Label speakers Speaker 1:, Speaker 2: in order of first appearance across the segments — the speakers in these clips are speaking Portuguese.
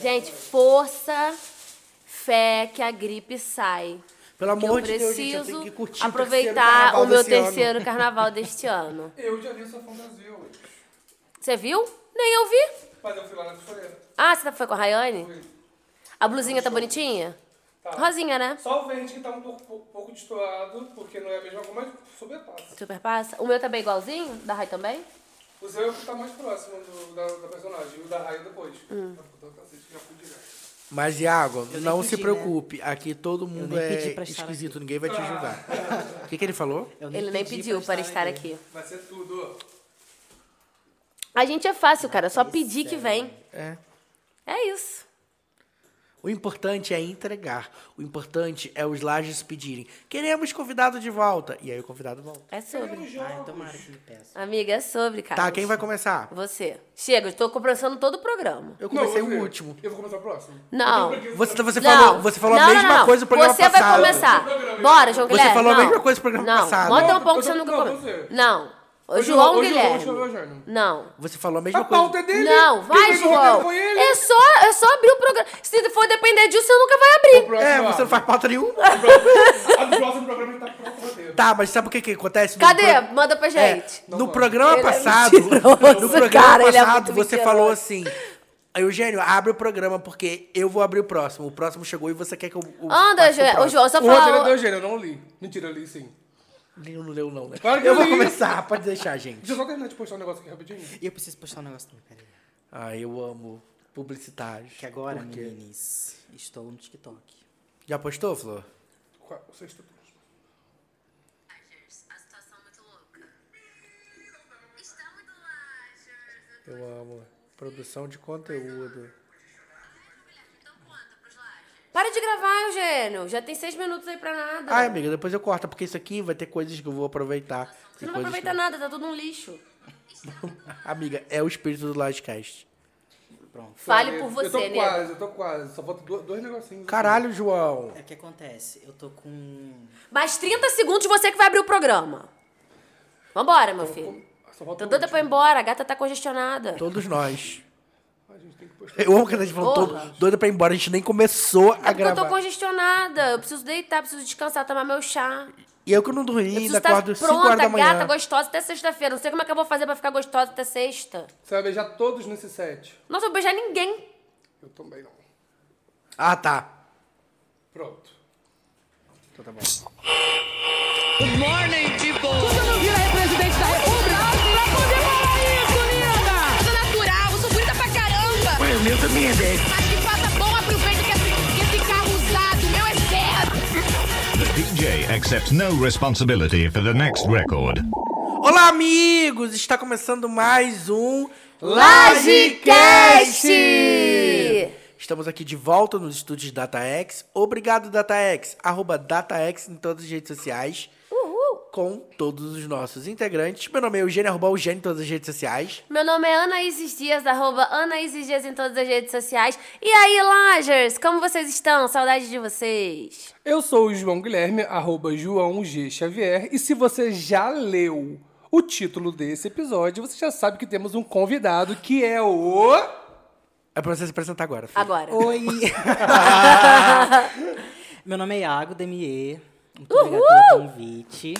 Speaker 1: Gente, força, fé que a gripe sai.
Speaker 2: Pelo
Speaker 1: Que
Speaker 2: amor
Speaker 1: eu
Speaker 2: Um de Deus, gente, eu tenho
Speaker 1: preciso
Speaker 2: que curtir o terceiro
Speaker 1: aproveitar
Speaker 2: carnaval
Speaker 1: o meu
Speaker 2: desse ano.
Speaker 1: terceiro carnaval deste ano.
Speaker 3: Eu já vi essa fantasia hoje.
Speaker 1: Você viu? Nem eu vi.
Speaker 3: Mas eu fui lá na costureira.
Speaker 1: Ah, você foi com a Rayane?
Speaker 3: Fui.
Speaker 1: A blusinha tá bonitinha?
Speaker 3: Tá.
Speaker 1: Rosinha, né?
Speaker 3: Só o verde que tá um pouco, pou- pouco destoado, porque não é a mesma cor, mas sobrepassa.
Speaker 1: Super passa. O meu também é igualzinho? Da Ray também?
Speaker 3: O seu é o que tá mais próximo do, da, da personagem, e o da Raia depois.
Speaker 1: Hum.
Speaker 3: Tá botando cacete, já fui direto.
Speaker 2: Mas, Iago, não se
Speaker 4: pedi, né?
Speaker 2: preocupe. Aqui todo mundo
Speaker 4: nem
Speaker 2: é
Speaker 4: pedi pra estar
Speaker 2: esquisito, ninguém vai te julgar. O que, que ele falou?
Speaker 4: Eu
Speaker 1: Ele nem
Speaker 4: pedi
Speaker 1: pediu
Speaker 4: pra
Speaker 1: para estar aqui.
Speaker 3: Vai ser tudo.
Speaker 1: A gente é fácil, cara. Só pedir que vem.
Speaker 2: É.
Speaker 1: É isso.
Speaker 2: O importante é entregar. O importante é os lajes pedirem. Queremos convidado de volta. E aí o convidado volta.
Speaker 1: É
Speaker 3: Ah, então
Speaker 1: sobre.
Speaker 4: Ai, tomara que me peça.
Speaker 1: Amiga, é sobre, cara.
Speaker 2: Tá, quem vai começar?
Speaker 1: Você. Chega, eu tô comprando todo o programa.
Speaker 2: Eu comecei
Speaker 3: Não, você.
Speaker 2: o último.
Speaker 3: Eu vou começar o próximo.
Speaker 1: Não.
Speaker 2: Você, você
Speaker 1: Não.
Speaker 2: falou, você falou
Speaker 1: Não,
Speaker 2: a
Speaker 1: não,
Speaker 2: mesma
Speaker 1: não.
Speaker 2: coisa no programa
Speaker 1: você
Speaker 2: passado.
Speaker 1: vai começar. Bora, João
Speaker 2: Você
Speaker 1: Guilherme.
Speaker 2: falou a
Speaker 1: não.
Speaker 2: mesma coisa no programa
Speaker 1: não.
Speaker 2: passado.
Speaker 1: Bota um pouco,
Speaker 3: Eu tô-
Speaker 1: senão
Speaker 3: não,
Speaker 1: nunca
Speaker 3: você.
Speaker 1: começa. Não. Ô,
Speaker 3: Ô,
Speaker 1: João
Speaker 3: João, ô, João,
Speaker 1: Guilherme.
Speaker 3: deixa eu ver o Jornal.
Speaker 1: Não.
Speaker 2: Você falou a mesma
Speaker 3: A
Speaker 2: coisa.
Speaker 3: pauta é dele.
Speaker 1: Não, vai,
Speaker 3: Quem fez o roteiro
Speaker 1: João.
Speaker 3: foi ele.
Speaker 1: É só, é só abrir o programa. Se for depender disso, você nunca vai
Speaker 3: O
Speaker 1: abrir.
Speaker 3: próximo
Speaker 2: É,
Speaker 3: abre.
Speaker 2: você não faz pauta nenhuma.
Speaker 3: A do próximo programa tá pronto o roteiro.
Speaker 2: Tá, mas sabe o que, que acontece? No
Speaker 1: Cadê?
Speaker 2: pro-
Speaker 1: Manda pra
Speaker 2: É,
Speaker 1: gente.
Speaker 2: no programa
Speaker 1: Ele é
Speaker 2: passado,
Speaker 1: mentiroso,
Speaker 2: no programa
Speaker 1: cara, ele é
Speaker 2: passado,
Speaker 1: muito
Speaker 2: você
Speaker 1: mentiroso.
Speaker 2: falou assim: Eugênio, abre o programa porque eu vou abrir o próximo. O próximo chegou e você quer que eu. o-
Speaker 1: Anda,
Speaker 2: faça o
Speaker 1: João. Ô,
Speaker 2: próximo.
Speaker 1: João, só
Speaker 3: O roteiro é do
Speaker 1: falar.
Speaker 3: Eugênio, eu não li. Mentira, eu li sim.
Speaker 2: Não não leu, não, né?
Speaker 3: Claro que
Speaker 2: eu
Speaker 3: eu
Speaker 2: vou
Speaker 3: li.
Speaker 2: começar, pode deixar, gente.
Speaker 3: Deixa eu só terminar de postar um negócio aqui rapidinho.
Speaker 4: E eu preciso postar um negócio também, peraí.
Speaker 2: Ah, eu amo publicitários.
Speaker 4: Que agora,
Speaker 2: Por quê?
Speaker 4: meninas, estou no TikTok.
Speaker 2: Já postou, Flor?
Speaker 3: Qua- é O sexto posto.
Speaker 5: A situação é muito louca. Estamos do Lajers.
Speaker 2: Eu amo. Produção de conteúdo.
Speaker 5: Então conta pros Lajers.
Speaker 1: Para de gravar, Eugênio. Já tem seis minutos aí pra nada.
Speaker 2: Ai, Ah, amiga, depois eu corto, porque isso aqui vai ter coisas que eu vou aproveitar.
Speaker 1: você
Speaker 2: Tem
Speaker 1: não vai
Speaker 2: coisas que
Speaker 1: aproveitar nada, tá tudo um lixo.
Speaker 2: eu- Amiga, é o espírito do Livecast.
Speaker 4: Pronto.
Speaker 1: Fale por
Speaker 3: Eu tô
Speaker 1: você, né? nego.
Speaker 3: quase, eu tô quase. Só falta do- dois negocinhos.
Speaker 2: Caralho, João.
Speaker 4: É o que acontece, eu tô com...
Speaker 1: Mais 30 segundos você que vai abrir o programa. Vambora, meu filho.
Speaker 3: Só falta um
Speaker 1: Tô
Speaker 3: o
Speaker 1: doida pra ir embora, a gata tá congestionada.
Speaker 2: Todos nós.
Speaker 3: último. A gente tem que postar.
Speaker 2: Eu amo que a gente falou
Speaker 1: Porra.
Speaker 2: todo, doida pra ir embora, a gente nem começou a
Speaker 1: É porque eu
Speaker 2: gravar.
Speaker 1: tô congestionada. Eu preciso deitar, preciso descansar, tomar meu chá.
Speaker 2: E eu que não dormi,
Speaker 1: Eu preciso
Speaker 2: ainda
Speaker 1: estar
Speaker 2: acordo 5 horas da
Speaker 1: pronta,
Speaker 2: manhã.
Speaker 1: gata, gostosa até sexta-feira. Não sei como é que eu vou fazer pra ficar gostosa até sexta.
Speaker 3: Você vai beijar todos nesse set.
Speaker 1: Não vou beijar ninguém.
Speaker 3: Eu também não.
Speaker 2: Ah, tá.
Speaker 3: Pronto.
Speaker 2: Então tá bom.
Speaker 6: Você não vira presidente da República? Pra poder falar isso, linda!
Speaker 5: Sou natural, eu sou bonita pra caramba. Mas o meu também é desse. Mas que faça bom aproveita que esse, que esse carro usado. O meu é certo.
Speaker 7: The DJ accepts no responsibility for the next record.
Speaker 2: Olá, amigos! Está começando mais um
Speaker 1: Lagecast!
Speaker 2: Estamos aqui de volta nos estúdios DataX. Obrigado, DataX. Arroba DataX em todas as redes sociais.
Speaker 1: Uhul.
Speaker 2: Com todos os nossos integrantes. Meu nome é Eugênio, arroba Eugênio em todas as redes sociais.
Speaker 1: Meu nome é Anaíses Dias, arroba Anaíses Dias em todas as redes sociais. E aí, Lagers, como vocês estão? Saudade de vocês.
Speaker 3: Eu sou o João Guilherme, arroba João G. Xavier, e se você já leu o título desse episódio, você já sabe que temos um convidado que é o.
Speaker 2: É pra você se apresentar agora. filho.
Speaker 1: Agora.
Speaker 4: Oi! Meu nome é Iago Demier. Muito obrigado pelo convite.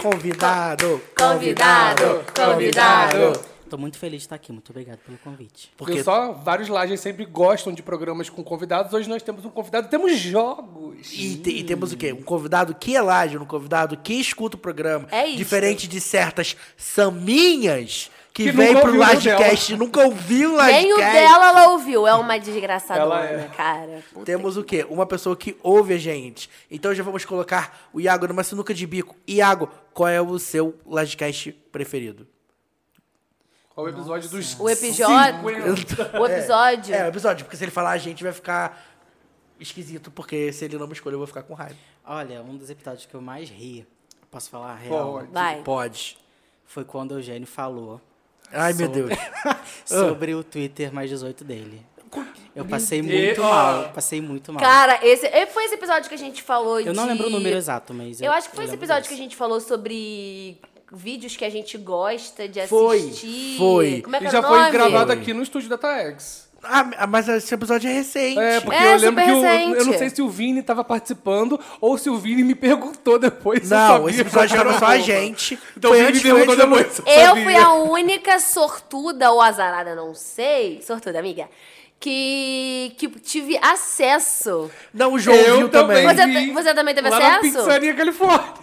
Speaker 2: Convidado!
Speaker 1: Convidado, convidado.
Speaker 4: Tô muito feliz de estar aqui, muito obrigado pelo convite.
Speaker 2: Porque
Speaker 3: Viu só? Vários lajes sempre gostam de programas com convidados. Hoje nós temos um convidado, temos jogos.
Speaker 2: E, te- e temos o quê? Um convidado que é lágio, um convidado que escuta o programa.
Speaker 1: É isso.
Speaker 2: Diferente de certas saminhas que,
Speaker 3: Que
Speaker 2: vem
Speaker 3: nunca
Speaker 2: pro
Speaker 3: ouviu o
Speaker 2: Lagecast, nunca ouviu o Lagecast.
Speaker 1: Nem o dela ela ouviu. É uma
Speaker 3: Ela
Speaker 1: desgraçadona,
Speaker 3: é.
Speaker 1: cara.
Speaker 2: Temos o quê? Uma pessoa que ouve a gente. Então já vamos colocar o Iago numa sinuca de bico. Iago, qual é o seu Lagecast preferido?
Speaker 3: Qual o episódio dos.
Speaker 1: O episódio.
Speaker 3: 50?
Speaker 1: O episódio.
Speaker 2: É, o episódio, porque se ele falar a gente vai ficar esquisito, porque se ele não me escolher eu vou ficar com raiva.
Speaker 4: Olha, um dos episódios que eu mais ri, posso falar a real,
Speaker 3: Pode.
Speaker 1: Vai.
Speaker 2: Pode.
Speaker 4: foi quando o Eugênio falou
Speaker 2: Ai, meu
Speaker 4: Sobre-
Speaker 2: Deus.
Speaker 3: Ah.
Speaker 4: sobre o Twitter mais 18 dele. Eu passei
Speaker 3: E-
Speaker 4: muito
Speaker 3: ó.
Speaker 4: mal, eu passei muito mal.
Speaker 1: Cara, esse e foi esse episódio que a gente falou
Speaker 4: eu não lembro o número
Speaker 1: números.
Speaker 4: exato, mas...
Speaker 1: Eu acho que foi esse
Speaker 4: lembro
Speaker 1: episódio
Speaker 4: desse.
Speaker 1: que a gente falou sobre vídeos que a gente gosta de
Speaker 2: Foi,
Speaker 1: assistir.
Speaker 2: foi.
Speaker 1: Como é que
Speaker 3: E
Speaker 1: era
Speaker 3: já
Speaker 1: o nome?
Speaker 3: foi gravado aqui no estúdio da TAEX.
Speaker 2: Ah, mas esse episódio é recente.
Speaker 3: É, porque
Speaker 1: É,
Speaker 3: eu lembro
Speaker 1: super
Speaker 3: que eu,
Speaker 1: recente.
Speaker 3: eu não sei se o Vini tava participando ou se o Vini me perguntou depois. se eu
Speaker 2: Não,
Speaker 3: sabia
Speaker 2: esse episódio
Speaker 3: qual era
Speaker 2: era
Speaker 3: o
Speaker 2: só a
Speaker 3: roubo.
Speaker 2: gente.
Speaker 3: Então
Speaker 2: Foi
Speaker 3: o Vini
Speaker 2: antes
Speaker 3: me
Speaker 2: que
Speaker 3: perguntou
Speaker 2: a gente-
Speaker 3: depois. se
Speaker 1: Eu
Speaker 3: sabia.
Speaker 1: fui a única sortuda ou azarada, não sei, sortuda, amiga, que, que tive acesso.
Speaker 2: Não, o João
Speaker 3: Eu
Speaker 2: viu também.
Speaker 1: Você-
Speaker 3: vi
Speaker 1: você também teve
Speaker 3: lá Na
Speaker 1: acesso?
Speaker 3: pizzaria Califórnia.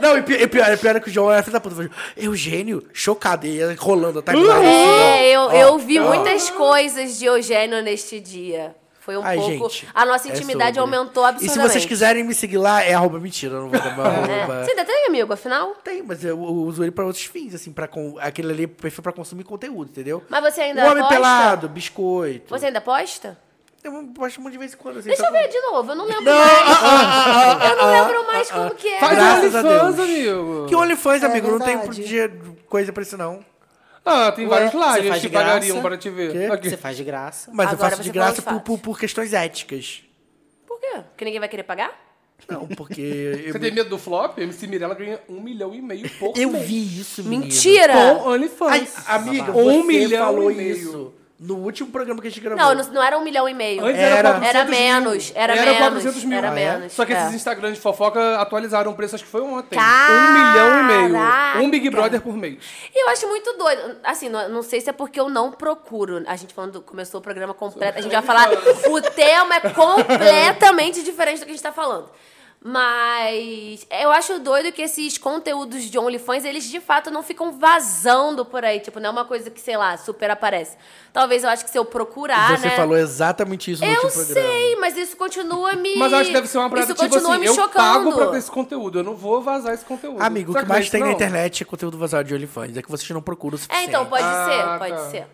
Speaker 2: Não, e pi- e pior, e pior é que o João era filho da puta. falou, Eugênio, chocado, e ele rolando tá Assim, até
Speaker 1: É, eu, eu vi muitas coisas de Eugênio neste dia. Foi um
Speaker 2: Ai,
Speaker 1: pouco.
Speaker 2: gente,
Speaker 1: a nossa
Speaker 2: é
Speaker 1: intimidade
Speaker 2: sobre.
Speaker 1: aumentou
Speaker 2: E
Speaker 1: absurdamente.
Speaker 2: se vocês quiserem me seguir lá, é arroba mentira, eu não vou dar meu
Speaker 1: É.
Speaker 2: arroba.
Speaker 1: Você ainda tem amigo, afinal?
Speaker 2: Tem, mas eu uso ele pra outros fins, assim, pra com, aquele ali, perfil pra consumir conteúdo, entendeu?
Speaker 1: Mas você ainda
Speaker 2: O homem
Speaker 1: posta?
Speaker 2: pelado, biscoito.
Speaker 1: Você ainda posta?
Speaker 2: Eu posto muito de vez em quando, assim.
Speaker 1: Deixa
Speaker 2: só
Speaker 1: eu ver
Speaker 2: pra-
Speaker 1: de novo, eu não lembro
Speaker 3: Ah,
Speaker 1: mais. eu não lembro mais como que é.
Speaker 3: Faz
Speaker 2: Graças a
Speaker 3: OnlyFans,
Speaker 2: Deus.
Speaker 3: amigo.
Speaker 2: Que OnlyFans,
Speaker 4: É
Speaker 2: amigo, não tem
Speaker 4: verdade.
Speaker 2: de coisa pra isso, não.
Speaker 3: Ah, tem
Speaker 4: Ué,
Speaker 3: vários
Speaker 4: você
Speaker 3: lives
Speaker 4: faz
Speaker 3: que
Speaker 4: de graça?
Speaker 3: pagariam para te ver.
Speaker 2: Quê?
Speaker 3: Aqui.
Speaker 4: Você faz de graça.
Speaker 2: Mas eu
Speaker 1: Agora
Speaker 2: faço de
Speaker 1: você
Speaker 2: graça
Speaker 1: falou
Speaker 2: por,
Speaker 1: de
Speaker 2: por, por questões éticas.
Speaker 1: Por quê? Porque ninguém vai querer pagar?
Speaker 2: Não, porque... eu,
Speaker 3: Você tem medo do flop? MC Mirella ganha um milhão e meio por
Speaker 2: eu
Speaker 3: mês.
Speaker 2: vi isso, menino.
Speaker 1: Mentira!
Speaker 3: Com
Speaker 2: Ai,
Speaker 3: OnlyFans.
Speaker 2: amiga,
Speaker 3: Um
Speaker 2: você
Speaker 3: milhão
Speaker 2: falou
Speaker 3: e meio.
Speaker 2: isso no último programa que a gente gravou.
Speaker 1: Não, não, não era um milhão e meio.
Speaker 3: Antes
Speaker 2: Era.
Speaker 3: era, 400
Speaker 1: Era
Speaker 3: mil.
Speaker 1: menos, era menos,
Speaker 3: 400 mil.
Speaker 1: era
Speaker 3: Ah,
Speaker 1: menos,
Speaker 3: Só que
Speaker 1: é.
Speaker 3: esses Instagrams de fofoca atualizaram o preço, acho que foi ontem.
Speaker 1: Caraca!
Speaker 3: Um milhão e meio. Um Big Brother por mês.
Speaker 1: E eu acho muito doido. Assim, não, não sei se é porque eu não procuro. A gente falando, começou o programa completo. A gente vai falar. O tema é completamente diferente do que a gente tá falando. Mas eu acho doido que esses conteúdos de OnlyFans, eles de fato não ficam vazando por aí. Tipo, não é uma coisa que, sei lá, super aparece. Talvez eu acho que se eu procurar,
Speaker 2: Você
Speaker 1: né?
Speaker 2: falou exatamente isso no
Speaker 1: eu
Speaker 2: último programa.
Speaker 1: sei, mas isso continua me.
Speaker 3: Mas eu acho que deve ser uma parada
Speaker 1: Isso
Speaker 3: tipo
Speaker 1: continua
Speaker 3: assim,
Speaker 1: me
Speaker 3: eu
Speaker 1: chocando.
Speaker 3: pago pra ter esse conteúdo, eu não vou vazar esse conteúdo.
Speaker 2: Amigo, o
Speaker 3: Será
Speaker 2: que mais
Speaker 3: isso
Speaker 2: tem na
Speaker 3: não?
Speaker 2: internet é conteúdo vazado de OnlyFans. É que vocês não procuram o suficiente.
Speaker 1: É, então, pode
Speaker 3: Ah,
Speaker 1: ser,
Speaker 3: tá.
Speaker 1: pode ser.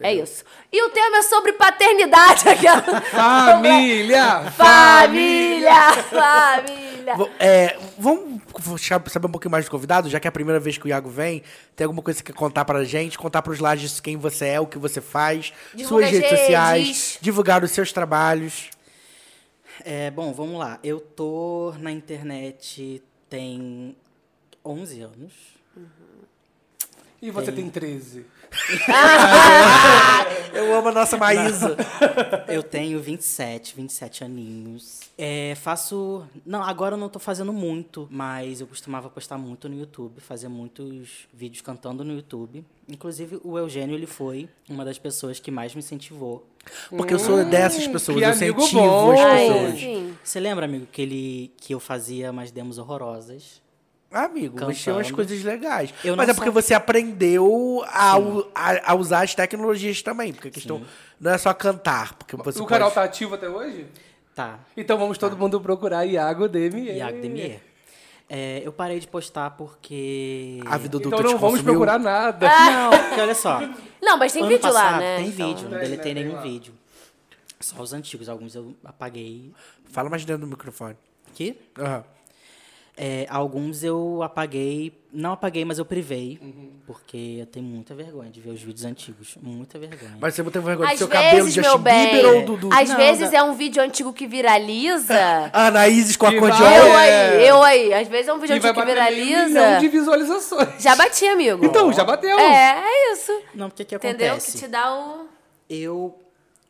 Speaker 1: É isso. E o tema é sobre paternidade. Aquela...
Speaker 3: Família!
Speaker 1: Família! Família!
Speaker 2: V- é, vamos f- saber um pouquinho mais do convidado, já que é a primeira vez que o Iago vem. Tem alguma coisa que quer contar pra gente? Contar pros lajes quem você é, o que você faz,
Speaker 1: Divulga
Speaker 2: suas
Speaker 1: as
Speaker 2: redes sociais,
Speaker 1: redes.
Speaker 2: divulgar os seus trabalhos.
Speaker 4: É, bom, vamos lá. Eu tô na internet tem 11 anos.
Speaker 3: E você tem 13.
Speaker 2: Eu amo a nossa Maísa.
Speaker 4: Eu tenho 27, 27 aninhos. É, faço. Não, agora eu não tô fazendo muito, mas eu costumava postar muito no YouTube, fazer muitos vídeos cantando no YouTube. Inclusive, o Eugênio, ele foi uma das pessoas que mais me incentivou.
Speaker 2: Porque eu sou dessas pessoas,
Speaker 3: que
Speaker 2: eu
Speaker 3: amigo
Speaker 2: incentivo
Speaker 3: bom.
Speaker 2: as
Speaker 1: Ai,
Speaker 2: pessoas.
Speaker 1: enfim.
Speaker 4: Você lembra, amigo, que, ele, que eu fazia umas demos horrorosas?
Speaker 2: Amigo, você tem umas
Speaker 4: Cantando.
Speaker 2: coisas legais.
Speaker 4: Eu
Speaker 2: Mas
Speaker 4: não
Speaker 2: é porque
Speaker 4: sou-
Speaker 2: você aprendeu a, u- a- a usar as tecnologias também. Porque a questão não é só cantar. Porque você
Speaker 3: o canal
Speaker 2: pode-
Speaker 3: tá ativo até hoje?
Speaker 4: Tá,
Speaker 3: Então vamos todo mundo procurar Iago Demier.
Speaker 4: Iago Demier. É, eu parei de postar porque.
Speaker 2: A vida do
Speaker 3: Então
Speaker 2: Tuti
Speaker 3: não vamos
Speaker 2: consumiu.
Speaker 3: procurar nada.
Speaker 4: Não, porque olha só.
Speaker 1: Não, mas tem
Speaker 4: ano
Speaker 1: vídeo lá,
Speaker 4: passado,
Speaker 1: né?
Speaker 4: Tem
Speaker 1: Então.
Speaker 4: vídeo, não
Speaker 3: Tem, né?
Speaker 4: deletei
Speaker 3: Tem
Speaker 4: nenhum
Speaker 3: lá.
Speaker 4: vídeo. Só os antigos, alguns eu apaguei.
Speaker 2: Fala mais dentro do microfone.
Speaker 4: Aqui?
Speaker 2: Aham.
Speaker 4: É, alguns eu apaguei, não apaguei, mas eu privei, porque eu tenho muita vergonha de ver os vídeos antigos, muita vergonha.
Speaker 2: Mas você não tem vergonha do
Speaker 1: Às
Speaker 2: seu cabelo de
Speaker 1: vezes, meu
Speaker 2: Justin Bieber ou
Speaker 1: bem,
Speaker 2: do... do...
Speaker 1: às
Speaker 4: Não,
Speaker 1: vezes
Speaker 4: da-
Speaker 1: é um vídeo antigo que viraliza.
Speaker 2: Anaíses com a
Speaker 3: Que
Speaker 2: cor de
Speaker 3: vai-
Speaker 2: ouro?
Speaker 1: eu
Speaker 3: é.
Speaker 1: aí, eu aí. Às vezes é um vídeo
Speaker 3: E vai
Speaker 1: antigo que
Speaker 3: bater meio milhão
Speaker 1: viraliza.
Speaker 3: de visualizações.
Speaker 1: Já bati, amigo.
Speaker 3: Então, já bateu.
Speaker 1: É, é isso.
Speaker 4: Não, porque que
Speaker 1: Entendeu? Que
Speaker 4: acontece?
Speaker 1: te dá um o...
Speaker 4: Eu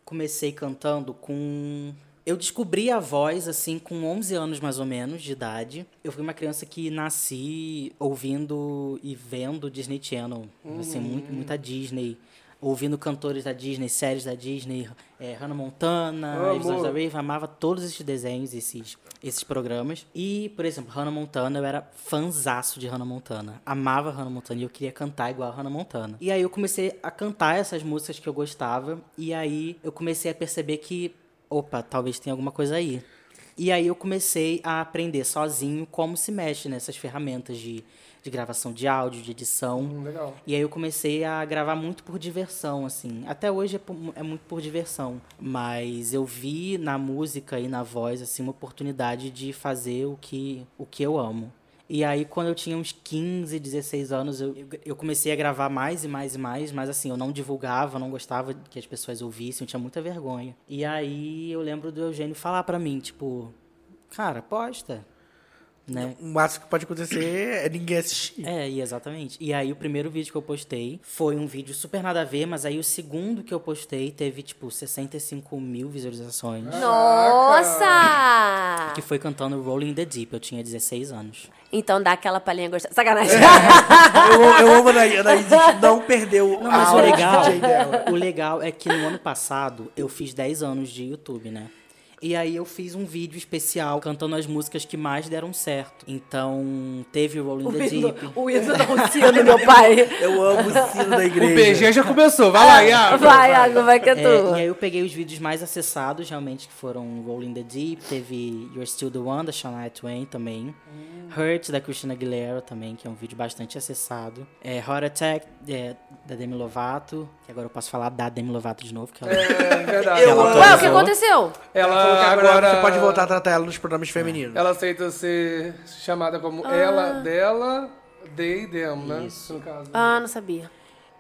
Speaker 4: comecei cantando com... Eu descobri a voz, assim, com 11 anos mais ou menos de idade. Eu fui uma criança que nasci ouvindo e vendo Disney Channel, assim, muito, muita Disney. Ouvindo cantores da Disney, séries da Disney, é, Hannah Montana,
Speaker 3: Amor.
Speaker 4: Eles Dois da Rave, amava todos esses desenhos, esses, esses programas. E, por exemplo, Hannah Montana, eu era fanzaço de Hannah Montana. Amava Hannah Montana e eu queria cantar igual a Hannah Montana. E aí eu comecei a cantar essas músicas que eu gostava. E aí eu comecei a perceber que, opa, talvez tenha alguma coisa aí. E aí eu comecei a aprender sozinho como se mexe nessas ferramentas de, de gravação de áudio, de edição.
Speaker 3: legal.
Speaker 4: E aí eu comecei a gravar muito por diversão, assim. Até hoje é, por- é muito por diversão. Mas eu vi na música e na voz, assim, uma oportunidade de fazer o que, o que eu amo. E aí, quando eu tinha uns 15, 16 anos, eu, eu comecei a gravar mais e mais e mais, mas assim, eu não divulgava, não gostava que as pessoas ouvissem, eu tinha muita vergonha. E aí, eu lembro do Eugênio falar pra mim, tipo, cara, posta. né?
Speaker 2: O máximo que pode acontecer é ninguém assistir.
Speaker 4: É, e exatamente. E aí o primeiro vídeo que eu postei foi um vídeo super nada a ver, mas aí o segundo que eu postei teve, tipo, 65 mil visualizações.
Speaker 1: Nossa!
Speaker 4: Que foi cantando Rolling in the Deep. Eu tinha 16 anos.
Speaker 1: Então dá aquela palhinha gostosa. Sacanagem.
Speaker 3: É.
Speaker 2: Eu, eu amo a Anaí- a Anaís não perdeu
Speaker 4: Não,
Speaker 2: a
Speaker 4: mas o
Speaker 2: aula de
Speaker 4: legal,
Speaker 2: DJ dela.
Speaker 4: o legal é que no ano passado eu fiz 10 anos de YouTube, né? E aí eu fiz um vídeo especial cantando as músicas que mais deram certo. Então teve o Rolling in the Deep.
Speaker 1: o Ido dá um sino no meu pai.
Speaker 2: Eu amo o sino da
Speaker 3: O
Speaker 2: igreja.
Speaker 3: BG já começou. Vai
Speaker 1: Ah,
Speaker 3: lá, Iago.
Speaker 1: Vai, Iago, vai que é
Speaker 4: É, e aí
Speaker 1: tu.
Speaker 4: eu peguei os vídeos mais acessados, realmente, que foram Rolling the Deep, teve You're Still the One, da Shania Twain também. Hurt, da Christina Aguilera também, que é um vídeo bastante acessado. É, Heart Attack, é, da Demi Lovato, que agora eu posso falar da Demi Lovato de novo, que ela...
Speaker 3: É verdade.
Speaker 2: Eu
Speaker 3: Ela
Speaker 2: amo.
Speaker 1: Ué, o que
Speaker 4: Ela-
Speaker 1: aconteceu?
Speaker 3: Ela
Speaker 2: Falou que agora,
Speaker 3: agora
Speaker 2: você pode voltar a tratar ela nos programas femininos.
Speaker 3: Ela aceita ser chamada como ela, dela, they, them, né? No caso.
Speaker 1: Ah, não sabia.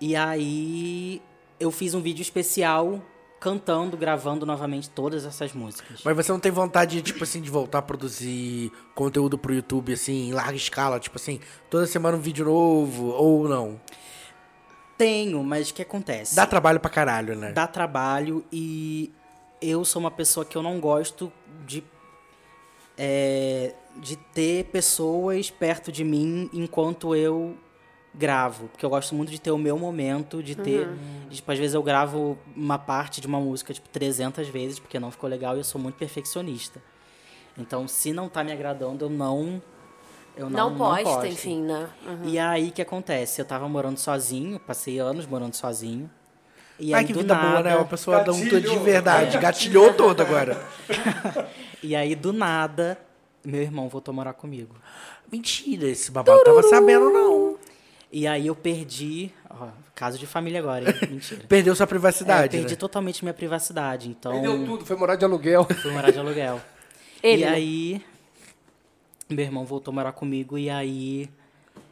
Speaker 4: E aí eu fiz um vídeo especial cantando, gravando novamente todas essas músicas.
Speaker 2: Mas você não tem vontade, tipo assim, de voltar a produzir conteúdo pro YouTube, assim, em larga escala, tipo assim, toda semana um vídeo novo, ou não?
Speaker 4: Tenho, mas o que acontece?
Speaker 2: Dá trabalho pra caralho, né?
Speaker 4: dá trabalho e eu sou uma pessoa que eu não gosto de é, de ter pessoas perto de mim enquanto eu gravo, porque eu gosto muito de ter o meu momento, de ter,
Speaker 1: Uhum.
Speaker 4: de, tipo, às vezes eu gravo uma parte de uma música tipo 300 vezes porque não ficou legal e eu sou muito perfeccionista. Então, se não tá me agradando, eu não eu não,
Speaker 1: Não, posta,
Speaker 4: posto.
Speaker 1: enfim, né? Uhum.
Speaker 4: E aí o que acontece? Eu tava morando sozinho, passei anos morando sozinho. E
Speaker 2: Ai,
Speaker 4: aí
Speaker 2: que
Speaker 4: do
Speaker 2: vida boa,
Speaker 4: nada,
Speaker 2: né? Uma pessoa dá um
Speaker 3: Gatilhou.
Speaker 2: todo de
Speaker 4: É.
Speaker 2: verdade. Gatilhou todo agora.
Speaker 4: E aí do nada, meu irmão voltou a morar comigo.
Speaker 2: Mentira, esse babado não tava sabendo, não.
Speaker 4: E aí eu perdi, ó, caso de família agora, hein? mentira.
Speaker 2: Perdeu sua
Speaker 4: É, eu
Speaker 2: privacidade.
Speaker 4: perdi
Speaker 2: né?
Speaker 4: totalmente minha privacidade, então
Speaker 3: Perdeu tudo, foi morar de aluguel.
Speaker 4: fui morar de aluguel.
Speaker 1: Ele,
Speaker 4: e
Speaker 1: né?
Speaker 4: aí meu irmão voltou a morar comigo e aí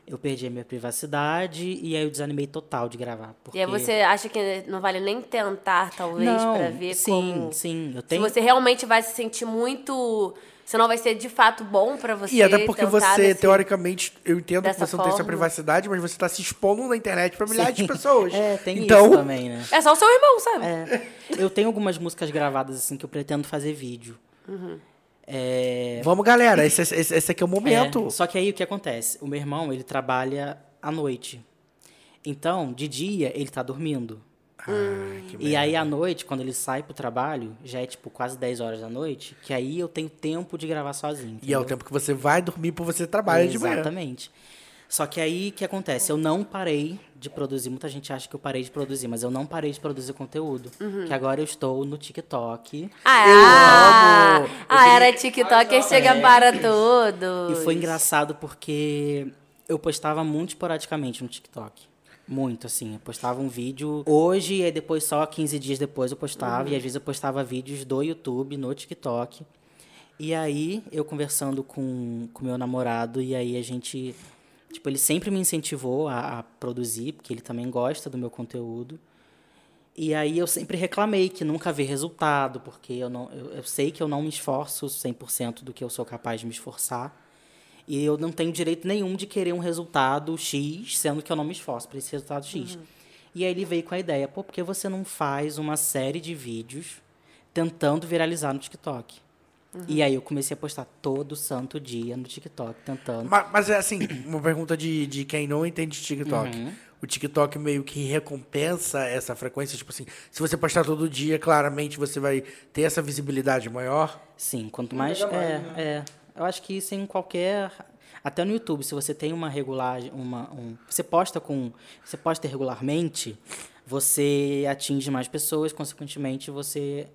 Speaker 4: eu perdi a minha privacidade e aí eu desanimei total de gravar, porque
Speaker 1: E aí você acha que não vale nem tentar, talvez,
Speaker 4: não,
Speaker 1: pra ver
Speaker 4: sim,
Speaker 1: como...
Speaker 4: sim, eu
Speaker 1: Se
Speaker 4: tenho
Speaker 1: você realmente vai se sentir muito... Se não vai ser de fato bom pra você
Speaker 4: é
Speaker 2: E até porque
Speaker 1: tentar
Speaker 4: então,
Speaker 2: você,
Speaker 1: nesse-
Speaker 2: teoricamente, eu entendo que
Speaker 1: dessa
Speaker 2: você não tem sua
Speaker 1: forma.
Speaker 2: privacidade, mas você tá se expondo na internet pra milhares de
Speaker 4: Sim.
Speaker 2: pessoas.
Speaker 4: É, tem
Speaker 2: então,
Speaker 4: isso também, né?
Speaker 1: É só o seu irmão, sabe?
Speaker 4: É. Eu tenho algumas músicas gravadas assim que eu pretendo fazer vídeo. É,
Speaker 2: Vamos, galera. Esse, esse, esse aqui é o momento.
Speaker 4: É, só que aí o que acontece? O meu irmão, ele trabalha à noite. Então, de dia, ele tá dormindo.
Speaker 2: Ah,
Speaker 4: e aí, à noite, quando ele sai pro trabalho, já é tipo quase 10 horas da noite, que aí eu tenho tempo de gravar sozinho.
Speaker 2: E é o
Speaker 4: entendeu?
Speaker 2: tempo que você vai dormir por você trabalha de manhã.
Speaker 4: Exatamente. Só que aí o que acontece? Eu não parei de produzir. Muita gente acha que eu parei de produzir, mas eu não parei de produzir conteúdo. Que agora eu estou no TikTok.
Speaker 1: Ah, ah, era TikToker, chega para tudo.
Speaker 4: É. E foi engraçado porque eu postava muito esporadicamente no TikTok. Muito, assim. Eu postava um vídeo hoje e aí depois só 15 dias depois eu postava. E às vezes eu postava vídeos do YouTube, no TikTok. E aí eu conversando com o meu namorado e aí a gente... Tipo, ele sempre me incentivou a, a produzir, porque ele também gosta do meu conteúdo. E aí eu sempre reclamei que nunca vi resultado, porque eu, não, eu, eu sei que eu não me esforço 100% do que eu sou capaz de me esforçar. E eu não tenho direito nenhum de querer um resultado X, sendo que eu não me esforço para esse resultado X. E aí ele veio com a ideia, pô, por que você não faz uma série de vídeos tentando viralizar no TikTok? E aí eu comecei a postar todo santo dia no TikTok, tentando.
Speaker 2: Ma- Mas, é assim, uma pergunta de, de quem não entende TikTok.
Speaker 4: Uhum.
Speaker 2: O TikTok meio que recompensa essa frequência, tipo assim, se você postar todo dia, claramente você vai ter essa visibilidade maior.
Speaker 4: Sim, quanto mais. É, é. Eu acho que isso em qualquer. Até no YouTube, se você tem uma regulagem. Uma, um, você posta com. Você posta regularmente, você atinge mais pessoas, consequentemente você.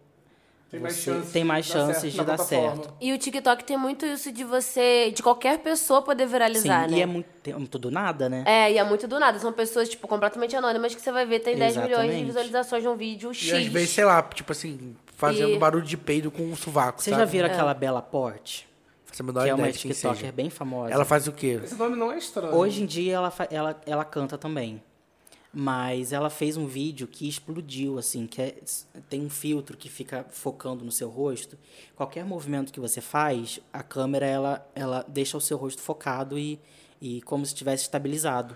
Speaker 3: Tem mais
Speaker 4: você
Speaker 3: chances
Speaker 4: tem
Speaker 3: de
Speaker 4: mais
Speaker 3: dar certo
Speaker 4: chances
Speaker 3: na
Speaker 4: de dar
Speaker 3: plataforma.
Speaker 4: certo.
Speaker 1: E o TikTok tem muito isso de você, de qualquer pessoa poder viralizar,
Speaker 4: Sim,
Speaker 1: né?
Speaker 4: e é muito, tem- é muito do nada, né?
Speaker 1: É, e é muito do nada. São pessoas, tipo, completamente anônimas que você vai ver, tem 10 milhões de
Speaker 4: Exatamente.
Speaker 1: visualizações de um vídeo X.
Speaker 2: E às vezes, sei lá, tipo assim, fazendo
Speaker 1: E-
Speaker 2: barulho de peido com um sovaco,
Speaker 4: Vocês já
Speaker 1: É.
Speaker 2: sabe?
Speaker 4: viram aquela Bela Porte?
Speaker 2: Faço a
Speaker 4: Que
Speaker 2: menor
Speaker 4: é uma
Speaker 2: ideia de quem
Speaker 4: TikToker
Speaker 2: seja.
Speaker 4: bem famosa.
Speaker 2: Ela faz o quê?
Speaker 3: Esse nome não é estranho.
Speaker 4: Hoje em dia ela, fa- ela, ela canta também. Mas ela fez um vídeo que explodiu, assim, que é- tem um filtro que fica focando no seu rosto. Qualquer movimento que você faz, a câmera ela, ela deixa o seu rosto focado e, e como se estivesse estabilizado.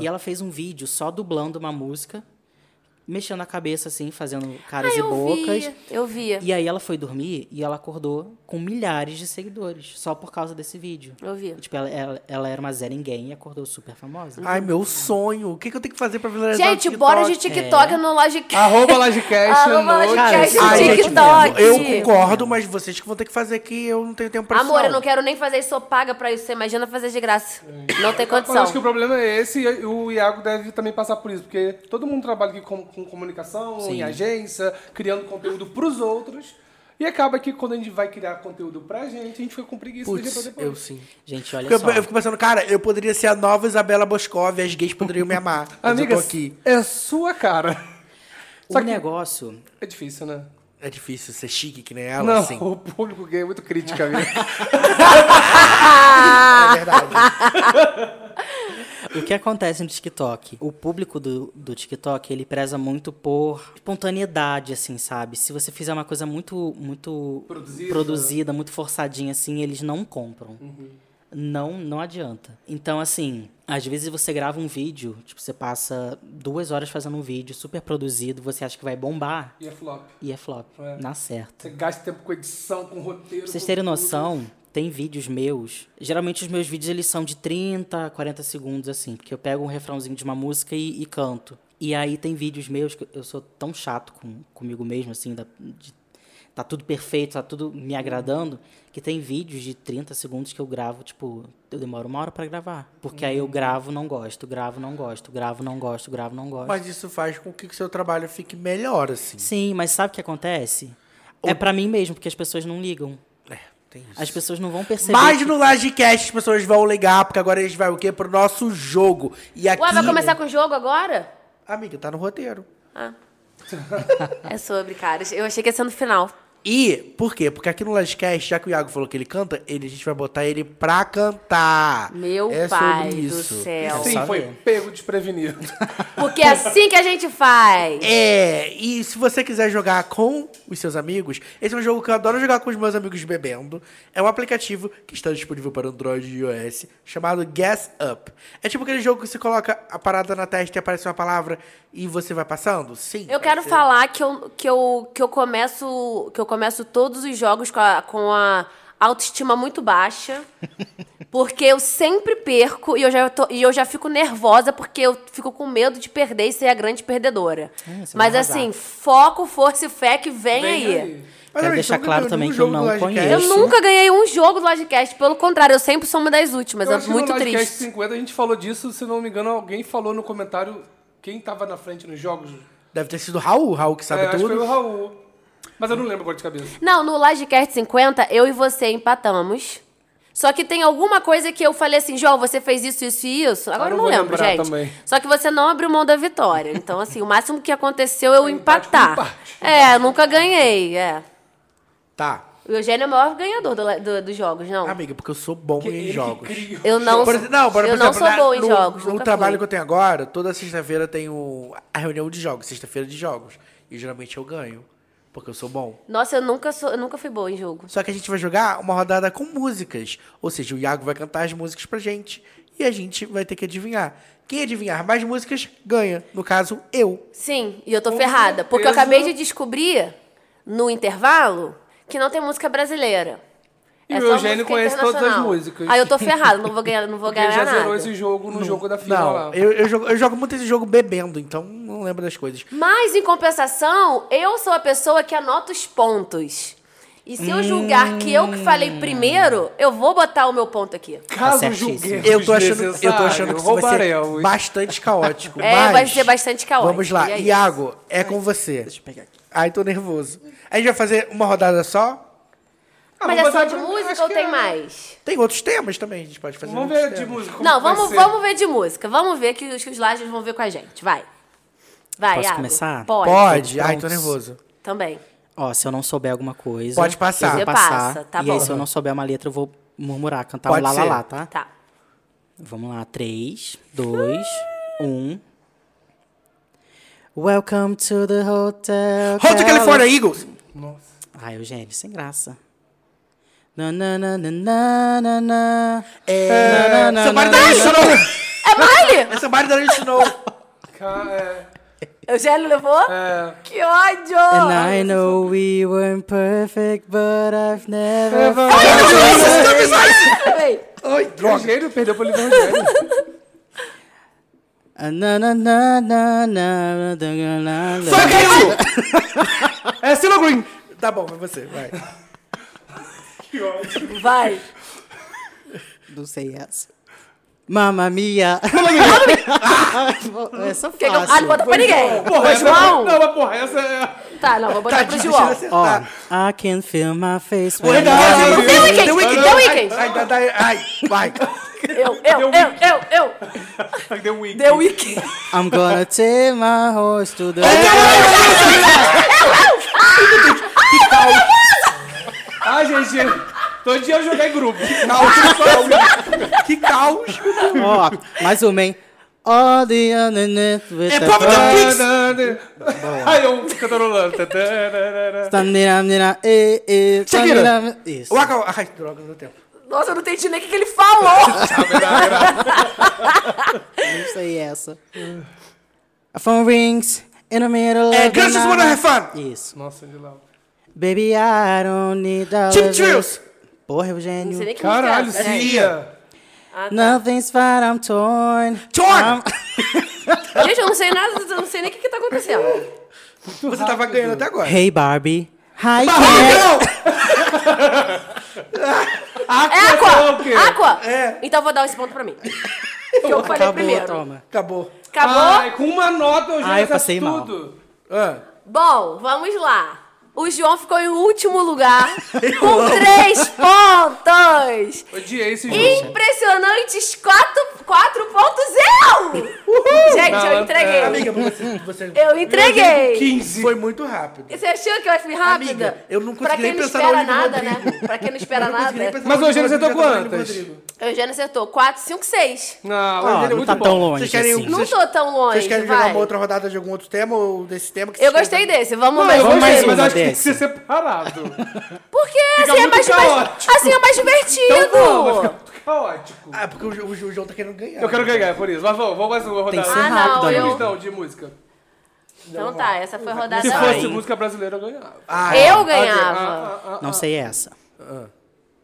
Speaker 4: E ela fez um vídeo só dublando uma música, mexendo a cabeça assim, fazendo caras
Speaker 1: Ah,
Speaker 4: e
Speaker 1: eu
Speaker 4: bocas.
Speaker 1: via, eu via.
Speaker 4: E aí ela foi dormir e ela acordou com milhares de seguidores, só por causa desse vídeo.
Speaker 1: Eu vi.
Speaker 4: Tipo, ela, ela, ela era uma Zé Ninguém e acordou super famosa.
Speaker 3: Ah,
Speaker 2: Ai, meu sonho. O que, que eu tenho que fazer pra viralizar o
Speaker 1: Gente,
Speaker 2: um TikTok?
Speaker 1: bora de TikTok no Logicast.
Speaker 3: Arroba Logicast
Speaker 1: Arroba
Speaker 3: no
Speaker 1: Logicast no
Speaker 4: Cara,
Speaker 2: Ai, gente,
Speaker 1: TikTok.
Speaker 2: eu concordo, mas vocês que vão ter que fazer que eu não tenho tempo pra
Speaker 1: É Amor,
Speaker 2: isso,
Speaker 1: eu não quero nem fazer isso, sou paga pra isso. Você imagina fazer de graça. Não tem
Speaker 3: Eu
Speaker 1: condição.
Speaker 3: acho que o problema é esse e o Iago deve também passar por isso, porque todo mundo trabalha aqui com, com comunicação, em agência, criando conteúdo pros outros. E acaba que quando a gente vai criar conteúdo pra gente, a gente fica com preguiça de
Speaker 2: Putz,
Speaker 3: fazer pra
Speaker 2: eu
Speaker 3: depois.
Speaker 2: sim.
Speaker 4: Gente, olha
Speaker 2: Porque
Speaker 4: só.
Speaker 2: Eu, eu fico pensando, cara, eu poderia ser a nova Isabela Boscov, as gays poderiam me amar. mas
Speaker 3: Amiga,
Speaker 2: eu tô aqui.
Speaker 3: é sua cara.
Speaker 4: O
Speaker 3: Só que-
Speaker 4: negócio
Speaker 3: É difícil, né?
Speaker 2: É difícil ser chique que nem ela,
Speaker 3: Não,
Speaker 2: assim.
Speaker 3: o público gay é muito crítico, amigo.
Speaker 1: Ah.
Speaker 2: É verdade.
Speaker 4: O que acontece no TikTok? O público do, do TikTok, ele preza muito por espontaneidade, assim, sabe? Se você fizer uma coisa muito, muito
Speaker 3: Produzida. Uhum.
Speaker 4: produzida, muito forçadinha, assim, eles não compram. Não, não adianta. Então, assim, às vezes você grava um vídeo, tipo, você passa duas horas fazendo um vídeo super produzido, você acha que vai bombar
Speaker 3: e é flop.
Speaker 4: e é flop.
Speaker 3: É.
Speaker 4: Na certa.
Speaker 3: Você gasta tempo com edição, com roteiro.
Speaker 4: Pra vocês
Speaker 3: com
Speaker 4: terem
Speaker 3: tudo.
Speaker 4: noção, tem vídeos meus. Geralmente os meus vídeos eles são de 30 a 40 segundos, assim, porque eu pego um refrãozinho de uma música e, e canto. E aí tem vídeos meus que eu sou tão chato com, comigo mesmo, assim, da- de- tá tudo perfeito, tá tudo me agradando, que tem vídeos de 30 segundos que eu gravo, tipo, eu demoro uma hora pra gravar. Porque aí eu
Speaker 2: Uhum.
Speaker 4: gravo, não gosto, gravo, não gosto, gravo, não gosto, gravo, não gosto.
Speaker 2: Mas isso faz com que o seu trabalho fique melhor, assim.
Speaker 4: Sim, mas sabe o que acontece? É pra mim mesmo, porque as pessoas não ligam.
Speaker 2: É, tem isso.
Speaker 4: As pessoas não vão perceber.
Speaker 2: Mas
Speaker 4: que-
Speaker 2: no Lagecast as pessoas vão ligar, porque agora eles vão o quê? Pro nosso jogo. E aqui... é-
Speaker 1: Ué, vai começar com o jogo agora? Ah.
Speaker 2: Amiga, tá no roteiro.
Speaker 1: É sobre, cara. Eu achei que ia ser no final.
Speaker 2: E, por quê? Porque aqui no Lagecast, já que o Iago falou que ele canta, ele, a gente vai botar ele pra cantar.
Speaker 1: Meu
Speaker 2: é
Speaker 1: pai
Speaker 2: sobre
Speaker 1: do
Speaker 2: isso. É
Speaker 1: céu.
Speaker 3: Sim,
Speaker 4: só
Speaker 3: foi
Speaker 4: ver.
Speaker 3: pego desprevenido.
Speaker 1: Porque é assim que a gente faz.
Speaker 2: É, e se você quiser jogar com os seus amigos, esse é um jogo que eu adoro jogar com os meus amigos bebendo. É um aplicativo que está disponível para Android e iOS, chamado Guess Up. É tipo aquele jogo que você coloca a parada na testa e aparece uma palavra e você vai passando? Sim.
Speaker 1: Eu
Speaker 2: pode
Speaker 1: quero
Speaker 2: ser.
Speaker 1: falar que eu, que, eu, que eu começo que eu começo todos os jogos com a, com a autoestima muito baixa. Porque eu sempre perco e eu, já tô- e eu já fico nervosa porque eu fico com medo de perder e ser a grande perdedora.
Speaker 4: É, você vai
Speaker 1: Mas
Speaker 4: arrasar.
Speaker 1: assim, foco, força e fé que vem,
Speaker 3: Vem
Speaker 1: aí.
Speaker 2: Mas,
Speaker 4: Quero
Speaker 2: amigo,
Speaker 4: deixar
Speaker 2: você nunca
Speaker 4: claro
Speaker 2: ganhou
Speaker 4: também
Speaker 2: nenhum
Speaker 4: que
Speaker 2: um
Speaker 4: eu
Speaker 2: jogo
Speaker 4: não
Speaker 2: do Lodcast?
Speaker 4: conheço.
Speaker 1: Eu nunca ganhei um jogo do Lodcast, pelo contrário, eu sempre sou uma das últimas.
Speaker 3: Eu
Speaker 1: é
Speaker 3: acho que
Speaker 1: muito
Speaker 3: no Livecast
Speaker 1: triste.
Speaker 3: 50 a gente falou disso, se não me engano, alguém falou no comentário quem tava na frente nos jogos.
Speaker 2: Deve ter sido o Raul, Raul que sabe
Speaker 3: É, acho que foi o
Speaker 2: tudo.
Speaker 3: Raul. Mas eu não lembro agora de cabeça.
Speaker 1: Não, no Lodcast 50, eu e você empatamos. Só que tem alguma coisa que eu falei assim, João, você fez isso, isso e isso. Agora eu
Speaker 3: não
Speaker 1: não
Speaker 3: vou
Speaker 1: lembro,
Speaker 3: lembrar
Speaker 1: gente.
Speaker 3: também.
Speaker 1: Só que você não abriu mão da vitória. Então, assim, o máximo que aconteceu é eu
Speaker 3: empate com
Speaker 1: empatar.
Speaker 3: empate.
Speaker 1: É, eu nunca ganhei, é.
Speaker 2: Tá.
Speaker 1: O Eugênio é o maior ganhador do- do- dos jogos, não.
Speaker 2: Amiga, porque eu sou bom
Speaker 3: Ele
Speaker 2: em
Speaker 3: que
Speaker 2: jogos.
Speaker 3: cria.
Speaker 1: Eu não,
Speaker 2: Ah, Por exemplo, não, por
Speaker 1: eu
Speaker 2: exemplo,
Speaker 1: não sou
Speaker 2: na-
Speaker 1: boa em
Speaker 2: no,
Speaker 1: jogos.
Speaker 2: No
Speaker 1: nunca
Speaker 2: trabalho
Speaker 1: fui.
Speaker 2: que eu tenho agora, toda sexta-feira eu tenho a reunião de jogos, sexta-feira de jogos. E geralmente eu ganho, porque eu sou bom.
Speaker 1: Nossa, eu nunca, sou, eu nunca fui boa em jogo.
Speaker 2: Só que a gente vai jogar uma rodada com músicas. Ou seja, o Iago vai cantar as músicas pra gente. E a gente vai ter que adivinhar. Quem adivinhar mais músicas, ganha. No caso, eu.
Speaker 1: Sim, e eu tô
Speaker 3: Com
Speaker 1: ferrada. Porque eu
Speaker 3: certeza.
Speaker 1: acabei de descobrir, no intervalo, que não tem música brasileira. É
Speaker 3: E o
Speaker 1: só
Speaker 3: Eugênio
Speaker 1: música
Speaker 3: conhece todas as
Speaker 1: internacional.
Speaker 3: músicas.
Speaker 1: Aí eu tô ferrada, não vou ganhar, não vou
Speaker 3: Porque ele
Speaker 1: ganhar
Speaker 3: já
Speaker 1: nada.
Speaker 3: zerou esse jogo no jogo da fila
Speaker 2: Não,
Speaker 3: lá.
Speaker 2: eu, eu jogo, eu jogo muito esse jogo bebendo, então não lembro das coisas.
Speaker 1: Mas, em compensação, eu sou a pessoa que anota os pontos. E se eu julgar que eu que falei
Speaker 3: Hum.
Speaker 1: primeiro, eu vou botar o meu ponto aqui.
Speaker 3: Caso
Speaker 4: Tá certíssimo.
Speaker 3: julguemos
Speaker 2: Eu tô achando, eu tô achando que isso vai ser
Speaker 3: roubaremos.
Speaker 2: bastante caótico.
Speaker 1: É,
Speaker 2: mas
Speaker 1: vai ser bastante caótico,
Speaker 2: Vamos lá,
Speaker 1: e é isso.
Speaker 2: Iago, é com você. Deixa eu pegar aqui. Ai, tô nervoso. A gente vai fazer uma rodada só?
Speaker 3: Ah,
Speaker 1: Mas
Speaker 3: vamos
Speaker 1: é só
Speaker 3: fazer
Speaker 1: de
Speaker 3: pra-
Speaker 1: música
Speaker 3: acho
Speaker 1: ou
Speaker 3: que
Speaker 1: tem
Speaker 3: é.
Speaker 1: mais?
Speaker 2: Tem outros temas também, a gente pode fazer.
Speaker 3: Vamos
Speaker 2: outros
Speaker 3: ver de
Speaker 2: temas.
Speaker 3: música. como
Speaker 1: Não,
Speaker 3: vai
Speaker 1: vamos,
Speaker 3: ser.
Speaker 1: vamos ver de música. Vamos ver que os, que os lajes vão ver com a gente. Vai. Vai,
Speaker 4: Posso
Speaker 1: Iago.
Speaker 4: começar?
Speaker 1: Pode.
Speaker 2: Pode? Ai, tô
Speaker 4: Prontos.
Speaker 2: nervoso.
Speaker 1: Também.
Speaker 4: Ó, se eu não souber alguma coisa.
Speaker 2: Pode passar.
Speaker 4: Eu
Speaker 1: Você
Speaker 4: vou passar.
Speaker 1: passa, tá
Speaker 4: e
Speaker 1: bom.
Speaker 4: aí, se eu não souber uma letra, eu vou murmurar, cantar
Speaker 2: Pode
Speaker 4: um lá, lá,
Speaker 2: ser.
Speaker 4: lá, tá?
Speaker 1: Tá.
Speaker 4: Vamos lá. 3, 2, 1. Welcome to the hotel.
Speaker 2: Hotel California Eagles.
Speaker 4: Ai, Eugênio, sem graça. Na, na, na, na, na, na, na. Na, na, na,
Speaker 2: Somebody
Speaker 4: na,
Speaker 2: that
Speaker 4: na.
Speaker 2: you should know.
Speaker 1: É baile!
Speaker 2: É Somebody that you should know.
Speaker 3: Ca- é,
Speaker 1: Eugênio levou?
Speaker 3: é,
Speaker 1: Que ódio!
Speaker 4: And I know we weren't perfect, but I've never.
Speaker 2: Ai, droga.
Speaker 3: Rogério perdeu pro livro Rogério.
Speaker 4: Ah, na, na, na, na, na, na, na, na, na.
Speaker 2: Fuck
Speaker 3: É Silo Green.
Speaker 2: you! Tá bom, é você, vai.
Speaker 1: Vai!
Speaker 4: Não sei essa. Mamma mia! é só
Speaker 1: Quer que eu...
Speaker 4: fácil.
Speaker 1: Ah, não conta pra ninguém!
Speaker 3: Porra, essa é
Speaker 1: João!
Speaker 3: Não, mas porra, essa é...
Speaker 1: Tá, não, vou botar pro
Speaker 2: Tadinho,
Speaker 1: João.
Speaker 2: deixa ele
Speaker 4: Ó,
Speaker 2: acertar. um
Speaker 4: I can feel my face
Speaker 2: Pô,
Speaker 4: when
Speaker 2: não,
Speaker 4: I-
Speaker 2: não, não,
Speaker 1: The
Speaker 2: não,
Speaker 1: Weeknd,
Speaker 2: não,
Speaker 1: The
Speaker 2: não,
Speaker 1: Weeknd.
Speaker 2: Ai, ai, ai, ai, vai.
Speaker 1: Eu, eu, eu, eu, eu! um
Speaker 3: The Weeknd.
Speaker 1: The Weeknd!
Speaker 4: I'm gonna take my horse to the.
Speaker 2: É.
Speaker 3: Ah, gente, todo dia eu jogar em grupo.
Speaker 2: Que caos.
Speaker 4: Ó, mais uma, hein? All the internet with
Speaker 2: É
Speaker 4: the
Speaker 2: pobre da Pix.
Speaker 3: Aí eu cantarolando. Tantarara.
Speaker 4: Tandiramdira, e, e,
Speaker 2: Shakira.
Speaker 4: tandiram- Isso.
Speaker 2: Waka, ai, droga, não deu tempo.
Speaker 1: Nossa, eu não entendi nem o que, que ele falou!
Speaker 4: Não sei essa. A phone rings in the middle
Speaker 2: É,
Speaker 4: of the
Speaker 2: Girls Just Wanna Have
Speaker 4: night.
Speaker 2: Fun.
Speaker 4: Isso.
Speaker 3: Nossa, de lá.
Speaker 1: é?
Speaker 4: Baby, I don't need all
Speaker 2: Cheap
Speaker 4: of
Speaker 2: Thrills.
Speaker 4: this. Porra,
Speaker 1: Não sei
Speaker 4: Eugênio.
Speaker 1: nem que Ah, música é
Speaker 3: Caralho,
Speaker 1: essa.
Speaker 3: Cia.
Speaker 1: tá.
Speaker 4: Nothing's fine, I'm torn.
Speaker 3: Ah.
Speaker 2: Torn.
Speaker 1: Gente, eu não sei nada, eu não sei nem o que, que tá acontecendo.
Speaker 2: Você tava ganhando até agora.
Speaker 4: Hey, Barbie. Hi, Ken.
Speaker 2: Barragão!
Speaker 1: É
Speaker 3: falou o quê?
Speaker 1: Aqua! Aqua! Então eu vou dar esse ponto pra mim. Que eu falei
Speaker 4: Acabou,
Speaker 1: primeiro.
Speaker 4: toma.
Speaker 2: Acabou.
Speaker 1: Acabou?
Speaker 3: Ai, com uma nota eu
Speaker 4: Ai,
Speaker 3: já
Speaker 4: eu
Speaker 3: faço
Speaker 4: passei mal.
Speaker 3: tudo.
Speaker 2: Ah.
Speaker 1: Bom, vamos lá. O João ficou em último lugar com três pontos.
Speaker 3: Odiei esse jogo.
Speaker 1: Impressionantes quatro, quatro pontos eu! Gente, eu
Speaker 3: Malandro.
Speaker 1: entreguei.
Speaker 2: Amiga, você, você
Speaker 1: Eu entreguei.
Speaker 3: 15.
Speaker 2: foi muito rápido.
Speaker 1: Você achou que eu fui rápida?
Speaker 2: Amiga, eu não consegui
Speaker 1: pra quem
Speaker 2: nem
Speaker 1: não
Speaker 2: pensar
Speaker 1: espera
Speaker 2: na Olivia
Speaker 1: nada, né? Pra quem não espera nada.
Speaker 3: Mas hoje você
Speaker 2: acertou
Speaker 3: acertou quantas?
Speaker 1: Eugênio acertou 4, 5, 6.
Speaker 3: Não,
Speaker 4: Ó,
Speaker 3: Rogério é
Speaker 4: não tá
Speaker 3: muito
Speaker 4: tão
Speaker 3: bom.
Speaker 4: longe
Speaker 2: Vocês querem
Speaker 4: assim.
Speaker 2: um-
Speaker 1: Não
Speaker 2: Vocês-
Speaker 1: tô tão longe,
Speaker 2: Vocês querem
Speaker 1: vai.
Speaker 2: jogar uma outra rodada de algum outro tema ou desse tema? Que
Speaker 1: Eu
Speaker 2: vocês
Speaker 1: gostei
Speaker 2: querem?
Speaker 1: desse, vamos
Speaker 3: Não, eu
Speaker 1: mais um.
Speaker 4: Vamos mais
Speaker 3: gostei, mas
Speaker 4: uma
Speaker 3: acho que tem que
Speaker 4: desse.
Speaker 3: ser separado.
Speaker 1: Porque
Speaker 3: Fica
Speaker 1: assim é,
Speaker 3: muito
Speaker 1: mais, mais-
Speaker 3: caótico.
Speaker 1: assim é mais divertido.
Speaker 3: Então vamos, vai ficar muito caótico.
Speaker 2: Ah, porque o, Jo- o Jo- o João tá querendo ganhar.
Speaker 3: Eu quero ganhar, é por isso. Mas vamos, vamos mais uma
Speaker 4: Tem
Speaker 3: rodada.
Speaker 4: que ser
Speaker 1: Ah, não,
Speaker 4: rápido,
Speaker 1: eu-
Speaker 4: amigo.
Speaker 3: Então, de música.
Speaker 1: então tá, essa foi a rodada.
Speaker 3: Se
Speaker 1: ruim.
Speaker 3: fosse música brasileira, eu ganhava.
Speaker 2: Ah,
Speaker 1: eu
Speaker 3: Ah,
Speaker 1: ganhava.
Speaker 3: ah, ah.
Speaker 4: Não sei essa.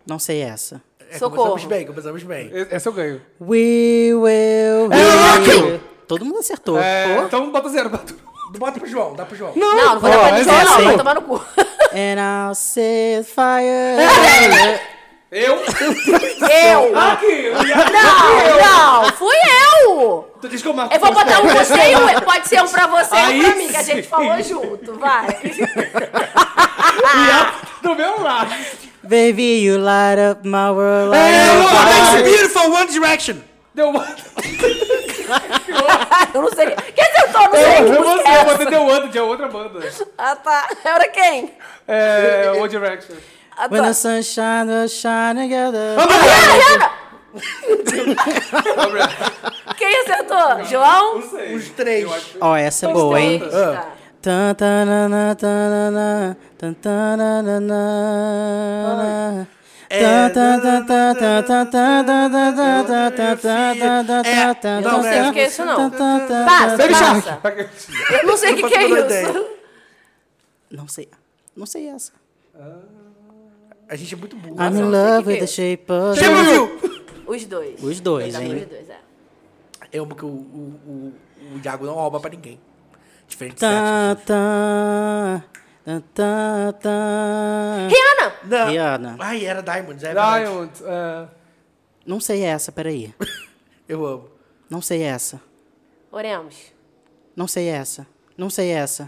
Speaker 4: Não sei essa.
Speaker 2: é,
Speaker 1: Socorro.
Speaker 2: Começamos bem, começamos bem.
Speaker 3: Essa eu ganho.
Speaker 4: We will.
Speaker 2: Rock
Speaker 4: will. Todo mundo acertou.
Speaker 3: É,
Speaker 4: Pô.
Speaker 3: então bota zero pra tu.
Speaker 2: Bota pro João, dá pro João.
Speaker 1: Não, não vou dar pra
Speaker 4: Pô,
Speaker 1: dizer,
Speaker 4: essa é
Speaker 1: não,
Speaker 4: assim.
Speaker 1: vai tomar no cu.
Speaker 4: And I'll set fire.
Speaker 3: Eu? Ah,
Speaker 1: Eu!
Speaker 3: Aqui!
Speaker 1: Não, não, fui eu!
Speaker 3: Tu diz que eu marco.
Speaker 1: Eu vou botar um você e um. Pode ser um pra você e um
Speaker 3: Aí
Speaker 1: pra mim, que a gente
Speaker 3: sim.
Speaker 1: falou junto, vai.
Speaker 3: Do meu lado.
Speaker 4: Baby, you light up my world. like
Speaker 2: É,
Speaker 4: no
Speaker 2: What
Speaker 4: fire.
Speaker 2: makes beautiful One Direction.
Speaker 3: Deu uma.
Speaker 1: Eu não sei. Quem acertou? Não sei.
Speaker 3: Eu
Speaker 1: que
Speaker 3: vou
Speaker 1: música é
Speaker 3: você,
Speaker 1: essa.
Speaker 3: você deu outra, de outra banda.
Speaker 1: Ah, tá. Era quem?
Speaker 3: É, One Direction.
Speaker 1: Ah,
Speaker 4: When
Speaker 1: tá. Ah,
Speaker 4: the sun shines, we'll shine together.
Speaker 1: Ariana! Quem acertou? João?
Speaker 3: Não sei.
Speaker 2: Os três.
Speaker 4: Ó, essa é boa, hein?
Speaker 1: Tá.
Speaker 4: Tan, tanana, tanana, tan, tanana.
Speaker 2: É,
Speaker 4: Tan, tan, tan, tan, tan, tan, tan, tan, tan, tan, tan, tan, tan, tan,
Speaker 2: É,
Speaker 4: tan,
Speaker 2: não
Speaker 4: tan,
Speaker 2: sei o
Speaker 4: tan,
Speaker 1: que é isso, não.
Speaker 4: tan, tan, tan,
Speaker 1: Passa,
Speaker 4: tan, tan.
Speaker 1: passa. Eu não sei o que,
Speaker 2: Não
Speaker 1: que é
Speaker 2: faço a menor
Speaker 1: isso.
Speaker 4: Não sei. Não sei essa.
Speaker 2: A gente é muito burro.
Speaker 3: Ah,
Speaker 4: I'm in
Speaker 1: não sei o
Speaker 4: love
Speaker 1: que
Speaker 4: with
Speaker 1: que é.
Speaker 4: the shape of...
Speaker 2: Chama, viu?
Speaker 1: Os dois.
Speaker 4: Os dois,
Speaker 1: Tá,
Speaker 4: hein?
Speaker 1: Os dois, é.
Speaker 2: Eu amo que o, o, o, o Iago não rouba pra ninguém. Diferente
Speaker 3: Tá.
Speaker 2: de Sérgio.
Speaker 4: Tan, tan, tan, tan, tan.
Speaker 1: Rihanna!
Speaker 2: Não.
Speaker 4: Rihanna.
Speaker 2: Ai, era Diamonds, é verdade.
Speaker 3: Diamond. É.
Speaker 4: Não sei essa, peraí.
Speaker 2: Eu amo.
Speaker 4: Não sei essa.
Speaker 1: Oremos.
Speaker 4: Não sei essa. Não sei essa.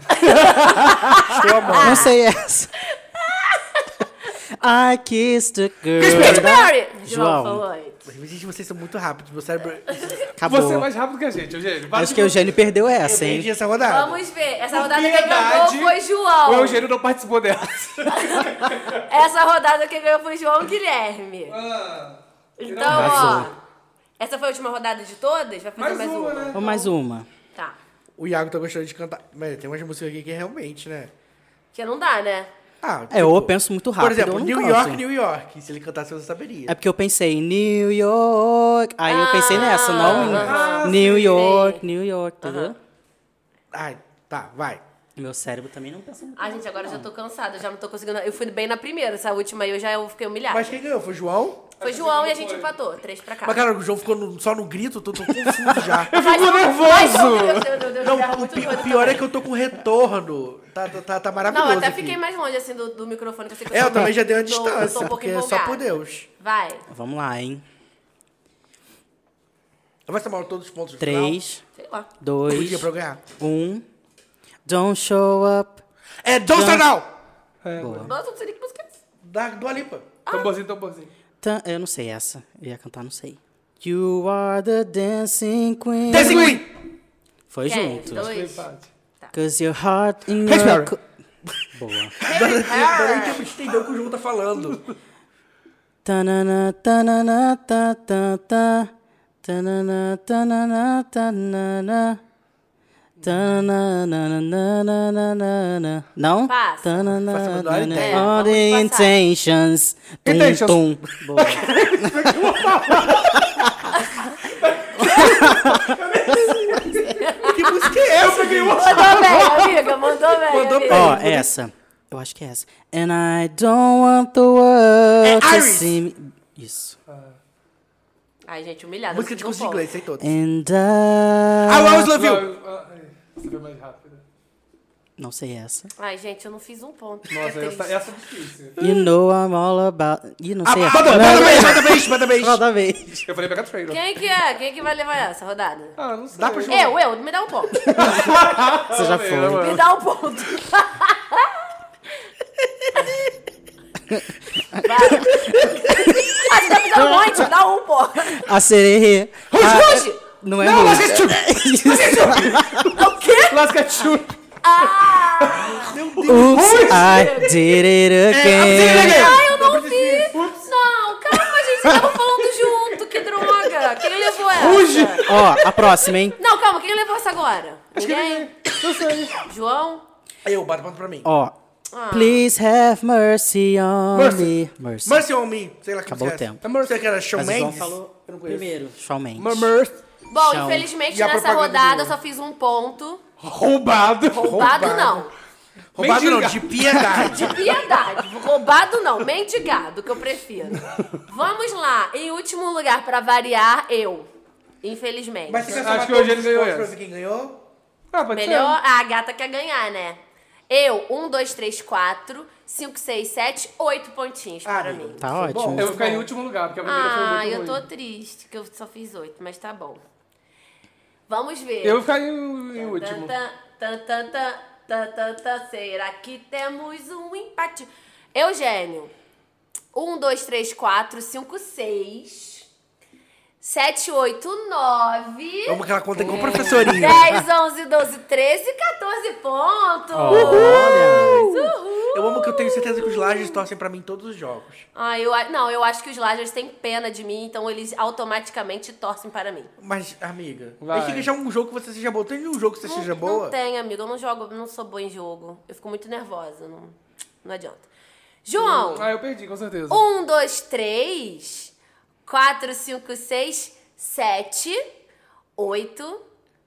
Speaker 4: Não sei essa. I kissed a
Speaker 1: Katy
Speaker 4: girl.
Speaker 1: Perry!
Speaker 4: João.
Speaker 1: falou antes.
Speaker 2: Mas, Gente, vocês são muito rápidos. Meu cérebro...
Speaker 4: Acabou.
Speaker 3: Você é mais rápido que a gente, Eugênio. Para
Speaker 4: Acho
Speaker 3: de-
Speaker 1: é
Speaker 4: que o Eugênio perdeu essa, hein?
Speaker 2: Perdi essa rodada.
Speaker 1: Vamos ver. Essa rodada quem ganhou
Speaker 3: Piedade.
Speaker 1: foi João.
Speaker 3: O Eugênio não participou dessa.
Speaker 1: Essa rodada quem ganhou foi João Guilherme. Então, ó. Essa foi a última rodada de todas? Vai fazer mais,
Speaker 3: Mais uma, né?
Speaker 4: Ou mais uma.
Speaker 1: Tá.
Speaker 2: O Iago tá gostando de cantar. Mas tem umas músicas aqui que realmente, né?
Speaker 1: Porque não dá, né?
Speaker 2: Ah,
Speaker 4: É, ou eu penso muito rápido.
Speaker 2: Por exemplo,
Speaker 4: ou não
Speaker 2: New
Speaker 4: canto.
Speaker 2: York, New York. Se ele cantasse, você saberia.
Speaker 4: É porque eu pensei em New York. Aí eu pensei nessa, não em
Speaker 1: Ah,
Speaker 4: New
Speaker 1: sim.
Speaker 4: York, New York, entendeu?
Speaker 2: Ai, tá, vai.
Speaker 4: Meu cérebro também não pensa muito.
Speaker 1: Ah, gente, agora eu já tô cansada, eu já não tô conseguindo. Eu fui bem na primeira, essa última aí eu já eu fiquei humilhada.
Speaker 2: Mas quem ganhou? Foi o João?
Speaker 1: Foi João e a gente empatou. Três pra cá.
Speaker 2: Mas, cara, o João ficou no- só no grito, eu tô, tô confuso já.
Speaker 1: Mas eu- mas eu- meu Deus, meu Deus, eu erro
Speaker 2: Não, o,
Speaker 1: Tá muito
Speaker 2: pi-
Speaker 1: doido
Speaker 2: o pior é
Speaker 1: também.
Speaker 2: que eu tô com retorno. Tá, tá, tá, tá
Speaker 1: Não,
Speaker 2: maravilhoso
Speaker 1: eu até
Speaker 2: aqui.
Speaker 1: fiquei mais longe, assim, do, do microfone. Que eu sei que
Speaker 2: É, eu
Speaker 1: sou-
Speaker 2: também já dei uma
Speaker 1: tô- eu tô um
Speaker 2: distância,
Speaker 1: pouco
Speaker 2: porque é
Speaker 1: empolgada.
Speaker 2: só por Deus.
Speaker 1: Vai.
Speaker 4: Vamos lá, hein?
Speaker 2: Vai somar todos os pontos do final?
Speaker 4: 3,
Speaker 1: Sei lá.
Speaker 4: 2,
Speaker 2: Podia pra eu ganhar.
Speaker 4: 1. Don't show up.
Speaker 2: É Don't Start Now!
Speaker 1: Nossa, eu não sei nem que música é essa.
Speaker 2: Da Dua Lipa.
Speaker 1: Ah.
Speaker 3: Tamborzinho, tamborzinho.
Speaker 4: Tan- Eu não sei essa. Eu ia cantar, não sei. You are the dancing queen.
Speaker 2: Dancing Queen!
Speaker 4: Foi
Speaker 1: Quem?
Speaker 4: junto.
Speaker 1: Dois.
Speaker 4: Cause your heart in
Speaker 2: Hey,
Speaker 4: your...
Speaker 2: Mary.
Speaker 4: co- Boa.
Speaker 2: Agora eu tenho que entender o que o João tá falando.
Speaker 4: Tanana, tanana, ta, ta, ta. Tanana, tanana, tanana. Tanana, nanana, nanana. Não?
Speaker 1: Passa.
Speaker 4: Tanana,
Speaker 2: Faço a menor
Speaker 4: nanana.
Speaker 2: ideia.
Speaker 4: All
Speaker 1: Vamos
Speaker 4: the
Speaker 1: passar.
Speaker 4: intentions. Tum,
Speaker 3: Intentions.
Speaker 4: tum. Boa.
Speaker 2: que música é essa, João?
Speaker 1: Mandou bem, amiga, mandou bem.
Speaker 2: Mandou
Speaker 1: amiga.
Speaker 2: bem.
Speaker 4: Ó, essa. Eu acho que é essa. And I don't want the world
Speaker 2: É
Speaker 4: to
Speaker 2: Iris.
Speaker 4: see me. Isso.
Speaker 1: Ai, gente, humilhada. um
Speaker 2: Música de
Speaker 1: não
Speaker 2: curso de
Speaker 1: sei
Speaker 2: inglês, sem todos.
Speaker 4: And
Speaker 2: I
Speaker 4: I...
Speaker 2: always love you!
Speaker 3: Ah, é. Você foi mais rápido.
Speaker 4: Não sei essa.
Speaker 1: como. Ai, gente, eu não fiz um ponto.
Speaker 3: Nossa,
Speaker 1: Fiquei
Speaker 3: essa,
Speaker 1: triste.
Speaker 3: essa é difícil.
Speaker 4: You know I'm all about... Ih, não
Speaker 2: Ah,
Speaker 4: sei.
Speaker 2: Manda manda beijo, manda beijo, manda beijo.
Speaker 4: Toda vez.
Speaker 3: Eu falei Becca Trader.
Speaker 1: Quem que é? Quem que vai levar essa rodada?
Speaker 3: Ah, não sei.
Speaker 2: Dá pra
Speaker 1: Eu, eu, me dá um ponto.
Speaker 4: Você já foi.
Speaker 1: Me dá um ponto. Vai. Ah, você tá me dando um monte, me dá um, pô.
Speaker 4: A sereia.
Speaker 1: Ruge, ruge!
Speaker 4: Não é não,
Speaker 2: mas esse tipo-
Speaker 1: O quê?
Speaker 3: Lasca tchum.
Speaker 1: Ah!
Speaker 4: Oops, I did it
Speaker 2: É,
Speaker 4: again.
Speaker 1: Ai, eu não vi! Não, calma, gente, vocês estavam falando junto, que droga! Quem levou essa?
Speaker 3: Ruge!
Speaker 4: Ó, a próxima, hein?
Speaker 1: Não, calma, quem levou essa agora? Ninguém?
Speaker 3: Não sei.
Speaker 1: João?
Speaker 2: Eu, bota ponto pra mim.
Speaker 4: Ó. Please have mercy on me.
Speaker 2: Mercy.
Speaker 4: Mercy.
Speaker 2: Mercy on me. Sei lá que música
Speaker 4: Acabou o
Speaker 2: é essa.
Speaker 4: tempo.
Speaker 2: É Mercy que era Shawn
Speaker 4: Mas o João
Speaker 2: Mendes?
Speaker 4: falou
Speaker 2: Eu não conheço.
Speaker 4: Primeiro, Shawn Mendes.
Speaker 3: Mercy.
Speaker 1: Bom,
Speaker 4: João.
Speaker 1: infelizmente
Speaker 2: E a
Speaker 1: nessa
Speaker 2: propaganda
Speaker 1: rodada
Speaker 2: do-
Speaker 1: eu só fiz um ponto.
Speaker 3: Roubado.
Speaker 1: Roubado não.
Speaker 2: Roubado não, de
Speaker 3: Mendiga.
Speaker 2: piedade.
Speaker 1: De piedade. Roubado não, mendigado, que eu prefiro. Vamos lá, em último lugar, pra variar, eu. Infelizmente.
Speaker 2: Mas você quer
Speaker 3: Acho
Speaker 2: somar
Speaker 3: que hoje
Speaker 2: todos
Speaker 3: ele
Speaker 2: os
Speaker 3: ganhou
Speaker 2: pontos pra
Speaker 3: essa.
Speaker 2: ver quem ganhou?
Speaker 3: Ah, pode ser.
Speaker 1: Melhor ah, a gata quer ganhar, né? Eu, um, dois, três, quatro, cinco, seis, sete, oito pontinhos para
Speaker 2: amigo,
Speaker 1: mim.
Speaker 4: Tá
Speaker 2: foi bom.
Speaker 4: ótimo.
Speaker 3: Eu vou ficar em último lugar, porque a primeira foi
Speaker 1: Ah,
Speaker 3: muito
Speaker 1: eu tô
Speaker 3: ruim.
Speaker 1: triste, que eu só fiz oito, mas tá bom. Vamos ver.
Speaker 3: Eu vou ficar em, em último.
Speaker 1: Tan, tan, tan, tan, tan, tan, tan. Será que temos um empate? Eugênio. 1, 2, 3, 4, 5, 6. 7, 8, 9.
Speaker 2: Vamos que ela conta com o professorinho.
Speaker 4: É.
Speaker 1: 10, 11, 12, 13, 14 pontos.
Speaker 4: Olha.
Speaker 1: Uhul.
Speaker 2: Eu amo que eu tenho certeza que os lajes torcem pra mim em todos os jogos.
Speaker 1: Ah, eu, a- não, eu acho que os Lagers têm pena de mim, então eles automaticamente torcem para mim.
Speaker 2: Mas, amiga,
Speaker 3: Vai.
Speaker 2: tem que deixar um jogo que você seja boa. Tem um jogo que você seja
Speaker 1: não,
Speaker 2: boa?
Speaker 1: Não tem, amigo. Eu não jogo, não sou boa em jogo. Eu fico muito nervosa. Não, não adianta. João,
Speaker 2: Hum,
Speaker 3: Ah, eu perdi, com certeza.
Speaker 1: um, dois, três, quatro, cinco, seis, sete, oito,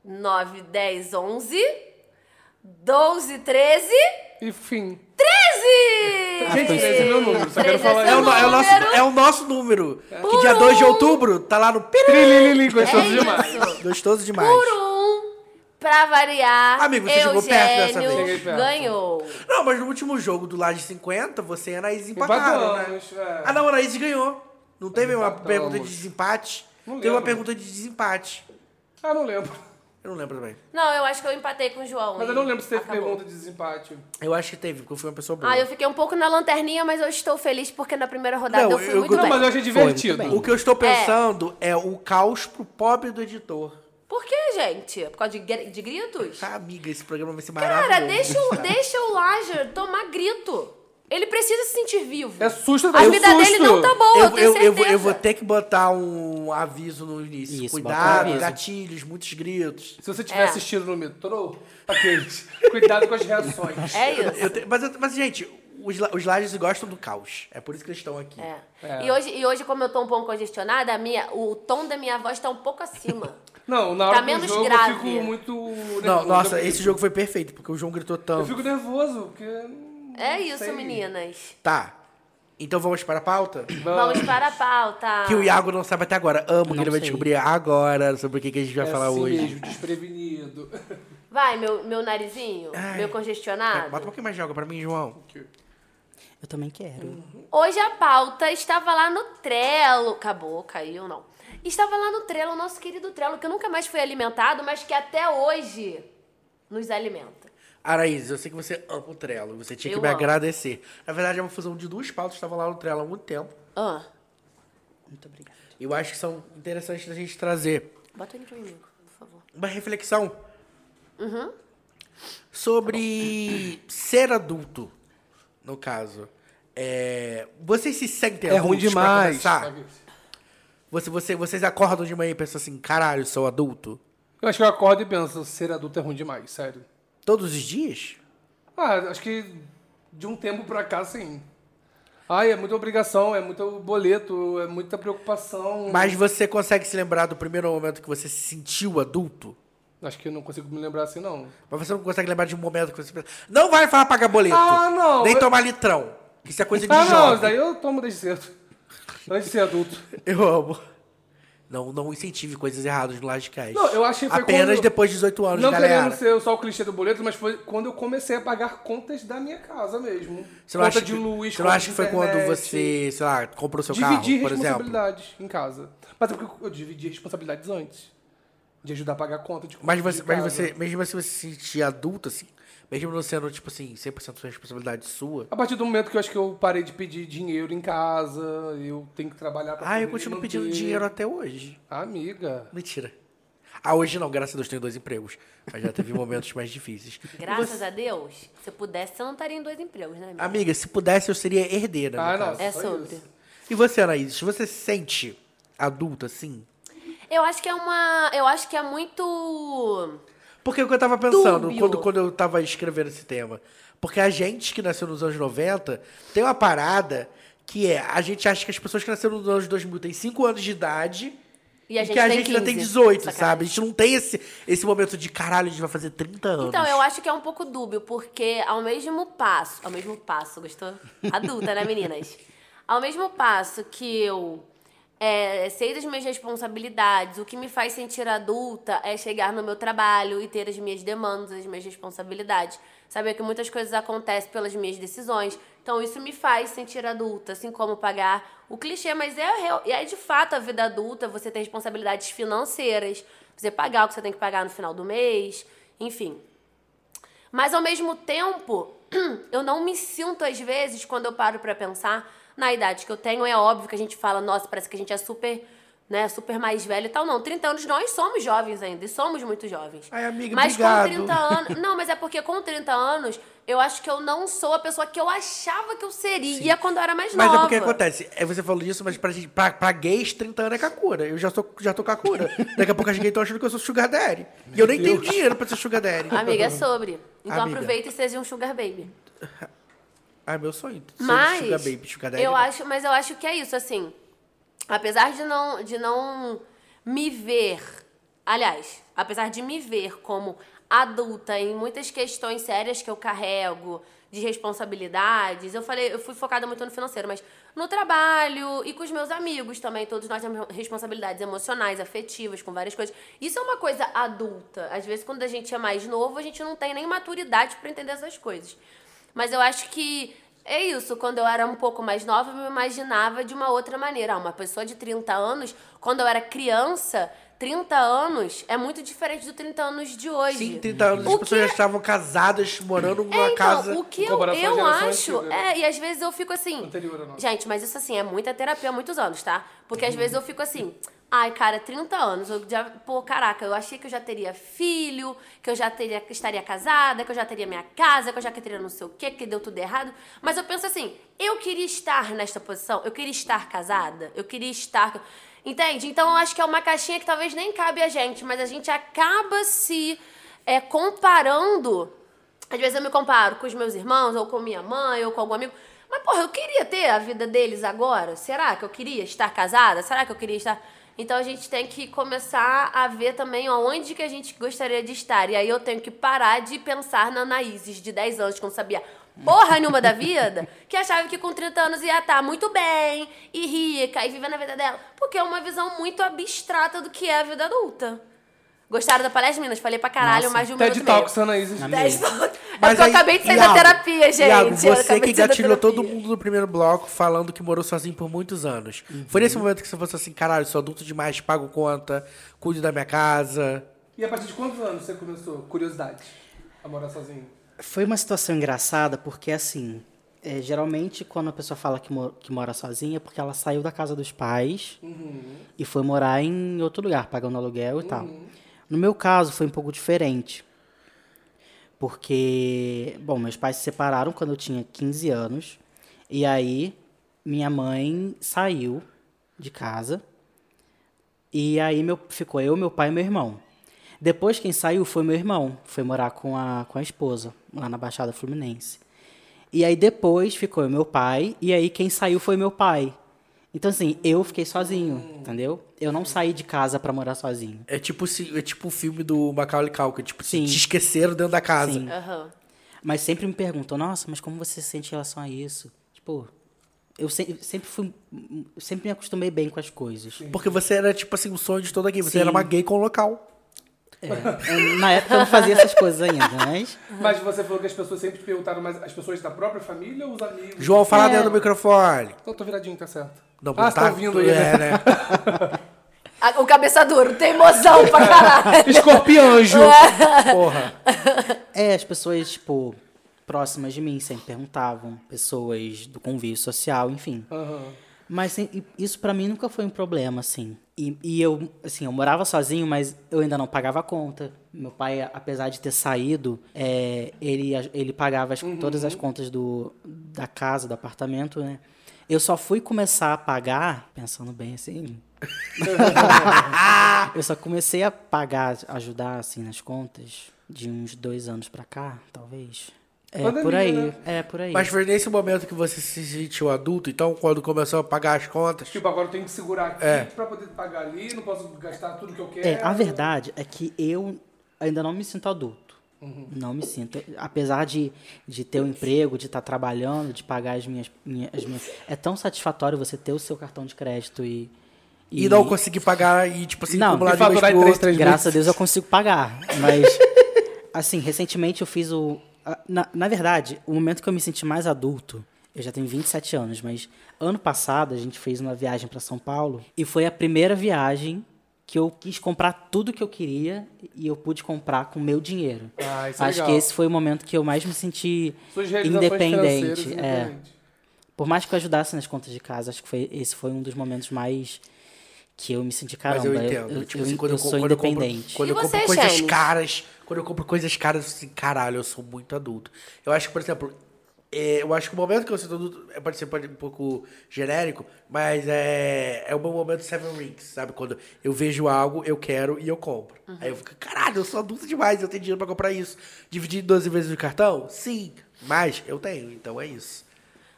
Speaker 1: nove, dez, onze, doze, treze,
Speaker 3: E fim.
Speaker 1: treze!
Speaker 3: Gente, esse é meu número, só quero
Speaker 1: Treze
Speaker 3: falar
Speaker 1: seu
Speaker 2: É o, no- é o nosso,
Speaker 1: número.
Speaker 2: é o nosso número. Que dia
Speaker 1: Por
Speaker 2: 2 de
Speaker 1: um.
Speaker 2: outubro tá lá no piriri.
Speaker 3: Trililili, gostoso
Speaker 1: É
Speaker 3: demais.
Speaker 1: isso.
Speaker 2: Gostoso demais.
Speaker 1: Por um, pra variar,
Speaker 2: Amigo, você
Speaker 1: Eugênio
Speaker 2: chegou perto dessa vez.
Speaker 3: Cheguei perto.
Speaker 1: ganhou.
Speaker 2: Não, mas no último jogo do Laje 50, você e a Anaís empataram, né?
Speaker 3: Empatamos, é.
Speaker 2: Ah, não, a Anaís ganhou. Não teve uma
Speaker 3: Empatamos.
Speaker 2: pergunta de desempate?
Speaker 3: Não
Speaker 2: teve uma
Speaker 3: lembro.
Speaker 2: pergunta de desempate.
Speaker 3: Ah, não lembro.
Speaker 2: Eu não lembro também.
Speaker 1: Não, eu acho que eu empatei com o João.
Speaker 3: Mas
Speaker 1: e
Speaker 3: eu não lembro se teve
Speaker 1: acabou.
Speaker 3: pergunta de desempate.
Speaker 2: Eu acho que teve, porque eu fui uma pessoa boa.
Speaker 1: Ah, eu fiquei um pouco na lanterninha, mas eu estou feliz porque na primeira rodada
Speaker 2: Não,
Speaker 1: eu fui
Speaker 2: eu-
Speaker 1: muito
Speaker 2: Não,
Speaker 1: bem.
Speaker 3: Não, mas eu achei divertido.
Speaker 2: O que eu estou pensando é. o caos pro pobre do editor.
Speaker 1: Por que, gente? Por causa de, gri- de gritos?
Speaker 2: Tá, amiga, esse programa vai ser
Speaker 1: Cara,
Speaker 2: maravilhoso.
Speaker 1: deixa o, deixa o Lager tomar grito. Ele precisa se sentir vivo.
Speaker 3: É susto
Speaker 1: A
Speaker 3: atrás de
Speaker 1: vida
Speaker 3: susto.
Speaker 1: dele não tá boa, eu,
Speaker 2: Eu,
Speaker 1: tenho
Speaker 2: eu,
Speaker 1: certeza.
Speaker 2: eu vou, eu vou ter que botar um aviso no início.
Speaker 4: Isso, bota um
Speaker 2: Cuidado,
Speaker 4: aviso.
Speaker 2: gatilhos, muitos gritos.
Speaker 3: Se você tiver
Speaker 1: É.
Speaker 3: assistindo no metrô, aqueles. Cuidado com as reações.
Speaker 1: É isso.
Speaker 2: Eu te- mas, eu- mas, gente, os, la- os lajes gostam do caos. É por isso que eles estão aqui.
Speaker 1: É. E, hoje, e hoje, como eu tô um pouco congestionada, a minha, o tom da minha voz tá um pouco acima.
Speaker 3: Não, na hora
Speaker 1: Tá
Speaker 3: do
Speaker 1: menos
Speaker 3: jogo
Speaker 1: grave.
Speaker 3: eu fico muito nervoso.
Speaker 2: Não, nossa,
Speaker 3: Eu-
Speaker 2: esse jogo foi perfeito, porque o João gritou
Speaker 3: Eu
Speaker 2: tanto.
Speaker 3: fico nervoso, porque...
Speaker 1: É isso,
Speaker 3: sei.
Speaker 1: meninas.
Speaker 2: Tá. Então vamos para a pauta?
Speaker 1: Vamos para a pauta.
Speaker 2: Ah. Que o Iago não sabe até agora. Amo que
Speaker 4: Não
Speaker 2: ele vai
Speaker 4: sei.
Speaker 2: descobrir agora sobre o que, que a gente vai
Speaker 3: É
Speaker 2: falar
Speaker 3: assim
Speaker 2: hoje.
Speaker 3: mesmo, desprevenido.
Speaker 1: Vai, meu, meu narizinho, meu
Speaker 2: É,
Speaker 1: congestionado.
Speaker 2: Bota um pouquinho mais de água pra mim, João.
Speaker 4: Eu também quero.
Speaker 1: Hoje a pauta estava lá no Trello. Acabou, caiu, não. Estava lá no Trello, o nosso querido Trello, que nunca mais foi alimentado, mas que até hoje nos alimenta.
Speaker 2: Araízes, eu sei que você ama o Trello. Você tinha que
Speaker 1: Eu
Speaker 2: me
Speaker 1: amo.
Speaker 2: agradecer. Na verdade, é uma fusão de duas pautas que estavam lá no Trello há muito tempo.
Speaker 1: Ah,
Speaker 4: Muito obrigada.
Speaker 2: Eu acho que são interessantes da gente trazer
Speaker 1: bota ele comigo, por favor.
Speaker 2: uma reflexão sobre ser adulto, no caso. É, vocês se sentem
Speaker 3: É ruim
Speaker 2: adultos pra
Speaker 3: demais.
Speaker 2: começar? Você, você, vocês acordam de manhã e pensam assim, caralho, sou adulto?
Speaker 3: Eu acho que eu acordo e penso, ser adulto é ruim demais, sério.
Speaker 2: Todos os dias?
Speaker 3: Ah, acho que de um tempo pra cá, sim. Ai, é muita obrigação, é muito boleto, é muita preocupação.
Speaker 2: Mas você consegue se lembrar do primeiro momento que você se sentiu adulto?
Speaker 3: Acho que eu não consigo me lembrar assim, não.
Speaker 2: Mas você não consegue lembrar de um momento que você pensa. Não vai falar pagar boleto.
Speaker 3: Ah, não.
Speaker 2: Nem
Speaker 3: Eu-
Speaker 2: tomar litrão. Isso é coisa de
Speaker 3: Ah, não,
Speaker 2: jovem.
Speaker 3: isso daí eu tomo desde cedo. Antes de ser adulto.
Speaker 2: Eu amo. Não, não incentive coisas erradas no Lajecast.
Speaker 3: Não, eu acho que foi
Speaker 2: Apenas
Speaker 3: quando-
Speaker 2: depois de 18 anos,
Speaker 3: Não
Speaker 2: galera.
Speaker 3: querendo ser só o clichê do boleto, mas foi quando eu comecei a pagar contas da minha casa mesmo.
Speaker 2: Você não
Speaker 3: Conta
Speaker 2: acha
Speaker 3: de
Speaker 2: que,
Speaker 3: luz,
Speaker 2: você não
Speaker 3: conta
Speaker 2: acha
Speaker 3: de
Speaker 2: que foi quando
Speaker 3: internet.
Speaker 2: você, sei lá, comprou seu
Speaker 3: Dividir
Speaker 2: carro, por exemplo?
Speaker 3: responsabilidades em casa. Mas é porque eu dividi responsabilidades antes. De ajudar a pagar conta de
Speaker 2: Mas
Speaker 3: de
Speaker 2: você, mas
Speaker 3: casa.
Speaker 2: você, mesmo se você se sentir adulto, assim, mesmo não sendo, tipo assim, 100% sua responsabilidade sua,
Speaker 3: A partir do momento que eu acho que eu parei de pedir dinheiro em casa, eu tenho que trabalhar pra
Speaker 2: ah, eu
Speaker 3: poder
Speaker 2: continuo
Speaker 3: manter.
Speaker 2: pedindo dinheiro até hoje.
Speaker 3: Amiga.
Speaker 2: Mentira. Ah, hoje não, graças a Deus tenho dois empregos. Mas já teve momentos mais difíceis.
Speaker 1: Graças a Deus, se eu pudesse, você não estaria em dois empregos, né, amiga?
Speaker 2: Amiga, se pudesse, eu seria herdeira. no
Speaker 3: Ah,
Speaker 2: caso.
Speaker 3: não.
Speaker 1: É
Speaker 3: só
Speaker 1: sobre.
Speaker 3: isso.
Speaker 2: E você, Anaís, você se sente adulta, assim?
Speaker 1: Eu acho que é uma. Eu acho que é muito.
Speaker 2: Porque é o que eu tava pensando
Speaker 1: Dúbio.
Speaker 2: quando, quando eu tava escrevendo esse tema. Porque a gente que nasceu nos anos 90 tem uma parada que é: a gente acha que as pessoas que nasceram nos anos 2000 têm 5 anos de idade.
Speaker 1: E a gente
Speaker 2: que a
Speaker 1: tem
Speaker 2: gente ainda tem
Speaker 1: 15,
Speaker 2: 18,
Speaker 1: sacanagem.
Speaker 2: sabe? A gente não tem esse, esse momento de caralho, a gente vai fazer 30 anos.
Speaker 1: Então, eu acho que é um pouco dúbio, porque ao mesmo passo, ao mesmo passo, gostou? Adulta, né, meninas? Ao mesmo passo que eu é, sei das minhas responsabilidades, o que me faz sentir adulta é chegar no meu trabalho e ter as minhas demandas, as minhas responsabilidades. Saber que muitas coisas acontecem pelas minhas decisões. Então, isso me faz sentir adulta, assim como pagar o clichê, mas é, real- é de fato a vida adulta, você ter responsabilidades financeiras, você pagar o que você tem que pagar no final do mês, enfim. Mas ao mesmo tempo, eu não me sinto às vezes quando eu paro pra pensar na idade que eu tenho, é óbvio que a gente fala, nossa, parece que a gente é super, né, super mais velho e tal. Não, 30 anos nós somos jovens ainda, e somos muito jovens.
Speaker 2: Ai, amiga,
Speaker 1: mas
Speaker 2: obrigado.
Speaker 1: com 30 anos, não, mas é porque com 30 anos, eu acho que eu não sou a pessoa que eu achava que eu seria quando eu era mais
Speaker 2: Mas
Speaker 1: nova.
Speaker 2: é porque acontece, é, você falou disso, mas pra, gente, pra, pra gays, 30 anos é Kakura. Eu já, sou, já tô Kakura. Daqui a pouco as gays estão achando que eu sou Sugar Daddy. e eu nem tenho dinheiro pra ser Sugar Daddy.
Speaker 1: Amiga, é sobre. Então
Speaker 2: Amiga.
Speaker 1: aproveita e seja um sugar baby.
Speaker 2: Ah, meu sonho. ser
Speaker 1: Mas
Speaker 2: Sugar Baby, Sugar Daddy.
Speaker 1: eu
Speaker 2: não.
Speaker 1: acho, mas eu acho que é isso assim. Apesar de não de não me ver, aliás, apesar de me ver como adulta em muitas questões sérias que eu carrego, de responsabilidades, eu falei, eu fui focada muito no financeiro, mas no trabalho e com os meus amigos também, todos nós temos responsabilidades emocionais, afetivas, com várias coisas. Isso é uma coisa adulta. Às vezes quando a gente é mais novo, a gente não tem nem maturidade pra entender essas coisas. Mas eu acho que é isso. Quando eu era um pouco mais nova, eu me imaginava de uma outra maneira. Ah, uma pessoa de 30 anos, quando eu era criança, 30 anos é muito diferente do 30 anos de hoje.
Speaker 2: Sim, 30 anos
Speaker 1: O
Speaker 2: as pessoas
Speaker 1: que-
Speaker 2: já estavam casadas, morando numa
Speaker 1: é, então,
Speaker 2: casa.
Speaker 1: o que
Speaker 3: em
Speaker 1: eu,
Speaker 3: comparação à
Speaker 1: eu
Speaker 3: geração
Speaker 1: acho,
Speaker 3: antiga, né?
Speaker 1: é, e às vezes eu fico assim,
Speaker 3: Anterior à nossa. Uhum.
Speaker 1: gente, mas isso assim, é muita terapia há muitos anos, tá? Porque às vezes eu fico assim, Ai, cara, 30 anos. Eu já, pô, caraca, eu achei que eu já teria filho, que eu já teria, que estaria casada, que eu já teria minha casa, que eu já teria não sei o quê, que deu tudo errado. Mas eu penso assim, eu queria estar nesta posição, eu queria estar casada, eu queria estar. Entende? Então eu acho que é uma caixinha que talvez nem cabe a gente, mas a gente acaba se é, comparando às vezes eu me comparo com os meus irmãos, ou com minha mãe, ou com algum amigo. Mas, porra, eu queria ter a vida deles agora. Será que eu queria estar casada? Será que eu queria estar. Então a gente tem que começar a ver também onde que a gente gostaria de estar. E aí eu tenho que parar de pensar na Anaíses de 10 anos, que não sabia porra nenhuma da vida, que achava que com 30 anos ia estar muito bem, e rica, e vivendo a vida dela. Porque é uma visão muito abstrata do que é a vida adulta. Gostaram da palestra, meninas? Falei pra caralho, mais de um
Speaker 3: TED
Speaker 1: minuto e meio.
Speaker 3: Talks, Anaíses.
Speaker 1: Dez voltas. É porque eu acabei de sair da terapia, gente.
Speaker 2: Iago,
Speaker 1: Eu
Speaker 2: você
Speaker 1: acabei
Speaker 2: que
Speaker 1: de sair da
Speaker 2: gatilhou todo
Speaker 1: terapia.
Speaker 2: mundo no primeiro bloco falando que morou sozinho por muitos anos. Foi nesse momento que você falou assim, caralho, sou adulto demais, pago conta, cuido da minha casa.
Speaker 3: E a partir de quantos anos você começou? Curiosidade. A morar sozinho.
Speaker 4: Foi uma situação engraçada porque, assim, é, geralmente quando a pessoa fala que, mo- que mora sozinha é porque ela saiu da casa dos pais e foi morar em outro lugar, pagando aluguel e tal. No meu caso, foi um pouco diferente. Porque, bom, meus pais se separaram quando eu tinha 15 anos. E aí, minha mãe saiu de casa. E aí meu, ficou eu, meu pai e meu irmão. Depois quem saiu foi meu irmão, foi morar com a, com a esposa, lá na Baixada Fluminense. E aí depois ficou eu, meu pai, e aí quem saiu foi meu pai. Então assim, eu fiquei sozinho, entendeu? Eu não saí de casa pra morar sozinho.
Speaker 2: É tipo, se- é tipo o filme do Macaulay Culkin, tipo, se
Speaker 4: Sim.
Speaker 2: te esqueceram dentro da casa.
Speaker 4: Sim.
Speaker 1: Aham.
Speaker 4: Mas sempre me perguntam, nossa, mas como você se sente em relação a isso? Tipo, eu se- sempre fui, sempre me acostumei bem com as coisas.
Speaker 2: Porque você era, tipo assim, o sonho de toda gay. Você
Speaker 4: Sim.
Speaker 2: era uma gay com local.
Speaker 4: É, Na época eu não fazia essas coisas ainda, mas...
Speaker 3: Mas você falou que as pessoas sempre te perguntaram, mas as pessoas da própria família ou os amigos?
Speaker 2: João, fala
Speaker 1: É.
Speaker 2: dentro do microfone.
Speaker 3: Não, tô viradinho, tá certo.
Speaker 2: Não,
Speaker 3: ah, você
Speaker 2: tá
Speaker 3: tá ouvindo aí,
Speaker 2: É,
Speaker 3: né?
Speaker 2: né?
Speaker 1: Ah, O cabeça duro, tem emoção pra caralho. né?
Speaker 3: Escorpianjo!
Speaker 2: Porra.
Speaker 4: É, as pessoas, tipo, próximas de mim sempre perguntavam, pessoas do convívio social, enfim.
Speaker 3: Aham.
Speaker 4: Mas sim, e- isso pra mim nunca foi um problema, assim. E, e eu, assim, eu morava sozinho, mas eu ainda não pagava a conta. Meu pai, a- apesar de ter saído, é, ele, a- ele pagava as-
Speaker 3: Uhum.
Speaker 4: todas as contas do, da casa, do apartamento, né? Eu só fui começar a pagar, pensando bem assim. eu só comecei a pagar, ajudar, assim, nas contas de uns dois anos pra cá, talvez. É,
Speaker 3: Pandemia,
Speaker 4: por aí.
Speaker 3: né?
Speaker 4: É, por aí.
Speaker 2: Mas foi nesse momento que você se sentiu adulto, então, quando começou a pagar as contas.
Speaker 3: Tipo, agora eu tenho que segurar aqui
Speaker 2: É.
Speaker 3: pra poder pagar ali, não posso gastar tudo que eu quero.
Speaker 4: É, a verdade é que eu ainda não me sinto adulto. Não me sinto. Apesar de, de ter um emprego, de estar trabalhando, de pagar as minhas, minha- as minhas. É tão satisfatório você ter o seu cartão de crédito e.
Speaker 2: E, não consegui pagar e, tipo assim,
Speaker 4: Não,
Speaker 2: acumular
Speaker 4: e
Speaker 2: de mês
Speaker 3: faturar em
Speaker 2: pro
Speaker 3: três,
Speaker 2: outro.
Speaker 3: três
Speaker 4: Graças a Deus eu consigo pagar. Mas, assim, recentemente eu fiz o. a- Na, na verdade, o momento que eu me senti mais adulto, eu já tenho 27 anos, mas ano passado a gente fez uma viagem para São Paulo e foi a primeira viagem que eu quis comprar tudo que eu queria e eu pude comprar com meu dinheiro.
Speaker 3: Ah, isso é
Speaker 4: Acho
Speaker 3: legal.
Speaker 4: que esse foi o momento que eu mais me senti
Speaker 3: Suas realizações financeiras, né,
Speaker 4: independente. É.
Speaker 3: independente.
Speaker 4: Por mais que eu ajudasse nas contas de casa, acho que foi, esse foi um dos momentos mais que eu me senti caramba.
Speaker 2: Mas eu entendo. tipo assim, quando eu,
Speaker 4: sou
Speaker 2: co- quando eu compro,
Speaker 4: independente.
Speaker 2: quando
Speaker 1: E
Speaker 2: eu compro
Speaker 1: você,
Speaker 2: coisas
Speaker 1: Shane?
Speaker 2: caras, quando eu compro coisas caras, eu sinto assim, caralho, eu sou muito adulto. Eu acho que, por exemplo, é, eu acho que o momento que eu sinto adulto é, pode ser pode- um pouco genérico, mas é, é o meu momento Seven Rings, sabe? Quando eu vejo algo, eu quero e eu compro.
Speaker 1: Uhum.
Speaker 2: Aí eu fico, caralho, eu sou adulto demais, eu tenho dinheiro pra comprar isso. Dividir em 12 vezes no cartão? Sim, mas eu tenho, então é isso.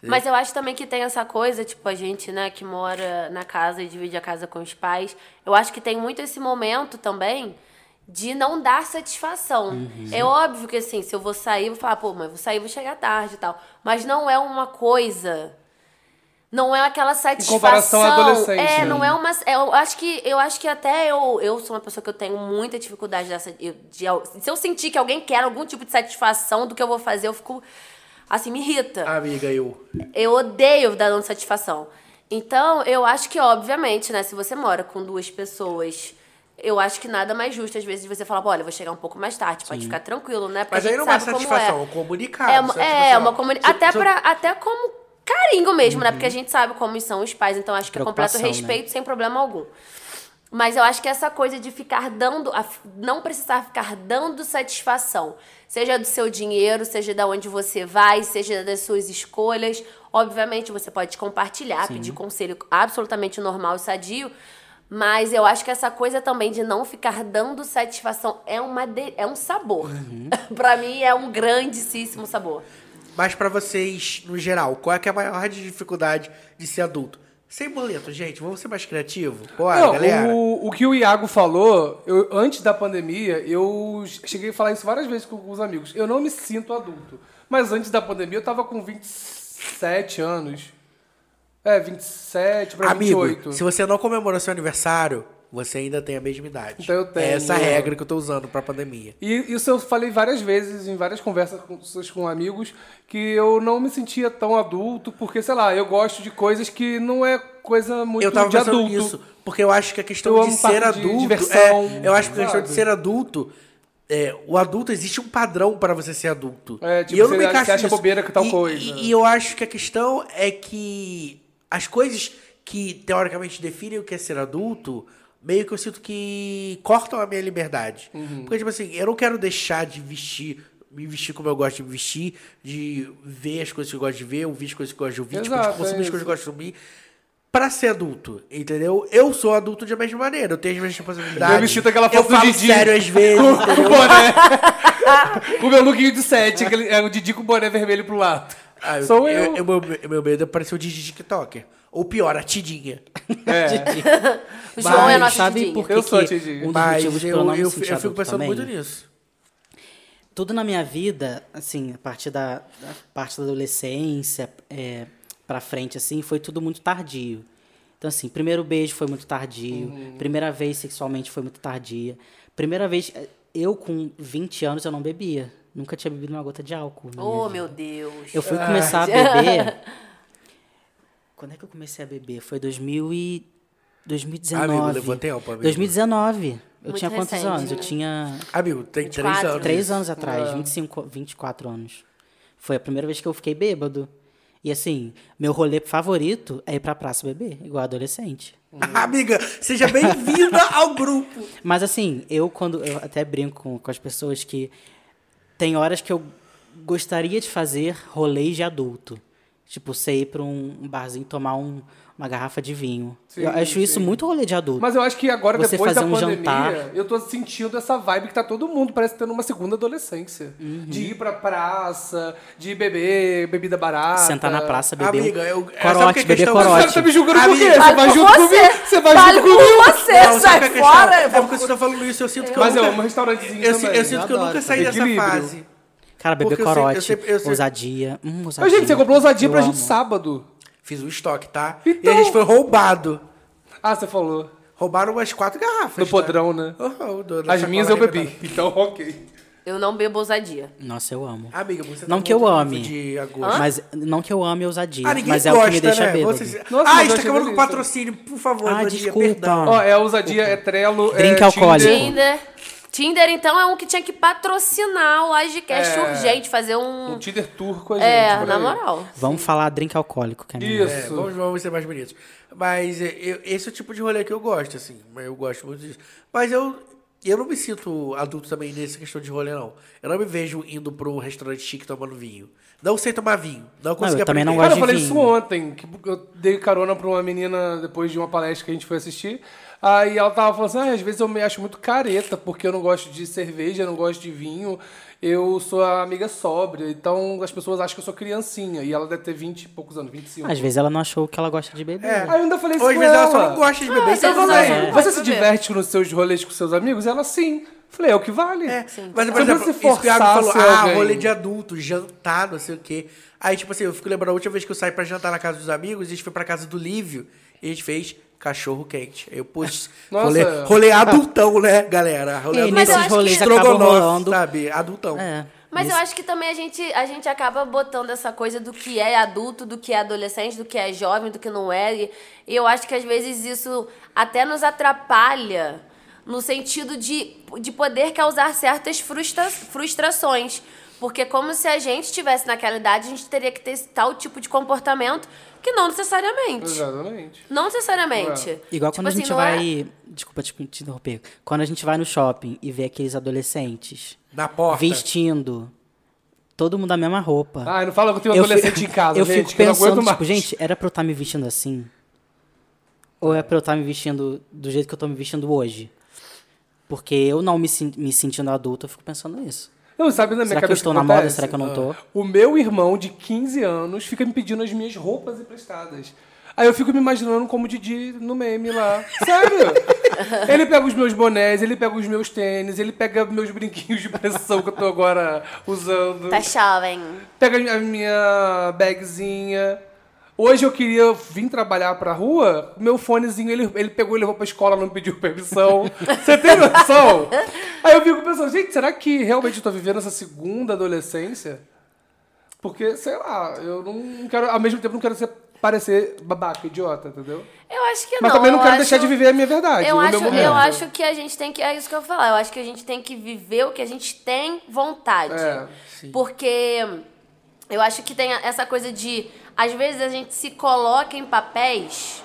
Speaker 1: Mas eu acho também que tem essa coisa, tipo, a gente, né, que mora na casa e divide a casa com os pais. Eu acho que tem muito esse momento também de não dar satisfação.
Speaker 3: Uhum.
Speaker 1: É óbvio que, assim, se eu vou sair, eu vou falar, pô, mas eu vou sair, eu vou chegar tarde e tal. Mas não é uma coisa. Não é aquela satisfação.
Speaker 3: comparação à adolescência,
Speaker 1: É,
Speaker 3: né?
Speaker 1: não é uma. é, Eu acho que, eu acho que até eu, eu sou uma pessoa que eu tenho muita dificuldade dessa. eu- de al- se eu sentir que alguém quer algum tipo de satisfação do que eu vou fazer, eu fico. Assim, me irrita.
Speaker 2: Amiga, eu.
Speaker 1: Eu odeio dar não satisfação. Então, eu acho que, obviamente, né, se você mora com duas pessoas, eu acho que nada mais justo, às vezes, de você falar, "Pô, olha, eu vou chegar um pouco mais tarde, pode ficar tranquilo, né? Porque
Speaker 2: Mas
Speaker 1: a
Speaker 2: aí
Speaker 1: gente
Speaker 2: não é
Speaker 1: sabe como
Speaker 2: satisfação, é um
Speaker 1: é.
Speaker 2: comunicado.
Speaker 1: É uma,
Speaker 2: satisfação.
Speaker 1: é uma comunicação.
Speaker 2: Se-
Speaker 1: Até,
Speaker 2: se-
Speaker 1: pra- até como carinho mesmo, né? Porque a gente sabe como são os pais, então acho que é completo
Speaker 4: Preocupação, né?
Speaker 1: respeito sem problema algum. Mas eu acho que essa coisa de ficar dando, a- não precisar ficar dando satisfação, seja do seu dinheiro, seja de onde você vai, seja das suas escolhas. Obviamente você pode compartilhar, pedir conselho absolutamente normal e sadio, mas eu acho que essa coisa também de não ficar dando satisfação é, uma de- é um sabor. pra mim é um grandíssimo sabor.
Speaker 2: Mas pra vocês, no geral, qual é, que é a maior dificuldade de ser adulto? Sem boleto, gente. Vamos ser mais criativo? Bora,
Speaker 3: Não,
Speaker 2: galera.
Speaker 3: o, o que o Iago falou, eu- antes da pandemia, eu cheguei a falar isso várias vezes com os amigos. Eu não me sinto adulto. Mas antes da pandemia, eu tava com 27 anos. É, 27 pra
Speaker 2: Amigo,
Speaker 3: 28.
Speaker 2: se você não comemorou seu aniversário, você ainda tem a mesma idade.
Speaker 3: Então eu tenho.
Speaker 2: É essa regra que eu tô usando pra pandemia.
Speaker 3: E isso eu falei várias vezes em várias conversas com, com amigos que eu não me sentia tão adulto, porque, sei lá, eu gosto de coisas que não é coisa muito
Speaker 2: eu tava
Speaker 3: de
Speaker 2: pensando
Speaker 3: adulto.
Speaker 2: nisso, porque eu acho que a
Speaker 3: Eu
Speaker 2: questão de
Speaker 3: amo parque
Speaker 2: ser
Speaker 3: de
Speaker 2: adulto.
Speaker 3: diversão,
Speaker 2: é, eu acho que a questão de
Speaker 3: sabe?
Speaker 2: ser adulto. é, o adulto existe um padrão pra você ser adulto.
Speaker 3: É, tipo,
Speaker 2: e eu não
Speaker 3: você
Speaker 2: me encaixo
Speaker 3: acha- acha
Speaker 2: nisso.
Speaker 3: bobeira que tal
Speaker 2: E-
Speaker 3: coisa.
Speaker 2: E, e eu acho que a questão é que as coisas que teoricamente definem o que é ser adulto, meio que eu sinto que cortam a minha liberdade.
Speaker 3: Uhum.
Speaker 2: Porque, tipo assim, eu não quero deixar de vestir. Me vestir como eu gosto de me vestir, de ver as coisas que eu gosto de ver, ouvir as coisas que eu gosto de ouvir, tipo,
Speaker 3: Exato,
Speaker 2: de consumir
Speaker 3: é
Speaker 2: as coisas que
Speaker 3: isso.
Speaker 2: eu gosto de consumir pra ser adulto, entendeu? Eu sou adulto da mesma maneira, eu tenho as minhas responsabilidades.
Speaker 3: Eu me sinto aquela
Speaker 2: Eu
Speaker 3: foto do
Speaker 2: falo
Speaker 3: Didi.
Speaker 2: sério às vezes.
Speaker 3: Com o boné. o meu lookinho de 7, aquele, é o Didi com o boné vermelho pro lado.
Speaker 2: Ah, eu-
Speaker 3: Sou
Speaker 2: eu-
Speaker 3: eu.
Speaker 2: eu- meu, meu medo é parecer o Didi TikToker. Ou pior, a Tidinha.
Speaker 3: É.
Speaker 1: O João é
Speaker 4: Mas
Speaker 1: nosso
Speaker 4: sabe
Speaker 1: Didinho.
Speaker 4: por que,
Speaker 3: Eu sou a
Speaker 4: que
Speaker 3: Tidinha.
Speaker 4: um dos
Speaker 2: Mas eu,
Speaker 4: motivos pra
Speaker 2: eu,
Speaker 4: eu não me
Speaker 2: eu
Speaker 4: sentir
Speaker 2: fico
Speaker 4: adulto
Speaker 2: pensando
Speaker 4: também?
Speaker 2: muito nisso.
Speaker 4: tudo na minha vida, assim, a partir da, da parte da adolescência é, pra frente, assim, foi tudo muito tardio. Então, assim, primeiro beijo foi muito tardio,
Speaker 1: Uhum.
Speaker 4: primeira vez sexualmente foi muito tardia. Primeira vez, eh, eu com 20 anos eu não bebia. Nunca tinha bebido uma gota de álcool. na minha
Speaker 1: Oh,
Speaker 4: vida.
Speaker 1: meu Deus.
Speaker 4: Eu
Speaker 2: Ah.
Speaker 4: fui começar a beber. Quando é que eu comecei a beber? Foi 2000 e... 2019.
Speaker 2: Ah, Amigo, levou tempo, amigo.
Speaker 4: 2019. Eu
Speaker 1: Muito
Speaker 4: tinha quantos
Speaker 1: recente, Ah.
Speaker 4: anos? Eu
Speaker 1: né?
Speaker 4: tinha
Speaker 2: Amigo, tem três
Speaker 1: 24.
Speaker 2: anos.
Speaker 4: Três anos atrás, 25, 24 anos. Foi a primeira vez que eu fiquei bêbado. E assim, meu rolê favorito é ir pra praça beber, igual adolescente.
Speaker 2: Amiga, seja bem-vinda ao grupo.
Speaker 4: Mas assim, eu quando. Eu até brinco com, com as pessoas que tem horas que eu gostaria de fazer rolês de adulto. Tipo, você ir pra um, um barzinho tomar um- uma garrafa de vinho.
Speaker 3: Sim,
Speaker 4: eu acho isso
Speaker 3: sim.
Speaker 4: muito rolê de adulto.
Speaker 3: Mas eu acho que agora,
Speaker 4: Você
Speaker 3: depois da
Speaker 4: fazer um
Speaker 3: pandemia,
Speaker 4: jantar.
Speaker 3: eu tô sentindo essa vibe que tá todo mundo, parece tendo uma segunda adolescência. De ir pra praça, de ir beber bebida barata.
Speaker 4: Sentar na praça, beber
Speaker 2: ah, Amiga,
Speaker 4: um
Speaker 2: eu- sabe o que é
Speaker 4: corote, beber
Speaker 2: questão? Sabe-
Speaker 3: Você
Speaker 4: corote.
Speaker 3: tá me julgando por
Speaker 2: Amiga,
Speaker 3: quê? Você
Speaker 1: Fale
Speaker 3: vai
Speaker 1: com
Speaker 3: junto comigo? Você vai
Speaker 1: Fale
Speaker 3: junto
Speaker 1: com
Speaker 3: comigo?
Speaker 1: você,
Speaker 2: Não,
Speaker 1: sai
Speaker 2: sabe qual é a questão?
Speaker 1: fora.
Speaker 2: É porque você tá falando isso, eu sinto que eu
Speaker 3: Mas eu
Speaker 2: nunca...
Speaker 3: amo restaurantezinho
Speaker 2: eu, si-
Speaker 3: também. né?
Speaker 2: eu sinto que eu
Speaker 4: Eu
Speaker 2: nunca
Speaker 4: adoro
Speaker 2: saí
Speaker 3: Equilíbrio.
Speaker 2: dessa fase.
Speaker 4: Cara, beber
Speaker 2: Porque eu sempre- eu
Speaker 4: corote,
Speaker 2: sempre- eu sempre-
Speaker 4: ousadia. Hum, ousadia.
Speaker 3: Mas, gente, você comprou ousadia
Speaker 4: Eu
Speaker 3: pra gente
Speaker 4: amo.
Speaker 3: sábado.
Speaker 2: Fiz um estoque, tá? E
Speaker 3: Então-
Speaker 2: a gente foi roubado.
Speaker 3: Ah, você falou.
Speaker 2: Roubaram umas quatro garrafas.
Speaker 3: No
Speaker 2: tá?
Speaker 3: podrão, né?
Speaker 2: Aham, do- da
Speaker 3: As
Speaker 2: sacola
Speaker 3: minhas eu
Speaker 2: arrebentada.
Speaker 3: bebi. Então, ok.
Speaker 1: Eu não bebo ousadia.
Speaker 3: É
Speaker 4: Nossa, eu amo.
Speaker 2: Amiga, você
Speaker 4: Não
Speaker 2: tá
Speaker 4: que eu
Speaker 2: muito
Speaker 4: ame.
Speaker 2: De agosto.
Speaker 4: Mas não que eu ame ousadia,
Speaker 2: Ah, ninguém
Speaker 4: mas é
Speaker 2: gosta,
Speaker 4: o que me deixa
Speaker 2: né?
Speaker 4: bêbado.
Speaker 2: Vocês-
Speaker 3: Nossa,
Speaker 2: ah,
Speaker 3: mas
Speaker 2: a gente
Speaker 3: eu
Speaker 2: tá
Speaker 3: achei
Speaker 2: acabando com o
Speaker 3: delícia.
Speaker 2: patrocínio, por favor.
Speaker 4: Ah,
Speaker 2: Nadia,
Speaker 4: desculpa.
Speaker 2: perdão.
Speaker 3: Ó, é a ousadia, é trelo,
Speaker 4: Drink
Speaker 3: é
Speaker 4: alcoólico.
Speaker 3: Tinder.
Speaker 1: Tinder. Tinder, então, é um que tinha que patrocinar o Livecast
Speaker 3: É.
Speaker 1: urgente, fazer um.
Speaker 3: Um Tinder turco, a gente.
Speaker 1: é,
Speaker 3: por
Speaker 1: na
Speaker 3: aí.
Speaker 1: moral.
Speaker 4: Vamos falar drink alcoólico, que é melhor.
Speaker 2: É,
Speaker 3: Isso.
Speaker 2: vamos, vamos ser mais bonitos. Mas é, eu- esse é o tipo de rolê que eu gosto, assim. mas Eu gosto muito disso. Mas eu, eu não me sinto adulto também nessa questão de rolê, não. Eu não me vejo indo pra um restaurante chique tomando vinho. Não sei tomar vinho. Não consigo
Speaker 4: eu também não
Speaker 2: aprender.
Speaker 3: Cara, eu falei
Speaker 4: gosto de
Speaker 3: isso
Speaker 4: vinho.
Speaker 3: ontem, que eu dei carona pra uma menina depois de uma palestra que a gente foi assistir. Aí ela tava falando assim, ah, às vezes eu me acho muito careta, porque eu não gosto de cerveja, eu não gosto de vinho, eu sou a amiga sóbria, então as pessoas acham que eu sou criancinha, e ela deve ter 20 e poucos anos, 25.
Speaker 4: Às vezes ela não achou o que ela gosta de beber.
Speaker 3: Aí eu ainda falei isso
Speaker 2: Ou às
Speaker 3: com
Speaker 2: vezes ela
Speaker 3: ela. Ah,
Speaker 2: só não gosta de beber.
Speaker 1: às
Speaker 2: então
Speaker 1: vezes
Speaker 2: vai.
Speaker 1: ela
Speaker 3: Falei,
Speaker 1: É.
Speaker 3: Você se
Speaker 1: Vai beber.
Speaker 3: diverte nos seus rolês com seus amigos? Ela, sim. Falei, é o que vale.
Speaker 2: Mas, por
Speaker 3: Você não
Speaker 2: exemplo,
Speaker 3: precisa se
Speaker 2: isso que o Iago
Speaker 3: forçar
Speaker 2: falou,
Speaker 3: a ser
Speaker 2: ah,
Speaker 3: alguém.
Speaker 2: rolê de adulto, jantar, não sei o quê. Aí, tipo assim, eu fico lembrando, a última vez que eu saí pra jantar na casa dos amigos, a gente foi pra casa do Lívio e a gente fez cachorro quente. Aí eu, putz,
Speaker 3: Nossa.
Speaker 2: rolê, rolê adultão, né, galera? Rolê
Speaker 4: E
Speaker 1: Mas
Speaker 2: adultão.
Speaker 1: eu
Speaker 4: nesses
Speaker 1: acho que-
Speaker 4: rolês acabam
Speaker 2: Estrogonofe,
Speaker 4: rolando.
Speaker 2: sabe? Adultão.
Speaker 4: É.
Speaker 1: Mas eu acho que também a gente, a gente acaba botando essa coisa do que é adulto, do que é adolescente, do que é jovem, do que não é. E e eu acho que às vezes isso até nos atrapalha no sentido de, de poder causar certas frustra, frustrações. Porque é como se a gente estivesse naquela idade, a gente teria que ter esse tal tipo de comportamento que não necessariamente.
Speaker 3: Exatamente.
Speaker 1: Não necessariamente.
Speaker 4: Igual
Speaker 1: Tipo
Speaker 4: quando
Speaker 1: assim,
Speaker 4: a gente
Speaker 1: não é-
Speaker 4: vai. Desculpa te te interromper. Quando a gente vai no shopping e vê aqueles adolescentes
Speaker 2: Na porta.
Speaker 4: vestindo todo mundo a mesma roupa.
Speaker 3: Ai, não fala que eu tenho
Speaker 4: Eu
Speaker 3: Ah, adolescente
Speaker 4: fico-
Speaker 3: em casa,
Speaker 4: eu
Speaker 3: gente,
Speaker 4: fico
Speaker 3: que eu não aguento
Speaker 4: pensando,
Speaker 3: mais.
Speaker 4: tipo, gente, era pra eu estar me vestindo assim? Ou é pra eu estar me vestindo do jeito que eu tô me vestindo hoje? Porque eu não me, sen- me sentindo adulto, eu fico pensando nisso.
Speaker 3: Não, sabe na minha
Speaker 4: Será que eu
Speaker 3: cabeça
Speaker 4: estou
Speaker 3: o
Speaker 4: na moda?
Speaker 3: acontece? Ah,
Speaker 4: Será que eu não tô?
Speaker 3: O meu irmão de 15 anos fica me pedindo as minhas roupas emprestadas. Aí eu fico me imaginando como o Didi no meme lá. Sério? ele pega os meus bonés, ele pega os meus tênis, ele pega meus brinquinhos de pressão que eu tô agora usando.
Speaker 1: Tá jovem.
Speaker 3: Pega a minha bagzinha. Hoje eu queria vir trabalhar pra rua, meu fonezinho ele, ele pegou e levou pra escola, não pediu permissão. Você tem noção? Aí eu fico pensando, gente, será que realmente eu tô vivendo essa segunda adolescência? Porque, sei lá, eu não quero, ao mesmo tempo, não quero ser, parecer babaca, idiota, entendeu?
Speaker 1: Eu acho que
Speaker 3: Mas
Speaker 1: não.
Speaker 3: também não
Speaker 1: eu
Speaker 3: quero
Speaker 1: acho-
Speaker 3: deixar de viver a minha verdade.
Speaker 1: Eu
Speaker 3: o meu
Speaker 1: acho,
Speaker 3: momento.
Speaker 1: eu acho que a gente tem que. É isso que eu ia falar. Eu acho que a gente tem que viver o que a gente tem vontade.
Speaker 3: É,
Speaker 1: porque eu acho que tem essa coisa de. Às vezes a gente se coloca em papéis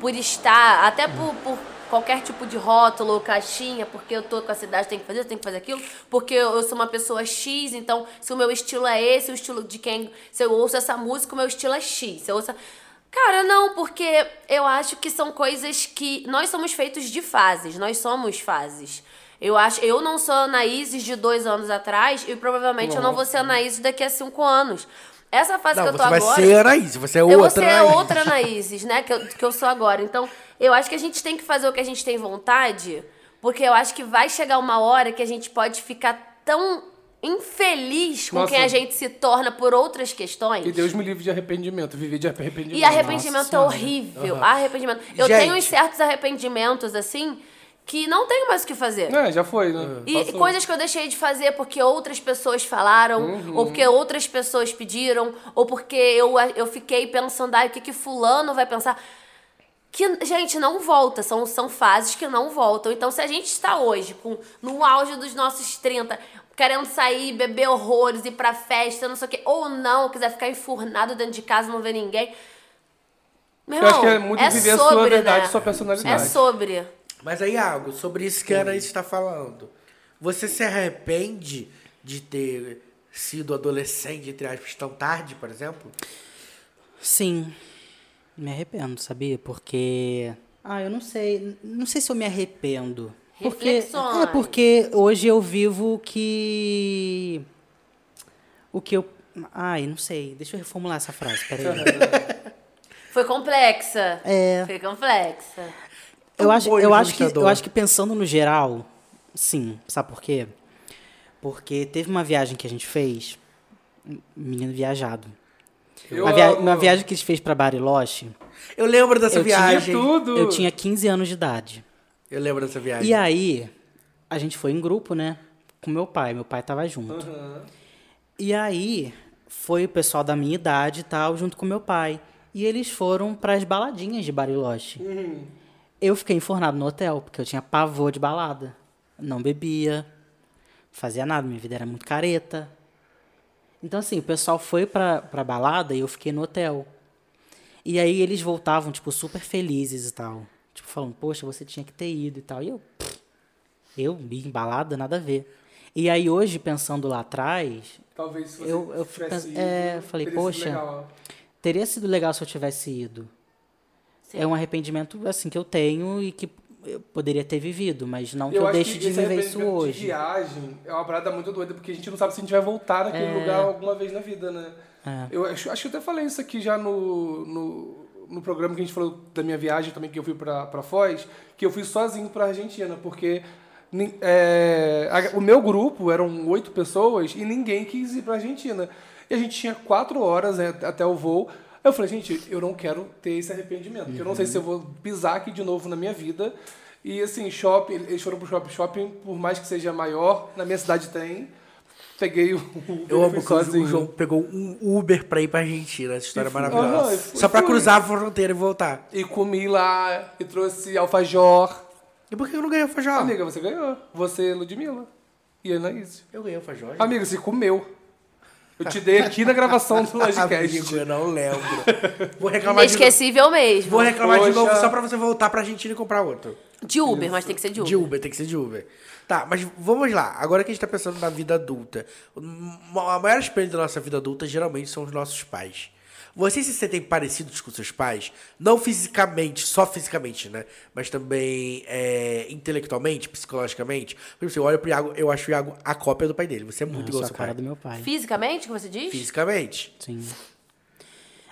Speaker 1: por estar. Até por. por Qualquer tipo de rótulo ou caixinha, porque eu tô com a cidade, tem que fazer, tem que fazer aquilo, porque eu eu sou uma pessoa X, então se o meu estilo é esse, o estilo de quem. Se eu ouço essa música, o meu estilo é X. Se eu ouço. Cara, não, porque eu acho que são coisas que. Nós somos feitos de fases, nós somos fases. Eu acho, eu não sou Anaíses de dois anos atrás e provavelmente eu não vou ser Anaíses daqui a cinco anos. Essa fase
Speaker 2: Não,
Speaker 1: que
Speaker 2: você
Speaker 1: eu tô
Speaker 2: vai
Speaker 1: agora.
Speaker 2: ser Anaís, você é
Speaker 1: Eu vou
Speaker 2: outra
Speaker 1: ser
Speaker 2: Anaís.
Speaker 1: outra Anaíses, né? Que eu, que eu sou agora. Então, eu acho que a gente tem que fazer o que a gente tem vontade, porque eu acho que vai chegar uma hora que a gente pode ficar tão infeliz com
Speaker 3: Nossa.
Speaker 1: quem a gente se torna por outras questões.
Speaker 3: E Deus me livre de arrependimento, viver de arrependimento.
Speaker 1: E arrependimento é
Speaker 4: Senhora.
Speaker 1: horrível. Arrependimento. Eu
Speaker 2: Gente.
Speaker 1: tenho uns certos arrependimentos, assim, que não tenho mais o que fazer.
Speaker 3: É, já foi, né?
Speaker 1: E
Speaker 3: Passou.
Speaker 1: coisas que eu deixei de fazer porque outras pessoas falaram,
Speaker 3: Uhum.
Speaker 1: ou porque outras pessoas pediram, ou porque eu, eu fiquei pensando, ai, o que, que fulano vai pensar? Que, gente, não volta. São, são fases que não voltam. Então, se a gente está hoje, com, no auge dos nossos 30, querendo sair, beber horrores, ir pra festa, não sei o quê, ou não, quiser ficar enfurnado dentro de casa, não ver ninguém. Meu
Speaker 3: Eu acho
Speaker 1: irmão,
Speaker 3: que é muito viver a sua verdade, sua personalidade.
Speaker 1: É sobre.
Speaker 2: Mas aí, Iago, sobre isso que a Anaís está falando. Você se arrepende de ter sido adolescente, entre aspas, tão tarde, por exemplo?
Speaker 4: Sim. Me arrependo, sabia? Porque. Ah, eu não sei. Não sei se eu me arrependo. Porque,
Speaker 1: Reflexões.
Speaker 4: é porque hoje eu vivo o que. O que eu. Ai, não sei. Deixa eu reformular essa frase, peraí.
Speaker 1: Foi complexa.
Speaker 4: É.
Speaker 1: Foi complexa.
Speaker 3: um
Speaker 4: eu, acho,
Speaker 2: Tão
Speaker 4: eu,
Speaker 2: bom
Speaker 4: acho que, eu
Speaker 2: ilustrador.
Speaker 4: acho que pensando no geral, sim. Sabe por quê? Porque teve uma viagem que a gente fez. um Menino viajado.
Speaker 3: Eu
Speaker 4: uma, via-
Speaker 3: amo.
Speaker 4: uma viagem que a gente fez pra Bariloche.
Speaker 2: Eu lembro dessa
Speaker 4: Eu tinha
Speaker 2: viagem.
Speaker 3: Tudo.
Speaker 4: Eu tinha 15 anos de idade.
Speaker 2: Eu lembro dessa viagem.
Speaker 4: E aí, a gente foi em grupo, né? Com meu pai. Meu pai tava junto. E aí, foi o pessoal da minha idade e tal, junto com meu pai. E eles foram pras baladinhas de Bariloche. Eu fiquei enfornado no hotel, porque eu tinha pavor de balada. Não bebia, fazia nada, minha vida era muito careta. Então, assim, o pessoal foi pra, pra balada e eu fiquei no hotel. E aí eles voltavam, tipo, super felizes e tal. Tipo, falando, poxa, você tinha que ter ido e tal. E eu, pff, eu, me embalada, nada a ver. E aí hoje, pensando lá atrás,
Speaker 3: Talvez se você
Speaker 4: Eu- eu fico
Speaker 3: tivesse
Speaker 4: pens- é,
Speaker 3: ido,
Speaker 4: falei,
Speaker 3: teria sido
Speaker 4: poxa.
Speaker 3: legal.
Speaker 4: teria sido legal se eu tivesse ido. É um arrependimento, assim, que eu tenho e que eu poderia ter vivido, mas não que eu,
Speaker 3: acho
Speaker 4: deixe de
Speaker 3: esse
Speaker 4: viver isso
Speaker 3: arrependimento de
Speaker 4: hoje.
Speaker 3: viagem é uma parada muito doida, porque a gente não sabe se a gente vai voltar naquele
Speaker 4: É.
Speaker 3: lugar alguma vez na vida, né? Eu acho, acho que eu até falei isso aqui já no, no, no programa que a gente falou da minha viagem também, que eu fui pra, pra Foz, que eu fui sozinho pra Argentina, porque nin- é, a- o meu grupo eram oito pessoas e ninguém quis ir pra Argentina. E a gente tinha quatro horas né, até o voo. Aí Eu falei, gente, eu não quero ter esse arrependimento, porque eu não sei se eu vou pisar aqui de novo na minha vida. E assim, shopping, eles foram pro shopping, shopping, por mais que seja maior, na minha cidade tem. Peguei o Uber
Speaker 2: Eu
Speaker 3: e
Speaker 2: amo
Speaker 3: fui
Speaker 2: que o
Speaker 3: sozinho.
Speaker 2: João pegou um Uber pra ir pra Argentina. Essa história é
Speaker 3: E fui-
Speaker 2: maravilhosa.
Speaker 3: Aham, e fui-
Speaker 2: Só pra
Speaker 3: fui.
Speaker 2: cruzar a fronteira e voltar.
Speaker 3: E comi lá, e trouxe alfajor.
Speaker 2: E por que eu não ganhei o Fajó?
Speaker 3: Amiga, você ganhou. Você, Ludmilla. E Anaís.
Speaker 2: Eu ganhei o Fajó.
Speaker 3: Amiga, você comeu. Eu te dei aqui na gravação do
Speaker 2: Amigo,
Speaker 3: podcast.
Speaker 2: eu não lembro. Vou reclamar de novo.
Speaker 1: Inesquecível mesmo.
Speaker 2: Vou reclamar de
Speaker 3: Poxa.
Speaker 2: novo só pra você voltar pra Argentina e comprar outro.
Speaker 1: De Uber, mas tem que ser de Uber.
Speaker 2: De Uber, tem que ser de Uber. Tá, mas vamos lá. Agora que a gente tá pensando na vida adulta. m- A maior espelho da nossa vida adulta geralmente são os nossos pais. Vocês se sentem parecidos com seus pais? Não fisicamente, só fisicamente, né? Mas também é, intelectualmente, psicologicamente. Por exemplo, assim, eu olho pro Iago, eu acho o Iago a cópia do pai dele. Você é muito
Speaker 4: Eu
Speaker 2: igual
Speaker 4: sou
Speaker 2: ao
Speaker 4: a
Speaker 2: seu
Speaker 4: cara
Speaker 2: pai.
Speaker 4: do meu pai.
Speaker 1: Fisicamente, como você diz?
Speaker 2: Fisicamente.
Speaker 4: Sim.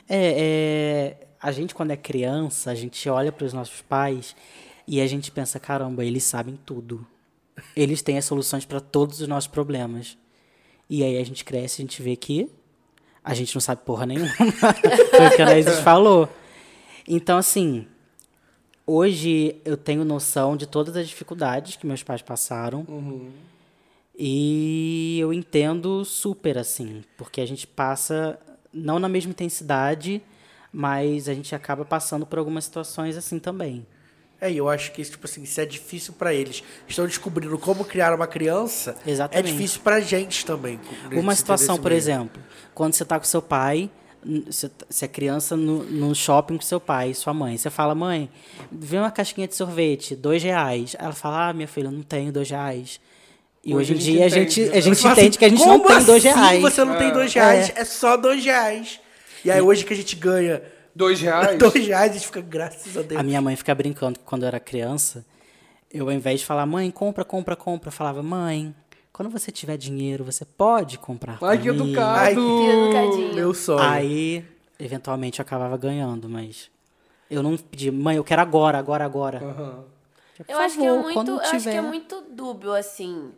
Speaker 4: É, é, a gente quando é criança, a gente olha para os nossos pais e a gente pensa, caramba, eles sabem tudo. Eles têm as soluções para todos os nossos problemas. E aí a gente cresce, e a gente vê que a gente não sabe porra nenhuma. Foi o que a Anaíses falou. Então, assim, hoje eu tenho noção de todas as dificuldades que meus pais passaram. E eu entendo super, assim, porque a gente passa, não na mesma intensidade, mas a gente acaba passando por algumas situações assim também.
Speaker 2: É, e eu acho que isso, tipo assim, se é difícil pra eles, estão descobrindo como criar uma criança,
Speaker 4: Exatamente.
Speaker 2: é difícil pra gente também.
Speaker 4: Uma
Speaker 2: se
Speaker 4: situação,
Speaker 2: entender
Speaker 4: por
Speaker 2: esse meio.
Speaker 4: exemplo, quando você tá com seu pai, n- você tá- você é criança no, no shopping com seu pai e sua mãe, você fala, mãe, vê uma casquinha de sorvete, dois reais. Ela fala, ah, minha filha, eu não tenho dois reais. E
Speaker 3: Hoje
Speaker 4: hoje, em
Speaker 3: a gente
Speaker 4: dia a
Speaker 3: entende,
Speaker 4: gente,
Speaker 3: né?
Speaker 4: a gente
Speaker 2: Fala
Speaker 4: entende
Speaker 2: assim,
Speaker 4: Tipo que a gente não
Speaker 2: "Como
Speaker 4: tem dois
Speaker 2: assim
Speaker 4: reais.
Speaker 2: Você não tem dois reais, é. só dois reais. E aí hoje que a gente ganha
Speaker 3: Dois reais?
Speaker 2: dois reais, a gente fica, graças a Deus.
Speaker 4: A minha mãe fica brincando que quando eu era criança, eu ao invés de falar, mãe, compra, compra, compra, eu falava, mãe, quando você tiver dinheiro, você pode comprar pra
Speaker 3: Ai, que
Speaker 4: mim."
Speaker 2: Ai,
Speaker 3: educado.
Speaker 1: Educadinho.
Speaker 2: Meu sonho.
Speaker 4: Aí, eventualmente, eu acabava ganhando, mas eu não pedi, mãe, eu quero agora, agora, agora.
Speaker 1: Eu acho que é
Speaker 4: favor,
Speaker 1: muito,
Speaker 4: quando
Speaker 1: eu acho que
Speaker 4: tiver.
Speaker 1: é muito dúbio assim.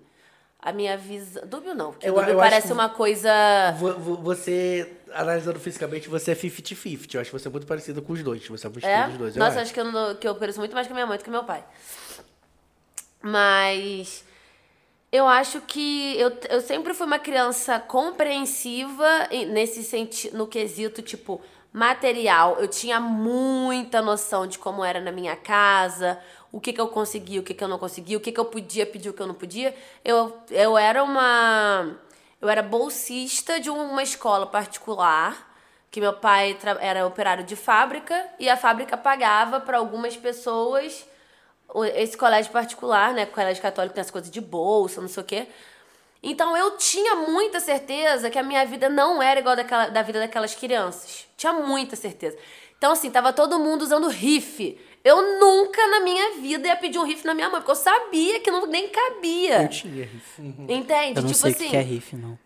Speaker 1: A minha visão, dúbio não, porque
Speaker 2: Eu-
Speaker 1: dúbio
Speaker 2: eu acho
Speaker 1: parece
Speaker 2: que-
Speaker 1: uma coisa
Speaker 2: Ah, Vo- vo- Você, analisando fisicamente, você é 50-50. Eu acho que você é muito parecido com os dois. Você é muito
Speaker 1: é?
Speaker 2: dos dois. eu
Speaker 1: Nossa, acho que eu não- que eu pareço muito mais com a minha mãe do que meu pai. Mas eu acho que eu, eu sempre fui uma criança compreensiva e- nesse sentido, no quesito tipo material. Eu tinha muita noção de como era na minha casa, o que que eu conseguia, o que que eu não conseguia, o que que eu podia pedir, o que eu não podia. Eu, eu era uma eu era bolsista de uma escola particular, que meu pai tra- era operário de fábrica e a fábrica pagava para algumas pessoas o- esse colégio particular, né? Colégio católico tem essa coisa de bolsa, não sei o quê. Então eu tinha muita certeza que a minha vida não era igual daquela, da vida daquelas crianças. Tinha muita certeza. Então, assim, tava todo mundo usando riff. Eu nunca na minha vida ia pedir um riff na minha mãe, porque eu sabia que não, nem cabia.
Speaker 2: Eu tinha riff.
Speaker 3: Então,
Speaker 1: Entende?
Speaker 4: Eu não
Speaker 1: tipo
Speaker 4: sei o
Speaker 1: assim.
Speaker 4: que que é riff, não.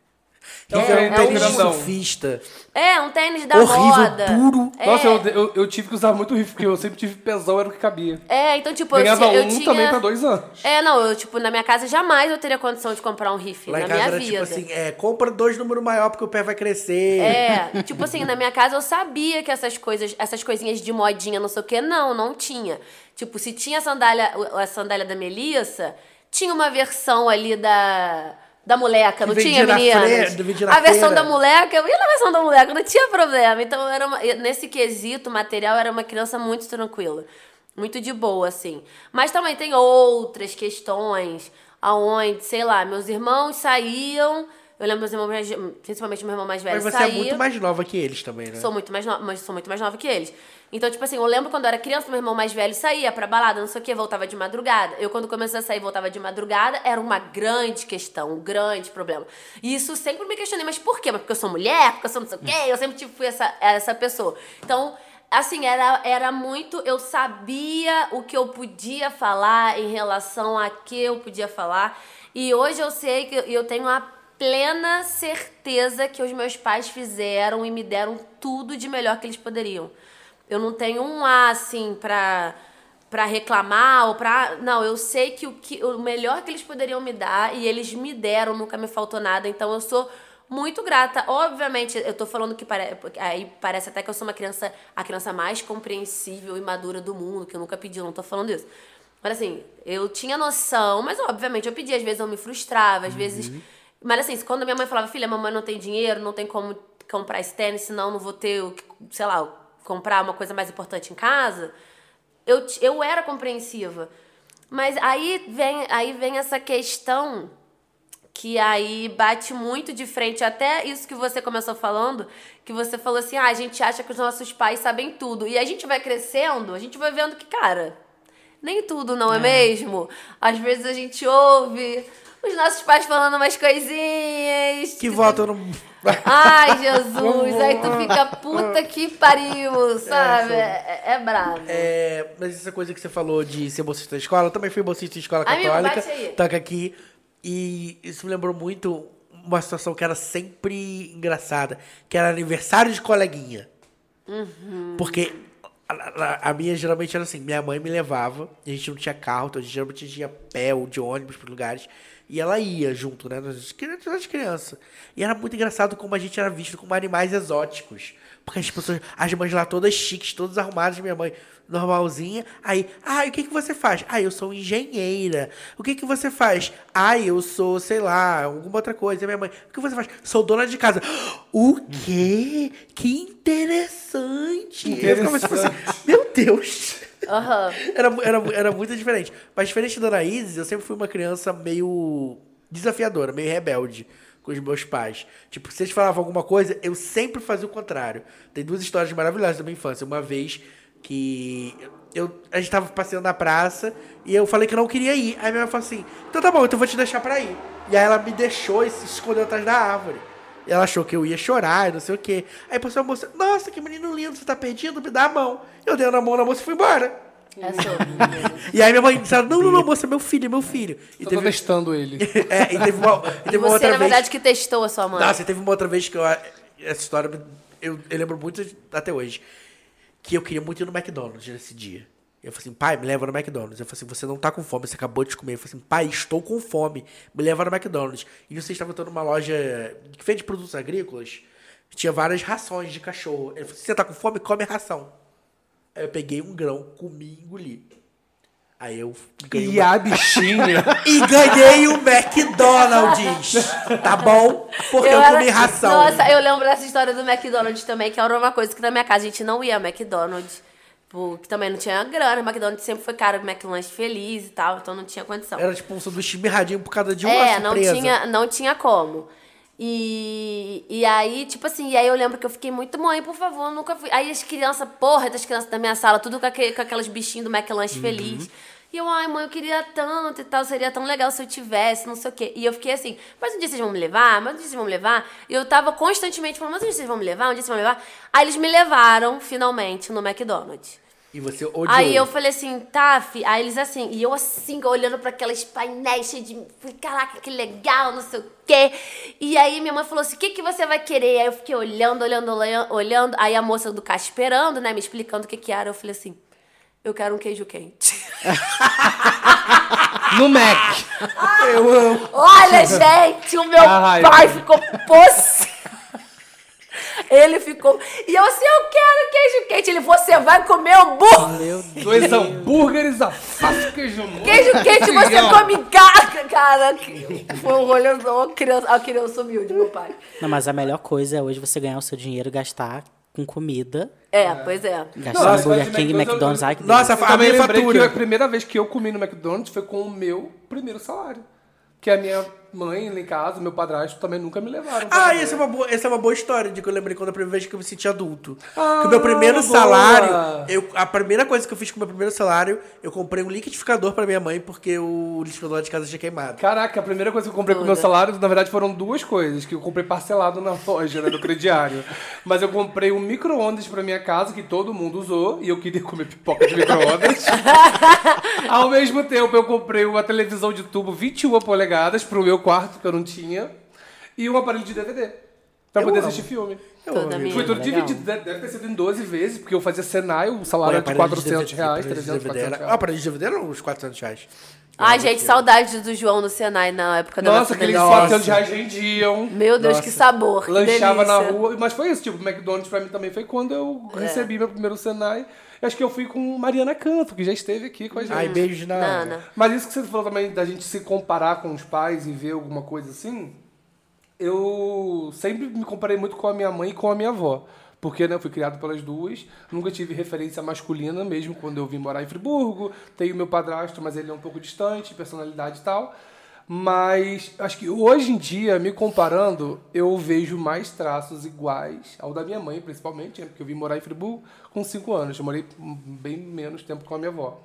Speaker 2: Então,
Speaker 3: É,
Speaker 2: é,
Speaker 3: é
Speaker 2: um tênis de
Speaker 3: grandão.
Speaker 2: surfista.
Speaker 1: É, um tênis da
Speaker 2: horrível,
Speaker 1: moda.
Speaker 2: duro.
Speaker 1: É,
Speaker 3: Nossa, eu, eu, eu tive que usar muito riff, porque eu sempre tive pesão, era o que cabia.
Speaker 1: É, então, tipo, eu,
Speaker 3: Ganhava
Speaker 1: ti- eu
Speaker 3: um
Speaker 1: tinha.
Speaker 3: também pra dois anos.
Speaker 1: É, não, eu, tipo, na minha casa jamais eu teria condição de comprar um riff.
Speaker 2: Lá em
Speaker 1: na
Speaker 2: casa
Speaker 1: minha
Speaker 2: era
Speaker 1: vida.
Speaker 2: tipo assim, é, compra dois números maior porque o pé vai crescer.
Speaker 1: É, tipo assim, na minha casa eu sabia que essas coisas, essas coisinhas de modinha, não sei o quê, não, não tinha. Tipo, se tinha a sandália, a sandália da Melissa, tinha uma versão ali da da moleca, não
Speaker 2: Que vendia
Speaker 1: tinha,
Speaker 2: na
Speaker 1: meninas?
Speaker 2: feira, vendia na
Speaker 1: A versão
Speaker 2: feira.
Speaker 1: da moleca, eu ia na versão da moleca, não tinha problema. Então, eu era uma- eu- nesse quesito material, eu era uma criança muito tranquila. Muito de boa, assim. Mas também tem outras questões, aonde, sei lá, meus irmãos saíam... Eu lembro meus irmãos, mais- principalmente meu irmão mais velho,
Speaker 2: Mas você
Speaker 1: saía...
Speaker 2: é muito mais nova que eles também, né?
Speaker 1: Sou muito mais nova, mas sou muito mais nova que eles. Então, tipo assim, eu lembro quando eu era criança, meu irmão mais velho saía pra balada, não sei o quê, voltava de madrugada. Eu, quando comecei a sair, voltava de madrugada, era uma grande questão, um grande problema. E isso sempre me questionei, mas por quê? Mas porque eu sou mulher, porque eu sou não sei o quê, eu sempre tipo, fui essa, essa pessoa. Então, assim, era, era muito. Eu sabia o que eu podia falar em relação a que eu podia falar. E hoje eu sei que eu- eu tenho a plena certeza que os meus pais fizeram e me deram tudo de melhor que eles poderiam. Eu não tenho um A, assim, pra, pra reclamar ou pra... Não, eu sei que o, que o melhor que eles poderiam me dar e eles me deram, nunca me faltou nada. Então, eu sou muito grata. Obviamente, eu tô falando que pare... porque aí parece até que eu sou uma criança, a criança mais compreensível e madura do mundo, que eu nunca pedi, eu não tô falando isso. Mas assim, eu tinha noção, mas obviamente eu pedi, às vezes eu me frustrava, às vezes. Mas assim, quando minha mãe falava, filha, mamãe não tem dinheiro, não tem como comprar esse tênis, senão não vou ter, o que- sei lá, comprar uma coisa mais importante em casa. Eu, ti- eu era compreensiva. Mas aí vem, aí vem essa questão Que aí bate muito de frente, até isso que você começou falando, que você falou assim: ah, a gente acha que os nossos pais sabem tudo. E a gente vai crescendo, a gente vai vendo que, cara, nem tudo não é, mesmo. Às vezes a gente ouve os nossos pais falando umas coisinhas.
Speaker 2: Que votam no.
Speaker 1: Ai, Jesus, aí tu fica puta que pariu, sabe? É, é, é brabo.
Speaker 2: É, mas essa coisa que você falou de ser bolsista da escola, eu também fui bolsista de escola
Speaker 1: Amigo,
Speaker 2: católica.
Speaker 1: bate aí.
Speaker 2: Toca aqui. E isso me lembrou muito uma situação que era sempre engraçada, que era aniversário de coleguinha.
Speaker 1: Uhum.
Speaker 2: Porque a, a- a minha geralmente era assim, minha mãe me levava, e a gente não tinha carro, então a gente geralmente ia a pé ou de ônibus pros lugares. E ela ia junto, né? Nós crianças criança. E era muito engraçado como a gente era visto como animais exóticos. Porque as pessoas, as mães lá todas chiques, todas arrumadas, minha mãe normalzinha. Aí, ah, e o que, que você faz? Ah, eu sou engenheira. O que, que você faz? Ah, eu sou, sei lá, alguma outra coisa. E minha mãe, o que você faz? Sou dona de casa. O quê? Que interessante. Eu ficava tipo assim, meu Deus.
Speaker 1: Aham.
Speaker 2: Era, mu- era, mu- era muito diferente. Mas diferente da Anaíses, eu sempre fui uma criança meio desafiadora, meio rebelde com os meus pais. Tipo, se eles falavam alguma coisa, eu sempre fazia o contrário. Tem duas histórias maravilhosas da minha infância. Uma vez que eu, a gente tava passeando na praça e eu falei que eu não queria ir. Aí minha mãe falou assim, então tá bom, então eu vou te deixar pra ir. E aí ela me deixou e se escondeu atrás da árvore. E ela achou que eu ia chorar e não sei o quê. Aí passou a moça, nossa, que menino lindo, você tá perdido? Me dá a mão. Eu dei na mão na moça e fui embora.
Speaker 1: É sobre.
Speaker 2: E aí minha mãe disse, não, não, não, moça, é meu filho, é meu filho. E
Speaker 3: Eu tô
Speaker 2: teve,
Speaker 3: testando ele.
Speaker 2: é, e teve uma, e
Speaker 1: E
Speaker 2: teve uma
Speaker 1: você,
Speaker 2: outra
Speaker 1: na
Speaker 2: vez...
Speaker 1: verdade, que testou a sua mãe.
Speaker 2: Nossa, e teve uma outra vez que eu... Essa história, me- eu, eu lembro muito até hoje. Que eu queria muito ir no McDonald's nesse dia. Eu falei assim, pai, me leva no McDonald's. Eu falei assim, você não tá com fome, você acabou de comer. Eu falei assim, pai, estou com fome, me leva no McDonald's. E vocês estavam entrando numa loja que vende produtos agrícolas. Tinha várias rações de cachorro. Ele falou assim, você tá com fome? Come ração. Aí eu peguei um grão, comi e engoli. Aí eu ganhei um
Speaker 3: E a bichinha.
Speaker 2: e ganhei o McDonald's. Tá bom? Porque eu,
Speaker 1: era- tipo,
Speaker 2: comi ração.
Speaker 1: Nossa, eu lembro dessa história do McDonald's também, que era uma coisa que na minha casa a gente não ia ao McDonald's. Porque também não tinha grana. O McDonald's sempre foi caro, o McLanche feliz e tal, então não tinha condição.
Speaker 2: Era tipo um sanduíche mirradinho por causa de uma
Speaker 1: é, não
Speaker 2: surpresa.
Speaker 1: tinha, não tinha como. E, e aí, tipo assim, e aí eu lembro que eu fiquei muito mãe, por favor, eu nunca fui. Aí as crianças, porra, das crianças da minha sala, tudo com, aquele, com aquelas bichinhos do McLanche
Speaker 2: Uhum.
Speaker 1: feliz. E eu, ai, mãe, eu queria tanto e tal, seria tão legal se eu tivesse, não sei o quê. E eu fiquei assim, mas um dia vocês vão me levar? Mas um dia vocês vão me levar? E eu tava constantemente falando, mas um dia vocês vão me levar? Um dia vocês vão me levar? Aí eles me levaram, finalmente, no McDonald's.
Speaker 2: E você odiou.
Speaker 1: Aí eu falei assim, tá, fi. Aí eles assim, e eu assim, olhando pra aquelas painéis cheias de. Falei, caraca, que legal, não sei o quê. E aí minha mãe falou assim: o que, que você vai querer? Aí eu fiquei olhando, olhando, olhando, olhando. Aí a moça do caixa esperando, né, me explicando o que, que era. Eu falei assim: eu quero um queijo quente.
Speaker 4: No Mac!
Speaker 2: Eu amo.
Speaker 1: Olha, gente, o meu
Speaker 3: A raiva.
Speaker 1: pai ficou possi... Ele ficou. E eu assim, eu quero queijo quente. Ele, você vai comer hambúrguer.
Speaker 4: Meu Deus.
Speaker 3: Dois hambúrgueres, a faca, queijo molho.
Speaker 1: Queijo quente você
Speaker 3: Filhão.
Speaker 1: come gaca, cara. que- Foi um rolê, uma criança, a criança humilde, meu pai.
Speaker 4: Não, mas a melhor coisa é hoje você ganhar o seu dinheiro e gastar com comida.
Speaker 1: É, pois é.
Speaker 4: Gastar
Speaker 3: Não,
Speaker 4: no Burger
Speaker 3: mas
Speaker 4: King,
Speaker 3: McDonald's-
Speaker 4: McDonald's, ai que
Speaker 2: Nossa,
Speaker 3: Eu
Speaker 2: a
Speaker 3: também
Speaker 2: minha
Speaker 3: lembrei que a
Speaker 2: fatura.
Speaker 3: primeira vez que eu comi no McDonald's foi com o meu primeiro salário. Que a minha mãe lá em casa, meu padrasto, também nunca me levaram. pra
Speaker 2: Ah,
Speaker 3: comer.
Speaker 2: essa é, uma boa, essa é uma boa história de que eu lembrei quando a primeira vez que eu me senti adulto.
Speaker 3: Ah,
Speaker 2: que o meu primeiro
Speaker 3: boa.
Speaker 2: salário, eu, a primeira coisa que eu fiz com o meu primeiro salário, eu comprei um liquidificador pra minha mãe, porque o liquidificador lá de casa tinha queimado.
Speaker 3: Caraca, a primeira coisa que eu comprei com o meu
Speaker 1: Toda.
Speaker 3: salário, na verdade, foram duas coisas que eu comprei parcelado na loja, né, no crediário. Mas eu comprei um micro-ondas pra minha casa, que todo mundo usou, e eu queria comer pipoca de micro-ondas. Ao mesmo tempo, eu comprei uma televisão de tubo 21 polegadas pro meu quarto, que eu não tinha, e um aparelho de DVD, pra poder assistir filme.
Speaker 2: Eu
Speaker 1: Toda
Speaker 2: amo
Speaker 1: minha-
Speaker 2: isso.
Speaker 3: Foi tudo
Speaker 1: Legal.
Speaker 3: dividido, deve deve ter sido em 12 vezes, porque eu fazia Senai, o salário
Speaker 2: Olha,
Speaker 3: era de
Speaker 2: aparelho
Speaker 3: 400
Speaker 2: DVD,
Speaker 3: reais,
Speaker 2: aparelho de
Speaker 3: 300,
Speaker 2: DVD
Speaker 3: 400
Speaker 2: era-
Speaker 3: reais.
Speaker 2: Ah, aparelho de DVD era uns 400 reais.
Speaker 1: Ai, gente, saudade do João no Senai na época da
Speaker 3: Nossa, aqueles
Speaker 1: família.
Speaker 3: 400 reais rendiam.
Speaker 1: Meu Deus, que sabor. que
Speaker 3: Lanchava na
Speaker 1: delícia. É.
Speaker 3: rua, mas foi isso, tipo, McDonald's pra mim também foi quando eu recebi meu primeiro Senai. Eu Acho que eu fui com Mariana Canto, que já esteve aqui com a gente.
Speaker 2: Ai, beijos na...
Speaker 1: Nana.
Speaker 3: Mas isso que você falou também da gente se comparar com os pais e ver alguma coisa assim, eu sempre me comparei muito com a minha mãe e com a minha avó. Porque né, eu fui criado pelas duas, nunca tive referência masculina, mesmo quando eu vim morar em Friburgo. Tenho meu padrasto, mas ele é um pouco distante, personalidade e tal. Mas acho que hoje em dia, me comparando, eu vejo mais traços iguais ao da minha mãe, principalmente, né? porque eu vim morar em Friburgo com 5 anos. Eu morei bem menos tempo com a minha avó.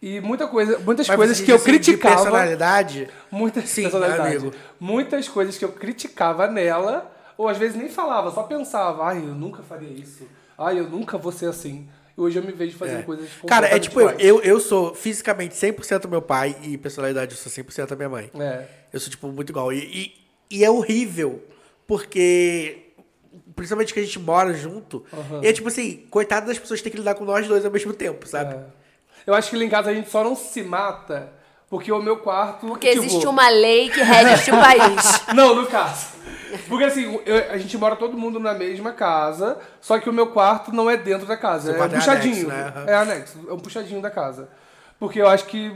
Speaker 3: E muita coisa, muitas
Speaker 2: Mas
Speaker 3: coisas
Speaker 2: você
Speaker 3: que eu
Speaker 2: diz assim, de
Speaker 3: criticava.
Speaker 2: personalidade.
Speaker 3: Muitas,
Speaker 2: Sim,
Speaker 3: personalidade.
Speaker 2: meu amigo.
Speaker 3: muitas coisas que eu criticava nela, ou às vezes nem falava, só pensava, ai, eu nunca faria isso, ai, eu nunca vou ser assim. E hoje eu me vejo fazendo coisas
Speaker 2: Cara, é
Speaker 3: completamente
Speaker 2: tipo eu,
Speaker 3: iguais.
Speaker 2: eu, eu sou fisicamente 100% meu pai e personalidade eu sou 100% a minha mãe.
Speaker 3: É.
Speaker 2: Eu sou, tipo, muito igual. E, e, e é horrível, porque. Principalmente que a gente mora junto. E é tipo assim, coitado das pessoas que têm que lidar com nós dois ao mesmo tempo, sabe?
Speaker 3: É. Eu acho que lá em casa a gente só não se mata porque o meu quarto.
Speaker 1: Porque
Speaker 3: tipo,
Speaker 1: existe um uma lei que rege este país.
Speaker 3: Não, no caso. Porque assim, eu- a gente mora todo mundo na mesma casa, só que o meu quarto não é dentro da casa,
Speaker 2: Seu
Speaker 3: é
Speaker 2: quarto é
Speaker 3: puxadinho.
Speaker 2: anexo, né?
Speaker 3: É anexo, é um puxadinho da casa. Porque eu acho que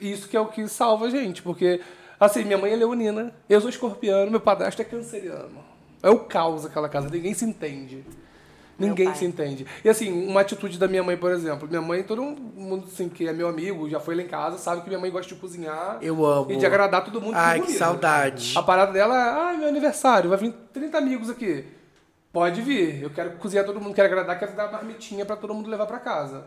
Speaker 3: isso que é o que salva a gente, porque assim, minha mãe é leonina, eu sou escorpiano, meu padrasto é canceriano. É o caos aquela casa, ninguém se entende. Ninguém
Speaker 1: pai.
Speaker 3: se entende. E assim, uma atitude da minha mãe, por exemplo. Minha mãe, todo mundo assim, que é meu amigo, já foi lá em casa, sabe que minha mãe gosta de cozinhar.
Speaker 2: Eu amo.
Speaker 3: E de agradar todo mundo. com
Speaker 2: Ai, que
Speaker 3: comida.
Speaker 2: saudade.
Speaker 3: A parada dela é, ah, meu aniversário, vai vir 30 amigos aqui. Pode vir, eu quero cozinhar todo mundo, quero agradar, quero dar uma marmitinha pra todo mundo levar pra casa.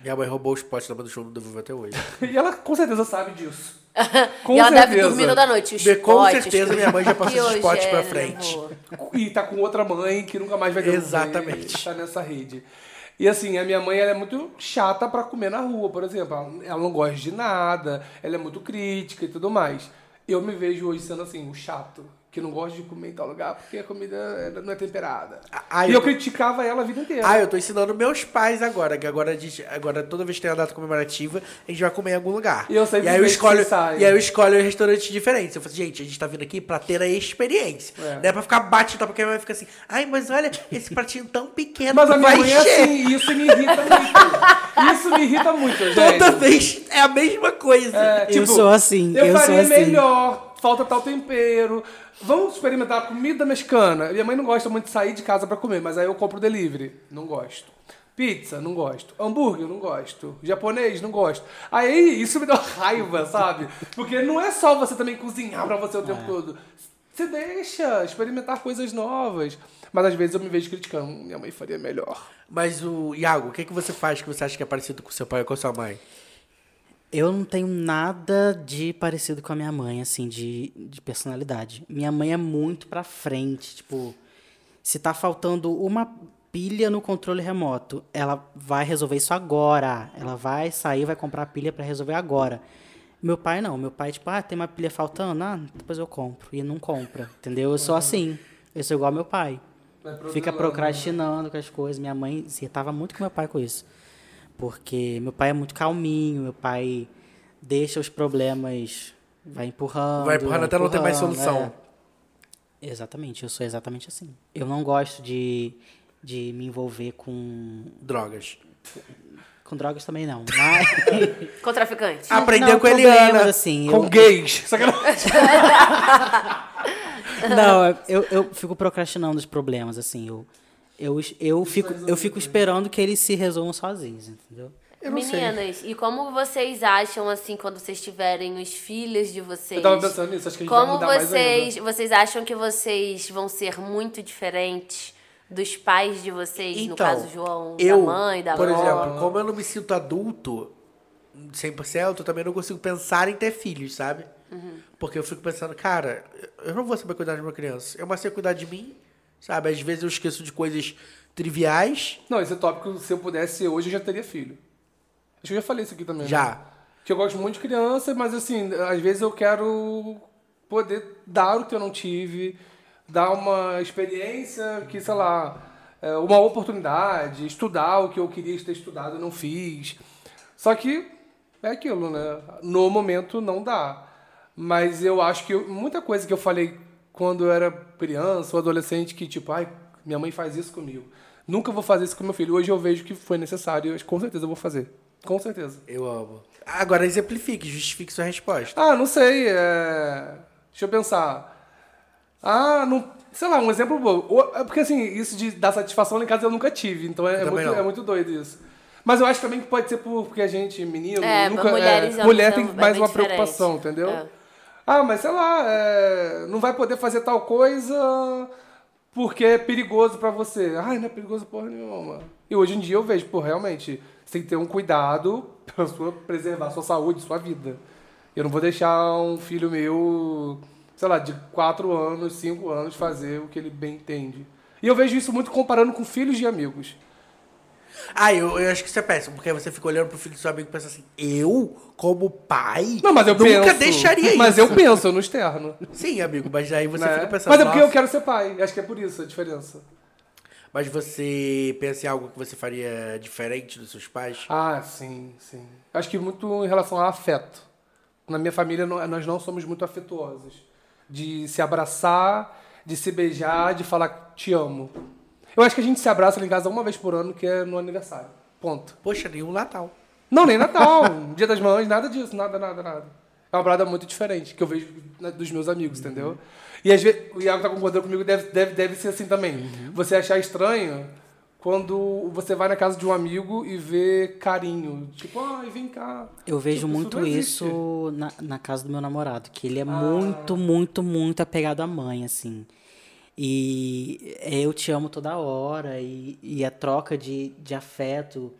Speaker 2: Minha mãe roubou os potes da banda do show, não devolveu até hoje.
Speaker 3: E ela com certeza sabe disso. Com
Speaker 1: e ela deve
Speaker 3: certeza.
Speaker 1: dormir toda noite. Os
Speaker 2: De- com
Speaker 1: potes,
Speaker 2: certeza minha mãe já passou
Speaker 1: que
Speaker 2: esses
Speaker 1: hoje
Speaker 2: potes
Speaker 1: é,
Speaker 2: pra
Speaker 1: né,
Speaker 2: frente.
Speaker 1: amor?
Speaker 3: e tá com outra mãe que nunca mais vai ganhar
Speaker 2: Exatamente.
Speaker 3: Tá nessa rede. E assim, a minha mãe ela é muito chata pra comer na rua, por exemplo. Ela- Ela não gosta de nada, ela é muito crítica e tudo mais. Eu me vejo hoje sendo assim, o chato, que não gosta de comer em tal lugar porque a comida ela não é temperada.
Speaker 2: ah,
Speaker 3: e eu,
Speaker 2: eu tô-
Speaker 3: criticava ela a vida inteira.
Speaker 2: Ah, eu tô ensinando meus pais agora, que agora, a gente, agora toda vez que tem uma data comemorativa, a gente vai comer em algum lugar.
Speaker 3: E eu sempre
Speaker 2: e aí eu
Speaker 3: vejo que
Speaker 2: escolho,
Speaker 3: vocês saem.
Speaker 2: E aí eu escolho um restaurante diferente. Eu falo assim, gente, a gente tá vindo aqui pra ter a experiência.
Speaker 3: É.
Speaker 2: Não é pra ficar batido, porque a minha mãe fica assim, ai, mas olha, esse pratinho tão pequeno
Speaker 3: Mas a minha
Speaker 2: vai
Speaker 3: mãe é
Speaker 2: encher.
Speaker 3: assim, e isso me irrita muito. Isso me irrita muito, gente.
Speaker 2: Toda vez é a mesma coisa.
Speaker 3: É,
Speaker 4: Eu sou assim,
Speaker 3: Eu,
Speaker 4: eu sou
Speaker 3: faria
Speaker 4: assim.
Speaker 3: melhor, falta tal tempero. Vamos experimentar comida mexicana. Minha mãe não gosta muito de sair de casa pra comer, mas aí eu compro delivery. Não gosto. Pizza, não gosto. Hambúrguer, não gosto. Japonês, não gosto. Aí isso me dá raiva, sabe? Porque não é só você também cozinhar pra você o
Speaker 4: É.
Speaker 3: tempo todo. Você deixa experimentar coisas novas. Mas às vezes eu me vejo criticando. "Hum, Minha mãe faria melhor.
Speaker 2: Mas o Iago, o que, que você faz que você acha que é parecido com seu pai ou com sua mãe?
Speaker 4: Eu não tenho nada de parecido com a minha mãe, assim, de, de personalidade. Minha mãe é muito pra frente, tipo, se tá faltando uma pilha no controle remoto, ela vai resolver isso agora. Ela vai sair, vai comprar a pilha pra resolver agora. Meu pai não, meu pai, tipo, ah, tem uma pilha faltando, ah, depois eu compro. E não compra, entendeu? Eu sou assim, eu sou igual ao meu pai. Fica procrastinando com as coisas. Minha mãe se irritava muito com meu pai com isso. Porque meu pai é muito calminho, meu pai deixa os problemas, vai empurrando.
Speaker 2: Vai empurrando até não ter mais
Speaker 4: empurrando,
Speaker 2: solução.
Speaker 4: é. Exatamente, eu sou exatamente assim. Eu não gosto de, de me envolver com,
Speaker 2: Drogas.
Speaker 4: com drogas também, não. Mas,
Speaker 1: Com traficante.
Speaker 3: Ah,
Speaker 2: Aprendeu
Speaker 4: não,
Speaker 2: com a
Speaker 4: problemas,
Speaker 2: Eliana.
Speaker 4: Assim,
Speaker 3: Com
Speaker 4: eu-
Speaker 3: gays. Sacanagem.
Speaker 4: Não, eu, eu fico procrastinando os problemas, assim. Eu, eu, eu, fico, eu fico esperando que eles se resolvam sozinhos, entendeu?
Speaker 1: Meninas, e como vocês acham, assim, quando vocês tiverem os filhos de vocês?
Speaker 3: Eu tava pensando nisso, acho que a gente vai
Speaker 1: Como
Speaker 3: mudar mais
Speaker 1: vocês, vocês acham que vocês vão ser muito diferentes dos pais de vocês,
Speaker 3: Então,
Speaker 1: no caso João,
Speaker 2: Então, eu,
Speaker 1: da mãe, da
Speaker 2: Por
Speaker 1: avó?
Speaker 2: exemplo, como eu não me sinto adulto 100%, eu também não consigo pensar em ter filhos, sabe?
Speaker 1: Uhum.
Speaker 2: Porque eu fico pensando, cara, eu não vou saber cuidar de uma criança. Eu mais sei cuidar de mim, sabe? Às vezes eu esqueço de coisas triviais.
Speaker 3: Não, esse tópico, se eu pudesse hoje, eu já teria filho. Acho que eu já falei isso aqui também. né?
Speaker 2: Já.
Speaker 3: Que eu gosto muito de criança, mas assim, às vezes eu quero poder dar o que eu não tive, dar uma experiência que, sei lá, é, uma oportunidade, estudar o que eu queria ter estudado e não fiz. Só que é aquilo, né? No momento não dá. Mas eu acho que eu- muita coisa que eu falei quando eu era criança ou adolescente, que tipo, ai, minha mãe faz isso comigo. Nunca vou fazer isso com meu filho. Hoje eu vejo que foi necessário e eu- com certeza eu vou fazer. Com certeza.
Speaker 2: Eu amo. Agora exemplifique, justifique sua resposta.
Speaker 3: Ah, não sei. É... Deixa eu pensar. Ah, não. Sei lá, um exemplo bom. O- É porque assim, isso de dar satisfação lá em casa eu nunca tive, então é, é
Speaker 2: também
Speaker 3: muito,
Speaker 2: não.
Speaker 3: é muito doido isso. Mas eu acho também que pode ser por- porque a gente, menino,
Speaker 1: É,
Speaker 3: nunca.
Speaker 1: mulheres,
Speaker 3: é,
Speaker 1: homens
Speaker 3: mulher
Speaker 1: são-
Speaker 3: tem
Speaker 1: é
Speaker 3: mais
Speaker 1: bem
Speaker 3: uma
Speaker 1: diferente.
Speaker 3: preocupação, entendeu?
Speaker 1: É.
Speaker 3: Ah, mas sei lá, é, não vai poder fazer tal coisa porque é perigoso pra você. Ai, não é perigoso porra nenhuma. E hoje em dia eu vejo, pô, realmente, você tem que ter um cuidado pra sua, preservar a sua saúde, sua vida. Eu não vou deixar um filho meu, sei lá, de 4 anos, 5 anos, fazer o que ele bem entende. E eu vejo isso muito comparando com filhos de amigos.
Speaker 2: Ah, eu, eu acho que isso é péssimo, porque aí você fica olhando pro filho do seu amigo e pensa assim, eu, como pai,
Speaker 3: Não, mas eu
Speaker 2: nunca
Speaker 3: penso.
Speaker 2: deixaria
Speaker 3: Mas
Speaker 2: isso.
Speaker 3: eu penso, eu não externo.
Speaker 2: Sim, amigo, mas aí você
Speaker 3: né?
Speaker 2: fica pensando.
Speaker 3: mas é porque eu
Speaker 2: "Nossa,
Speaker 3: quero ser pai. Acho que é por isso a diferença.
Speaker 2: Mas você pensa em algo que você faria diferente dos seus pais?
Speaker 3: Ah, sim, sim. Acho que muito em relação a afeto. Na minha família, nó- nós não somos muito afetuosos. De se abraçar, de se beijar, de falar te amo. Eu acho que a gente se abraça lá em casa uma vez por ano, que é no aniversário. Ponto.
Speaker 2: Poxa, nenhum Natal.
Speaker 3: Não, nem Natal, Dia das Mães, nada disso, nada, nada, nada. É uma parada muito diferente que eu vejo na- dos meus amigos, entendeu? E às vezes, o Iago tá concordando comigo, deve, deve, deve ser assim também.
Speaker 4: Uhum.
Speaker 3: Você achar estranho quando você vai na casa de um amigo e vê carinho. Tipo, ai, vem cá.
Speaker 4: Eu vejo
Speaker 3: Tipo,
Speaker 4: muito
Speaker 3: não existe. Ah.
Speaker 4: isso na, na casa do meu namorado, que ele é muito, muito, muito apegado à mãe, assim. E é, eu te amo toda hora, e, e a troca de, de afeto,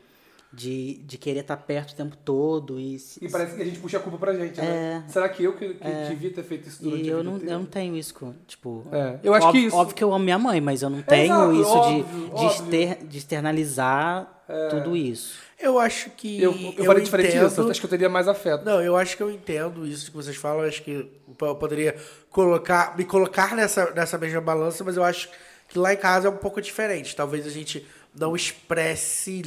Speaker 4: de, de querer estar perto o tempo todo. E, se-
Speaker 3: E parece que a gente puxa a culpa pra gente, né? Será que eu que, que devia ter feito isso durante
Speaker 4: É. e
Speaker 3: a
Speaker 4: eu
Speaker 3: vida
Speaker 4: não,
Speaker 3: inteira?
Speaker 4: eu não tenho isso, com- tipo...
Speaker 3: É, eu acho que
Speaker 4: óbvio-
Speaker 3: isso-
Speaker 4: Óbvio que eu amo minha mãe, mas eu não tenho
Speaker 3: exato,
Speaker 4: isso
Speaker 3: óbvio,
Speaker 4: de, de,
Speaker 3: óbvio. É.
Speaker 4: exter- de externalizar tudo isso.
Speaker 2: Eu acho que.
Speaker 3: Eu, eu, faria diferente
Speaker 2: entendo-
Speaker 3: disso, eu acho que eu teria mais afeto.
Speaker 2: Não, eu acho que eu entendo isso que vocês falam. eu Acho que eu poderia colocar, me colocar nessa, nessa mesma balança, mas eu acho que lá em casa é um pouco diferente. Talvez a gente não expresse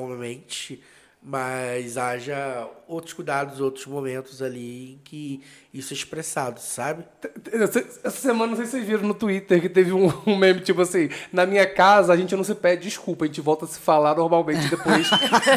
Speaker 2: literalmente, mas haja outros cuidados, outros momentos ali em que isso é expressado, sabe?
Speaker 3: Essa essa semana, não sei se vocês viram no Twitter que teve um, um meme tipo assim: na minha casa a gente não se pede desculpa, a gente volta a se falar normalmente depois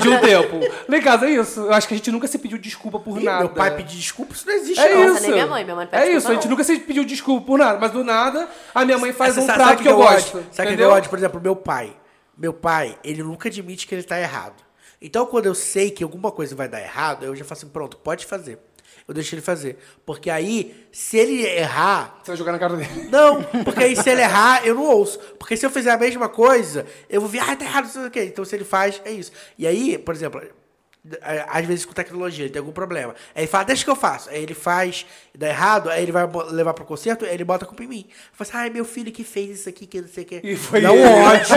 Speaker 3: de um tempo. Lá em casa é isso. Eu acho que a gente nunca se pediu desculpa por
Speaker 2: Ih,
Speaker 3: nada.
Speaker 2: meu pai pedir desculpa, isso não existe,
Speaker 3: é
Speaker 2: não.
Speaker 1: Nossa,
Speaker 3: isso.
Speaker 1: nem minha mãe, minha mãe não pede
Speaker 3: é isso,
Speaker 1: desculpa,
Speaker 3: a gente
Speaker 1: não.
Speaker 3: nunca se pediu desculpa por nada, mas do nada a minha mãe faz
Speaker 2: Essa-
Speaker 3: um
Speaker 2: sabe
Speaker 3: prato
Speaker 2: o
Speaker 3: que eu gosto.
Speaker 2: Ódio? Sabe o que eu
Speaker 3: entendeu?
Speaker 2: ódio? Por exemplo, meu pai. Meu pai, ele nunca admite que ele tá errado. Então, quando eu sei que alguma coisa vai dar errado, eu já faço assim, pronto, pode fazer. Eu deixo ele fazer. Porque aí, se ele errar,
Speaker 3: Você vai jogar na cara dele.
Speaker 2: não, porque aí se ele errar, eu não ouço. Porque se eu fizer a mesma coisa, eu vou ver, ah, tá errado, não sei o quê. Então se ele faz, é isso. E aí, por exemplo, a- às vezes com tecnologia, ele tem algum problema. Aí ele fala, deixa que eu faço. Aí ele faz, dá errado, aí ele vai bo- levar pro concerto, aí ele bota a culpa em mim. Fala assim, ai, meu filho que fez isso aqui, que não sei o quê.
Speaker 3: E foi
Speaker 2: Dá um
Speaker 3: ele.
Speaker 2: ódio.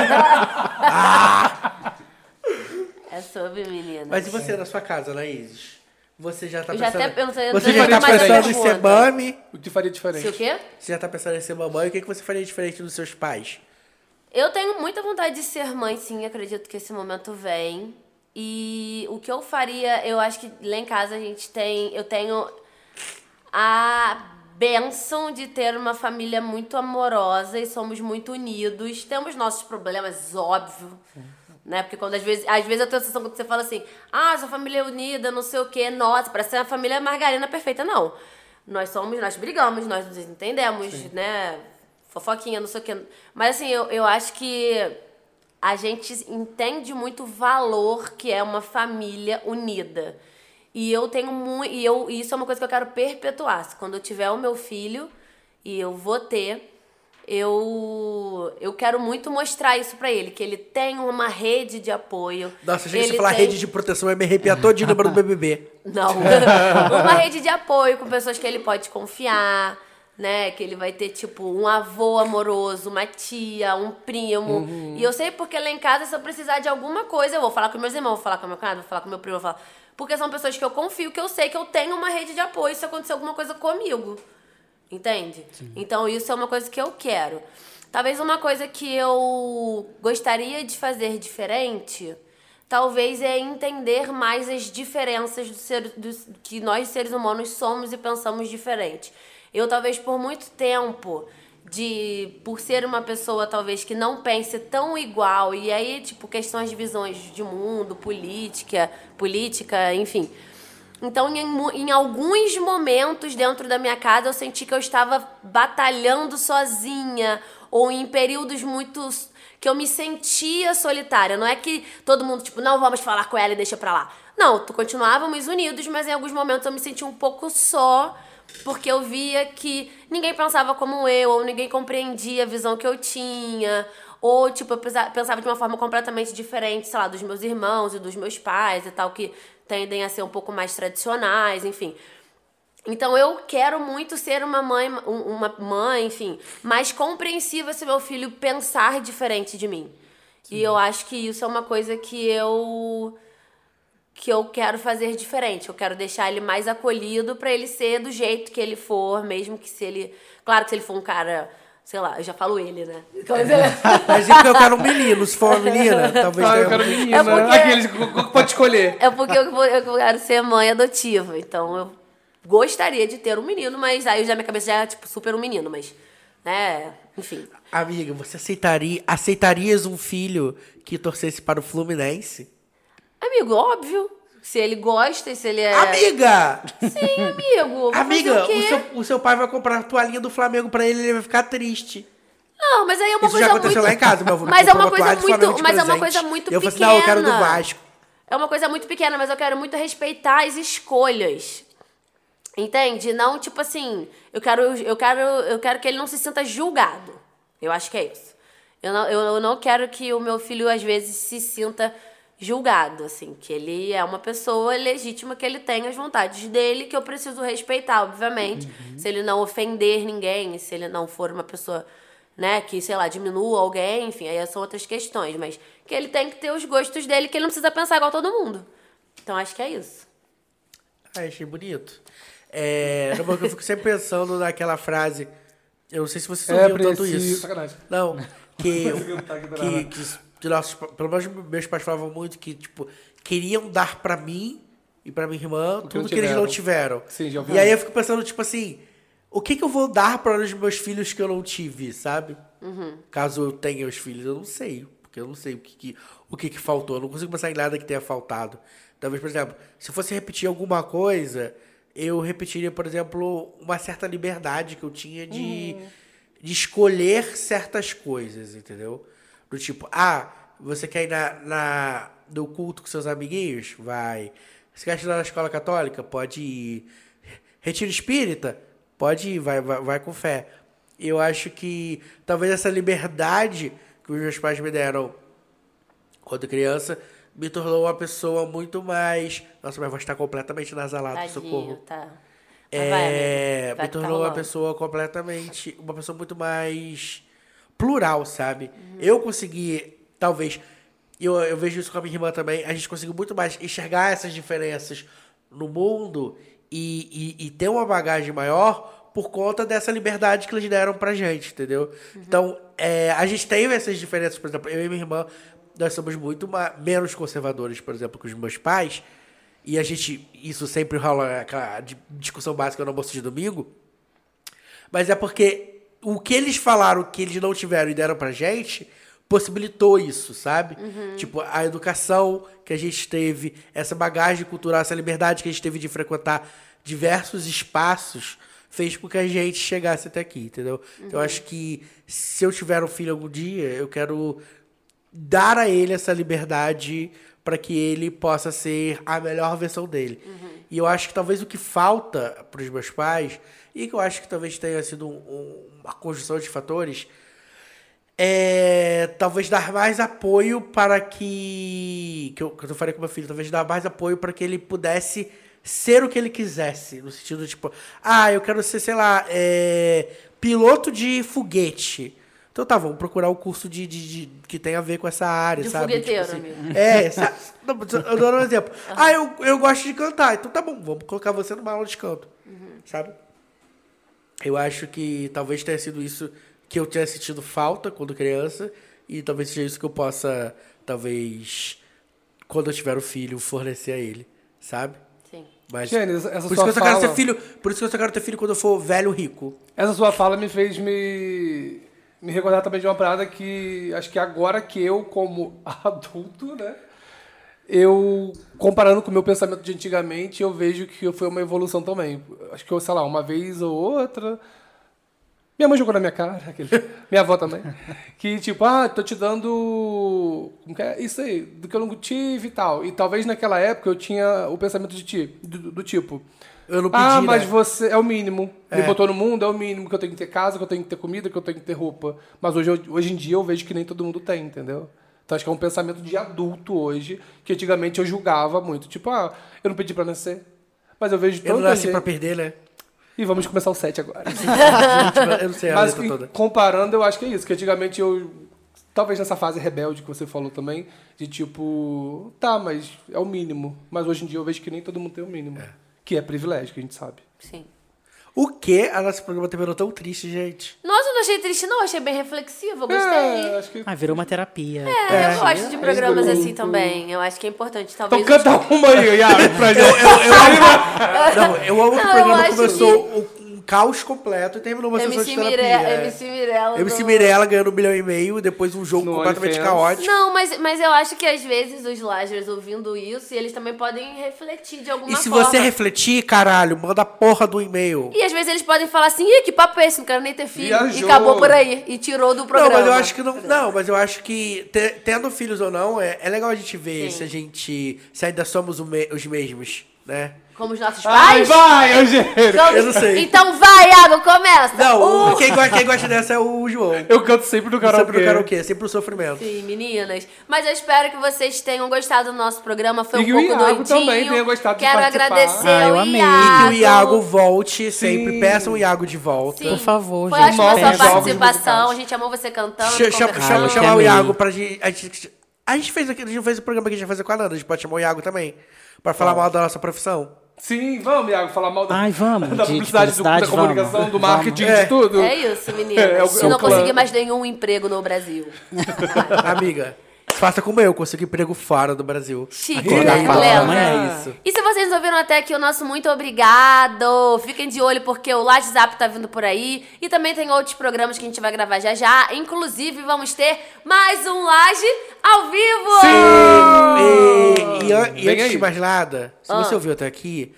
Speaker 2: Ah,
Speaker 1: É sobre, menina.
Speaker 2: Mas e você na sua casa, Laís? Você já tá
Speaker 1: Eu já
Speaker 2: pensando...
Speaker 1: até- eu não sei- eu
Speaker 2: você
Speaker 1: não
Speaker 2: já
Speaker 3: sei
Speaker 2: tá
Speaker 3: mais essa
Speaker 2: pensando em ser
Speaker 1: pergunta.
Speaker 2: mami?
Speaker 3: O que
Speaker 1: Se
Speaker 3: faria
Speaker 1: o
Speaker 3: diferente?
Speaker 1: quê?
Speaker 2: Você já tá pensando em ser mamãe? O que, que você faria diferente dos seus pais?
Speaker 1: Eu tenho muita vontade de ser mãe, sim. Acredito que esse momento vem. E o que eu faria, eu acho que lá em casa a gente tem. Eu tenho a benção de ter uma família muito amorosa e somos muito unidos. Temos nossos problemas, óbvio. Né? Porque quando às vezes, às vezes eu tenho a sensação quando você fala assim, ah, sua família é unida, não sei o quê, nossa, parece ser a família margarina perfeita. Não. Nós somos, nós brigamos, nós nos entendemos, né? Fofoquinha, não sei o quê. Mas assim, eu, eu acho que a gente entende muito o valor que é uma família unida. E eu tenho muito. E eu, e isso é uma coisa que eu quero perpetuar. Se Quando eu tiver o meu filho, e eu vou ter, eu, eu quero muito mostrar isso pra ele, que ele tem uma rede de apoio.
Speaker 2: Nossa, gente,
Speaker 1: ele
Speaker 2: se falar
Speaker 1: tem-
Speaker 2: rede de proteção, eu me arrepiar todinho lembrando do BBB.
Speaker 1: não. uma rede de apoio com pessoas que ele pode confiar, né? Que ele vai ter, tipo, um avô amoroso, uma tia, um primo. E eu sei porque lá em casa, se eu precisar de alguma coisa, eu vou falar com meus irmãos, vou falar com meu cunhado, vou falar com meu primo, vou falar. Porque são pessoas que eu confio, que eu sei que eu tenho uma rede de apoio se acontecer alguma coisa comigo. Entende? Então isso é uma coisa que eu quero. Talvez uma coisa que eu gostaria de fazer diferente, talvez é entender mais as diferenças do ser, dos- que nós seres humanos somos e pensamos diferente. Eu talvez por muito tempo de por ser uma pessoa talvez que não pense tão igual e aí tipo questões de visões de mundo, política, política, enfim. Então, em, mu- em alguns momentos dentro da minha casa, eu senti que eu estava batalhando sozinha, ou em períodos muito. s- que eu me sentia solitária. Não é que todo mundo, tipo, não vamos falar com ela e deixa pra lá. Não, tu continuávamos unidos, mas em alguns momentos eu me senti um pouco só Porque eu via que ninguém pensava como eu, ou ninguém compreendia a visão que eu tinha. Ou, tipo, eu pensa- pensava de uma forma completamente diferente, sei lá, dos meus irmãos e dos meus pais e tal, que tendem a ser um pouco mais tradicionais, enfim. Então eu quero muito ser uma mãe, um- uma mãe, enfim, mais compreensiva se meu filho pensar diferente de mim. E eu acho que isso é uma coisa que eu que eu quero fazer diferente. Eu quero deixar ele mais acolhido pra ele ser do jeito que ele for, mesmo que se ele, claro que se ele for um cara, sei lá, eu já falo ele, né?
Speaker 2: Mas é porque eu quero um menino. Se for uma menina, talvez
Speaker 3: Ah,
Speaker 2: tenha
Speaker 3: eu quero
Speaker 2: um-
Speaker 3: menina.
Speaker 1: É porque-
Speaker 3: Aqueles que que pode escolher.
Speaker 1: É porque eu, vou- eu quero ser mãe adotiva. Então eu gostaria de ter um menino, mas aí já minha cabeça já é tipo super um menino, mas né, enfim.
Speaker 2: Amiga, você aceitaria, aceitarias um filho que torcesse para o Fluminense?
Speaker 1: Amigo, óbvio. Se ele gosta e se ele é.
Speaker 2: Amiga!
Speaker 1: Sim, amigo. vou
Speaker 2: Amiga,
Speaker 1: fazer
Speaker 2: o,
Speaker 1: quê?
Speaker 2: seu, o seu pai vai comprar a toalhinha do Flamengo pra ele, ele vai ficar triste.
Speaker 1: Não, mas aí é uma
Speaker 2: Isso
Speaker 1: coisa
Speaker 2: já aconteceu
Speaker 1: muito.
Speaker 2: lá em casa, meu avô
Speaker 1: Mas é
Speaker 2: comprou
Speaker 1: uma coisa
Speaker 2: toalha do Flamengo
Speaker 1: muito.
Speaker 2: de
Speaker 1: Mas é uma
Speaker 2: presente.
Speaker 1: coisa muito
Speaker 2: Eu
Speaker 1: pequena.
Speaker 2: falei assim, não, eu quero do Vasco.
Speaker 1: É uma coisa muito pequena, mas eu quero muito respeitar as escolhas. Entende? Não, tipo assim, eu quero, eu quero, eu quero que ele não se sinta julgado. Eu acho que é isso. Eu não, eu, eu não quero que o meu filho, às vezes, se sinta julgado, assim, que ele é uma pessoa legítima, que ele tem as vontades dele, que eu preciso respeitar, obviamente. Se ele não ofender ninguém, se ele não for uma pessoa, né, que, sei lá, diminua alguém, enfim, aí são outras questões, mas que ele tem que ter os gostos dele, que ele não precisa pensar igual todo mundo. Então acho que é isso.
Speaker 2: Ai, Ah, achei bonito. É, não, porque eu fico sempre pensando naquela frase. Eu não sei se vocês
Speaker 3: É,
Speaker 2: ouviram tanto
Speaker 3: preciso-
Speaker 2: isso.
Speaker 3: sacanagem.
Speaker 2: Não, que,
Speaker 3: tá aqui do
Speaker 2: que,
Speaker 3: nada.
Speaker 2: que os- de nossos, pa- pelo menos meus pais falavam muito que, tipo, queriam dar pra mim e pra minha irmã
Speaker 3: que
Speaker 2: tudo
Speaker 3: não
Speaker 2: que eles não tiveram.
Speaker 3: Sim, já ouvi
Speaker 2: E aí
Speaker 3: muito.
Speaker 2: eu fico pensando, tipo assim, o que, que eu vou dar para os meus filhos que eu não tive, sabe? Caso eu tenha os filhos, eu não sei. Porque eu não sei o que, que- o que, que faltou. Eu não consigo pensar em nada que tenha faltado. Talvez, por exemplo, se eu fosse repetir alguma coisa, eu repetiria, por exemplo, uma certa liberdade que eu tinha de, de escolher certas coisas, entendeu? Do tipo, ah, você quer ir na, na, no culto com seus amiguinhos? Vai. Você quer estudar na escola católica? Pode ir. Retiro espírita? Pode ir, vai, vai, vai com fé. Eu acho que talvez essa liberdade que os meus pais me deram quando criança me tornou uma pessoa muito mais. Nossa, minha voz está completamente nasalada,
Speaker 1: Tadinho,
Speaker 2: socorro.
Speaker 1: tá. Mas vai,
Speaker 2: É,
Speaker 1: amigo. Vai que tá
Speaker 2: me tornou uma
Speaker 1: rolando.
Speaker 2: pessoa completamente. Uma pessoa muito mais plural, sabe? Eu consegui, talvez. Eu, eu vejo isso com a minha irmã também. A gente conseguiu muito mais enxergar essas diferenças no mundo e, e- e ter uma bagagem maior por conta dessa liberdade que eles deram pra gente, entendeu? Então, é, a gente tem essas diferenças, por exemplo, eu e minha irmã, nós somos muito ma- menos conservadores, por exemplo, que os meus pais. E a gente, isso sempre rola aquela di- discussão básica no almoço de domingo. Mas é porque o que eles falaram que eles não tiveram e deram pra gente possibilitou isso, sabe? Tipo, a educação que a gente teve, essa bagagem cultural, essa liberdade que a gente teve de frequentar diversos espaços fez com que a gente chegasse até aqui, entendeu? Então, eu acho que se eu tiver um filho algum dia, eu quero dar a ele essa liberdade para que ele possa ser a melhor versão dele. E eu acho que talvez o que falta para os meus pais, e que eu acho que talvez tenha sido um- um- uma conjunção de fatores, é talvez dar mais apoio para que. Que eu, que eu falei com meu filho, talvez dar mais apoio para que ele pudesse ser o que ele quisesse. No sentido, tipo, ah, eu quero ser, sei lá, é, piloto de foguete. Então tá, vamos procurar um curso de, de- de- que tem a ver com essa área,
Speaker 1: De
Speaker 2: sabe? Tipo
Speaker 1: fogueteiro, amigo.
Speaker 2: É, sabe? Não, mas eu dou um exemplo. Ah, eu, eu gosto de cantar. Então tá bom, vamos colocar você numa aula de canto.
Speaker 1: Uhum.
Speaker 2: Sabe? Eu acho que talvez tenha sido isso que eu tenha sentido falta quando criança. E talvez seja isso que eu possa, talvez, quando eu tiver o filho, fornecer a ele. Sabe?
Speaker 1: Sim.
Speaker 2: Mas.
Speaker 3: Gênesis, essa
Speaker 2: por isso
Speaker 3: sua
Speaker 2: que eu só quero
Speaker 3: fala-
Speaker 2: ter filho. Por isso que eu só quero ter filho quando eu for velho rico.
Speaker 3: Essa sua fala me fez me, me recordar também de uma parada que acho que agora que eu, como adulto, né? Eu, comparando com o meu pensamento de antigamente, eu vejo que foi uma evolução também. Acho que eu, sei lá, uma vez ou outra. Minha mãe jogou na minha cara, aquele, minha avó também. Que tipo, ah, tô te dando. Como que é? Isso aí, do que eu não tive e tal. E talvez naquela época eu tinha o pensamento de ti, do, do tipo.
Speaker 2: Eu não pedi,
Speaker 3: Ah, mas
Speaker 2: né?
Speaker 3: você é o mínimo. Me botou no mundo, é o mínimo que eu tenho que ter casa, que eu tenho que ter comida, que eu tenho que ter roupa. Mas hoje, eu- hoje em dia eu vejo que nem todo mundo tem, entendeu? Então acho que é um pensamento de adulto hoje, que antigamente eu julgava muito. Tipo, ah, eu não pedi pra nascer. Mas eu vejo
Speaker 2: Eu não
Speaker 3: tanta
Speaker 2: nasci
Speaker 3: gente...
Speaker 2: pra perder, né?
Speaker 3: E vamos começar o 7 agora.
Speaker 2: Tipo, eu não sei a
Speaker 3: Mas
Speaker 2: letra
Speaker 3: em-
Speaker 2: toda.
Speaker 3: comparando, eu acho que é isso. Que antigamente eu. Talvez nessa fase rebelde que você falou também, de tipo, tá, mas é o mínimo. Mas hoje em dia eu vejo que nem todo mundo tem o mínimo. Que é privilégio, que a gente sabe.
Speaker 1: Sim.
Speaker 2: O que a nossa programa terminou tão triste, gente?
Speaker 1: Nossa, eu não achei triste, não. Achei bem reflexivo. eu
Speaker 3: É,
Speaker 1: Gostei.
Speaker 3: acho que.
Speaker 4: Ah, virou uma terapia.
Speaker 1: É, eu gosto de programas
Speaker 3: Eles
Speaker 1: assim também. Eu acho que é importante. Talvez.
Speaker 3: Então canta uma aí, Yara, pra gente.
Speaker 2: Não, eu amo que o
Speaker 1: Não,
Speaker 2: programa
Speaker 1: eu acho
Speaker 2: começou um caos completo e terminou uma sessão de
Speaker 1: MC,
Speaker 2: terapia.
Speaker 1: Mire...
Speaker 2: é.
Speaker 1: MC Mirella.
Speaker 2: MC
Speaker 1: do-
Speaker 2: Mirella ganhando um milhão e meio, depois um jogo
Speaker 3: No
Speaker 2: completamente
Speaker 3: OnlyFans.
Speaker 2: caótico.
Speaker 1: Não, mas, mas eu acho que às vezes os Lajers ouvindo isso, eles também podem refletir de alguma
Speaker 2: E se
Speaker 1: forma.
Speaker 2: você refletir, caralho, manda a porra do e-mail.
Speaker 1: E às vezes eles podem falar assim, ih, que papo é esse? Não quero nem ter filho. E
Speaker 3: Viajou.
Speaker 1: acabou por aí. E tirou do programa.
Speaker 2: Não, mas eu acho que não. Não, mas eu acho que te- tendo filhos ou não, é, é legal a gente ver se a gente. se ainda somos o me- os mesmos, né?
Speaker 1: Como os nossos
Speaker 3: Ai,
Speaker 1: pais.
Speaker 3: vai, Eugênio!
Speaker 1: Então-
Speaker 2: Eu não sei.
Speaker 1: Então vai, Iago, começa.
Speaker 2: Não,
Speaker 1: Uh!
Speaker 2: o- quem, gosta, quem gosta dessa é o João.
Speaker 3: Eu canto sempre no karaokê.
Speaker 2: Sempre o karaokê, sempre o sofrimento.
Speaker 1: Sim, meninas. Mas eu espero que vocês tenham gostado do nosso programa. Foi um
Speaker 3: E que o
Speaker 1: pouco
Speaker 3: Iago
Speaker 1: doidinho.
Speaker 3: também tenha gostado de
Speaker 1: Quero
Speaker 3: participar.
Speaker 1: agradecer
Speaker 4: Ah, eu
Speaker 1: ao
Speaker 4: amei.
Speaker 1: Iago.
Speaker 2: E que o Iago volte sempre. Peçam o Iago de volta.
Speaker 1: então- Sim.
Speaker 4: Por favor,
Speaker 1: Foi
Speaker 4: gente,
Speaker 1: ótima a sua
Speaker 4: peço.
Speaker 1: participação. A gente amou você cantando.
Speaker 2: Ch- chama-
Speaker 1: conversando.
Speaker 2: chama-
Speaker 3: Ah,
Speaker 4: eu te
Speaker 2: chamar o
Speaker 4: amei.
Speaker 2: Iago pra gente. A gente, a gente fez aqui, a gente não fez o programa que a gente vai fazer com a Nanda, a gente pode chamar o Iago também. Pra falar mal da nossa profissão.
Speaker 3: Sim, vamos, Iago, falar mal da,
Speaker 4: Ai, vamos,
Speaker 3: da
Speaker 4: de- de
Speaker 3: publicidade, do- da
Speaker 4: publicidade,
Speaker 3: comunicação,
Speaker 4: vamos.
Speaker 3: do marketing, de tudo.
Speaker 1: É isso, meninas.
Speaker 3: É, é o-
Speaker 1: Se
Speaker 3: é o
Speaker 1: não
Speaker 3: clã.
Speaker 1: conseguir mais nenhum emprego no Brasil.
Speaker 2: Amiga, faça como eu, consigo emprego fora do Brasil.
Speaker 1: Chique,
Speaker 2: Acordar
Speaker 1: né?
Speaker 2: e falar,
Speaker 1: Lembra?
Speaker 2: amanhã é isso.
Speaker 1: E se vocês nos ouviram até aqui, o nosso muito obrigado. Fiquem de olho porque o WhatsApp tá vindo por aí. E também tem outros programas que a gente vai gravar já já. Inclusive, vamos ter mais um Laje ao vivo!
Speaker 2: E, e an- e
Speaker 3: Vem
Speaker 2: antes
Speaker 3: aí.
Speaker 2: de mais nada, se você ouviu até aqui,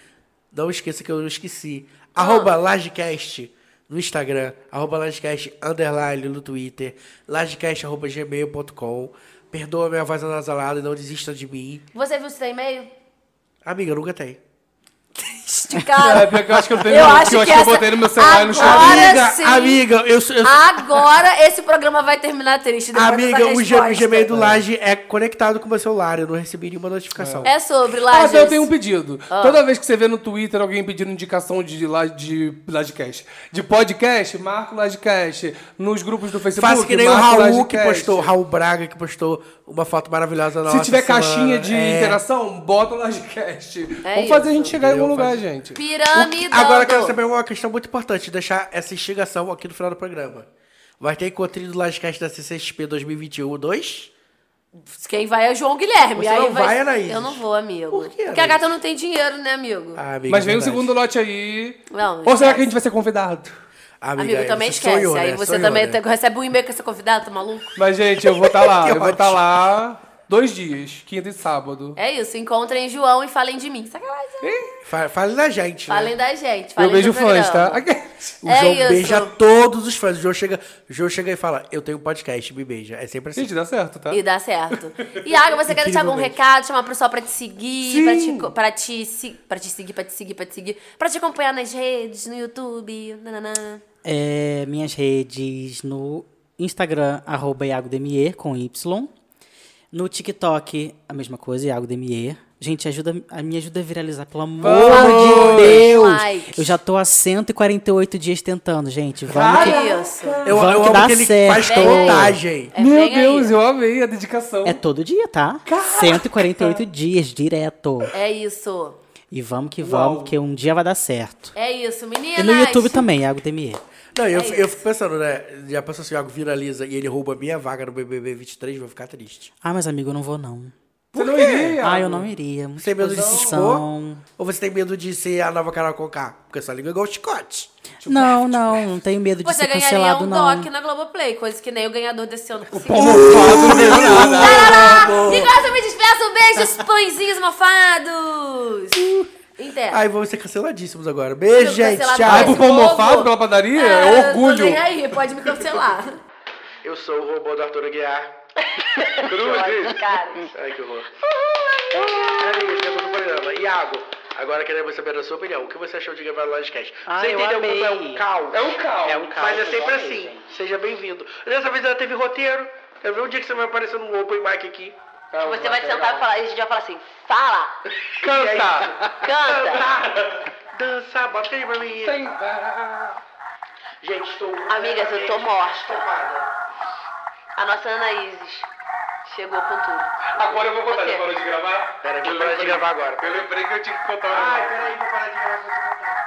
Speaker 2: não esqueça que eu esqueci. Arroba Lagecast no Instagram, arroba Lagecast underline no Twitter, lagecast arroba gmail.com. Perdoa minha voz anasalada e não desista de mim.
Speaker 1: Você viu se tem e-mail?
Speaker 2: Amiga, nunca tem.
Speaker 3: É,
Speaker 1: Esticado.
Speaker 3: pior que É, eu acho que eu, tenho, um-
Speaker 1: Eu acho
Speaker 3: eu,
Speaker 1: que
Speaker 3: acho que eu
Speaker 1: essa-
Speaker 3: botei no meu celular e no
Speaker 1: Agora
Speaker 3: chão.
Speaker 2: amiga,
Speaker 1: sim.
Speaker 2: amiga, eu, sou- eu sou-
Speaker 1: Agora esse programa vai terminar triste. depois
Speaker 2: amiga,
Speaker 1: dessa
Speaker 2: o G- o
Speaker 1: resposta. então.
Speaker 2: Gmail do Laje é conectado com o meu celular, eu não recebi nenhuma notificação.
Speaker 1: É sobre
Speaker 3: Ah,
Speaker 1: Lajes.
Speaker 3: então eu tenho um pedido.
Speaker 1: Ah.
Speaker 3: Toda vez que você vê no Twitter alguém pedindo indicação de, lá de, Lodcast, de podcast, marca o Lodcast. Nos grupos do Facebook,
Speaker 2: Faça que nem o
Speaker 3: marca
Speaker 2: Raul que
Speaker 3: Lodcast.
Speaker 2: postou, Raul Braga que postou uma foto maravilhosa na
Speaker 3: Se
Speaker 2: nossa
Speaker 3: tiver
Speaker 2: semana.
Speaker 3: caixinha de
Speaker 2: É.
Speaker 3: interação, bota o Lodcast. Vamos
Speaker 1: É isso.
Speaker 3: fazer a gente chegar em algum lugar, gente.
Speaker 1: Piramidando.
Speaker 2: Agora eu quero saber uma questão muito importante, deixar essa instigação aqui no final do programa. Vai ter encontrinho do Lodcast da CCXP 2021 2?
Speaker 1: Quem vai é o João Guilherme.
Speaker 2: Você
Speaker 1: aí
Speaker 2: não vai, Anaís?
Speaker 1: Eu não vou, amigo.
Speaker 2: Por quê,
Speaker 1: Porque a
Speaker 2: Anaís?
Speaker 1: gata não tem dinheiro, né, amigo?
Speaker 2: Ah, amiga,
Speaker 3: Mas vem
Speaker 2: é
Speaker 3: o
Speaker 2: verdade.
Speaker 3: segundo lote aí.
Speaker 1: Não,
Speaker 3: Ou será
Speaker 1: esquece.
Speaker 3: que a gente vai ser convidado?
Speaker 2: Amiga,
Speaker 1: Amigo, também
Speaker 2: você
Speaker 1: esquece.
Speaker 2: sonhou,
Speaker 1: aí
Speaker 2: né?
Speaker 1: você
Speaker 2: Sonhou,
Speaker 1: também
Speaker 2: né?
Speaker 1: te- recebe um e-mail com essa convidada, tá maluco?
Speaker 3: Mas, gente, eu vou estar lá.
Speaker 2: Que
Speaker 3: eu vou estar
Speaker 2: ótimo.
Speaker 3: lá dois dias, quinta e sábado.
Speaker 1: É isso, encontrem João e falem de mim. Sacanagem. né?
Speaker 2: Fa- Fale da gente, né?
Speaker 1: Falem da gente, falem
Speaker 3: Eu beijo
Speaker 1: do programa.
Speaker 3: fãs, tá?
Speaker 2: O
Speaker 1: É
Speaker 2: João
Speaker 1: isso.
Speaker 2: beija todos os fãs. O João chega, o João chega e fala: Eu tenho um podcast, me beija. É sempre assim.
Speaker 3: Gente, dá certo, tá?
Speaker 1: E dá certo. Iago, você quer deixar algum
Speaker 2: Incrivelmente.
Speaker 1: recado, chamar o pessoal pra te seguir,
Speaker 3: Sim.
Speaker 1: pra te, co- pra, te, se- pra te seguir, pra te seguir, pra te seguir, pra te acompanhar nas redes, no YouTube, nananã.
Speaker 4: É, minhas redes no Instagram, arroba Iago Demier, com Y. No TikTok, a mesma coisa, Iago Demier. Gente, ajuda, a- me ajuda a viralizar, pelo amor de Deus!
Speaker 1: Like.
Speaker 4: Eu já tô há 148 dias tentando, gente. Vamos que...
Speaker 1: É isso.
Speaker 2: Eu,
Speaker 4: Vamos
Speaker 2: eu
Speaker 4: que
Speaker 2: amo
Speaker 4: dá
Speaker 2: que ele
Speaker 4: certo.
Speaker 2: faz
Speaker 1: Vem aí.
Speaker 2: contagem.
Speaker 1: É,
Speaker 3: Meu
Speaker 1: vem
Speaker 3: Deus,
Speaker 1: aí.
Speaker 3: eu amei a dedicação.
Speaker 4: É todo dia, tá? 148 dias, direto.
Speaker 1: É isso.
Speaker 4: E vamos que vamos,
Speaker 3: Uau.
Speaker 4: que um dia vai dar certo.
Speaker 1: É isso, meninas.
Speaker 4: E no YouTube tá também, Iago Demier.
Speaker 2: Não,
Speaker 1: É
Speaker 2: eu, eu fico pensando, né? Já pensou se o Iago viraliza e ele rouba a minha vaga no BBB 23, vou ficar triste.
Speaker 4: Ah, mas amigo, eu não vou, não.
Speaker 3: Você não iria?
Speaker 4: Ah, eu não iria.
Speaker 2: Você tem medo de se expor?
Speaker 4: exposição.
Speaker 2: Ou você tem medo de ser a nova Carol Conká? Porque sua língua é igual chicote.
Speaker 4: Não, não, não tenho medo de
Speaker 1: Você
Speaker 4: ser
Speaker 1: ganharia
Speaker 4: cancelado,
Speaker 1: um
Speaker 4: não.
Speaker 1: doc na Globoplay, coisa que nem o ganhador desse ano conseguiu.
Speaker 3: Pomofado, não ganhou nada.
Speaker 1: E agora eu me despeço, um beijo, pãezinhos mofados! Interno.
Speaker 2: Ai, vamos ser canceladíssimos agora. Beijo, gente.
Speaker 1: Cancelado
Speaker 2: Tchau.
Speaker 3: Ai,
Speaker 1: esse
Speaker 3: por pomofado
Speaker 1: povo.
Speaker 3: pela padaria?
Speaker 1: um Ah,
Speaker 3: É
Speaker 1: eu tô
Speaker 3: orgulho.
Speaker 1: nem aí, pode me cancelar.
Speaker 2: Eu sou o robô do Arthur Aguiar.
Speaker 1: Cara.
Speaker 2: Ai, que horror. Amigos, temos um é programa. Iago, Agora queremos saber a sua opinião. O que você achou de gravar no Lodcast?
Speaker 8: Ah,
Speaker 2: você
Speaker 8: eu
Speaker 2: entendeu como é um
Speaker 8: amei.
Speaker 2: caos?
Speaker 3: É um caos.
Speaker 8: É um caos,
Speaker 2: Mas é sempre
Speaker 8: eu amei,
Speaker 2: assim.
Speaker 8: gente.
Speaker 2: Seja bem-vindo. Dessa vez ela teve roteiro. Eu vi um dia que você vai aparecer num open mic aqui.
Speaker 3: Calma,
Speaker 9: Você vai
Speaker 3: calma.
Speaker 9: sentar e falar, e a gente vai falar assim, fala,
Speaker 2: Canta!
Speaker 9: canta.
Speaker 2: Canta! Dança, bota aí pra mim.
Speaker 3: Sem parar.
Speaker 2: Gente, estou...
Speaker 9: Amigas, eu tô morta. A nossa Ana Isis chegou com tudo.
Speaker 8: Agora eu vou contar,
Speaker 9: Você.
Speaker 8: já parou de gravar?
Speaker 2: Peraí, vou
Speaker 8: Eu
Speaker 2: parar de
Speaker 8: lembrei-
Speaker 2: gravar agora.
Speaker 8: Eu lembrei que eu tinha que contar uma
Speaker 2: Ai,
Speaker 8: coisa.
Speaker 2: peraí, vou parar de gravar.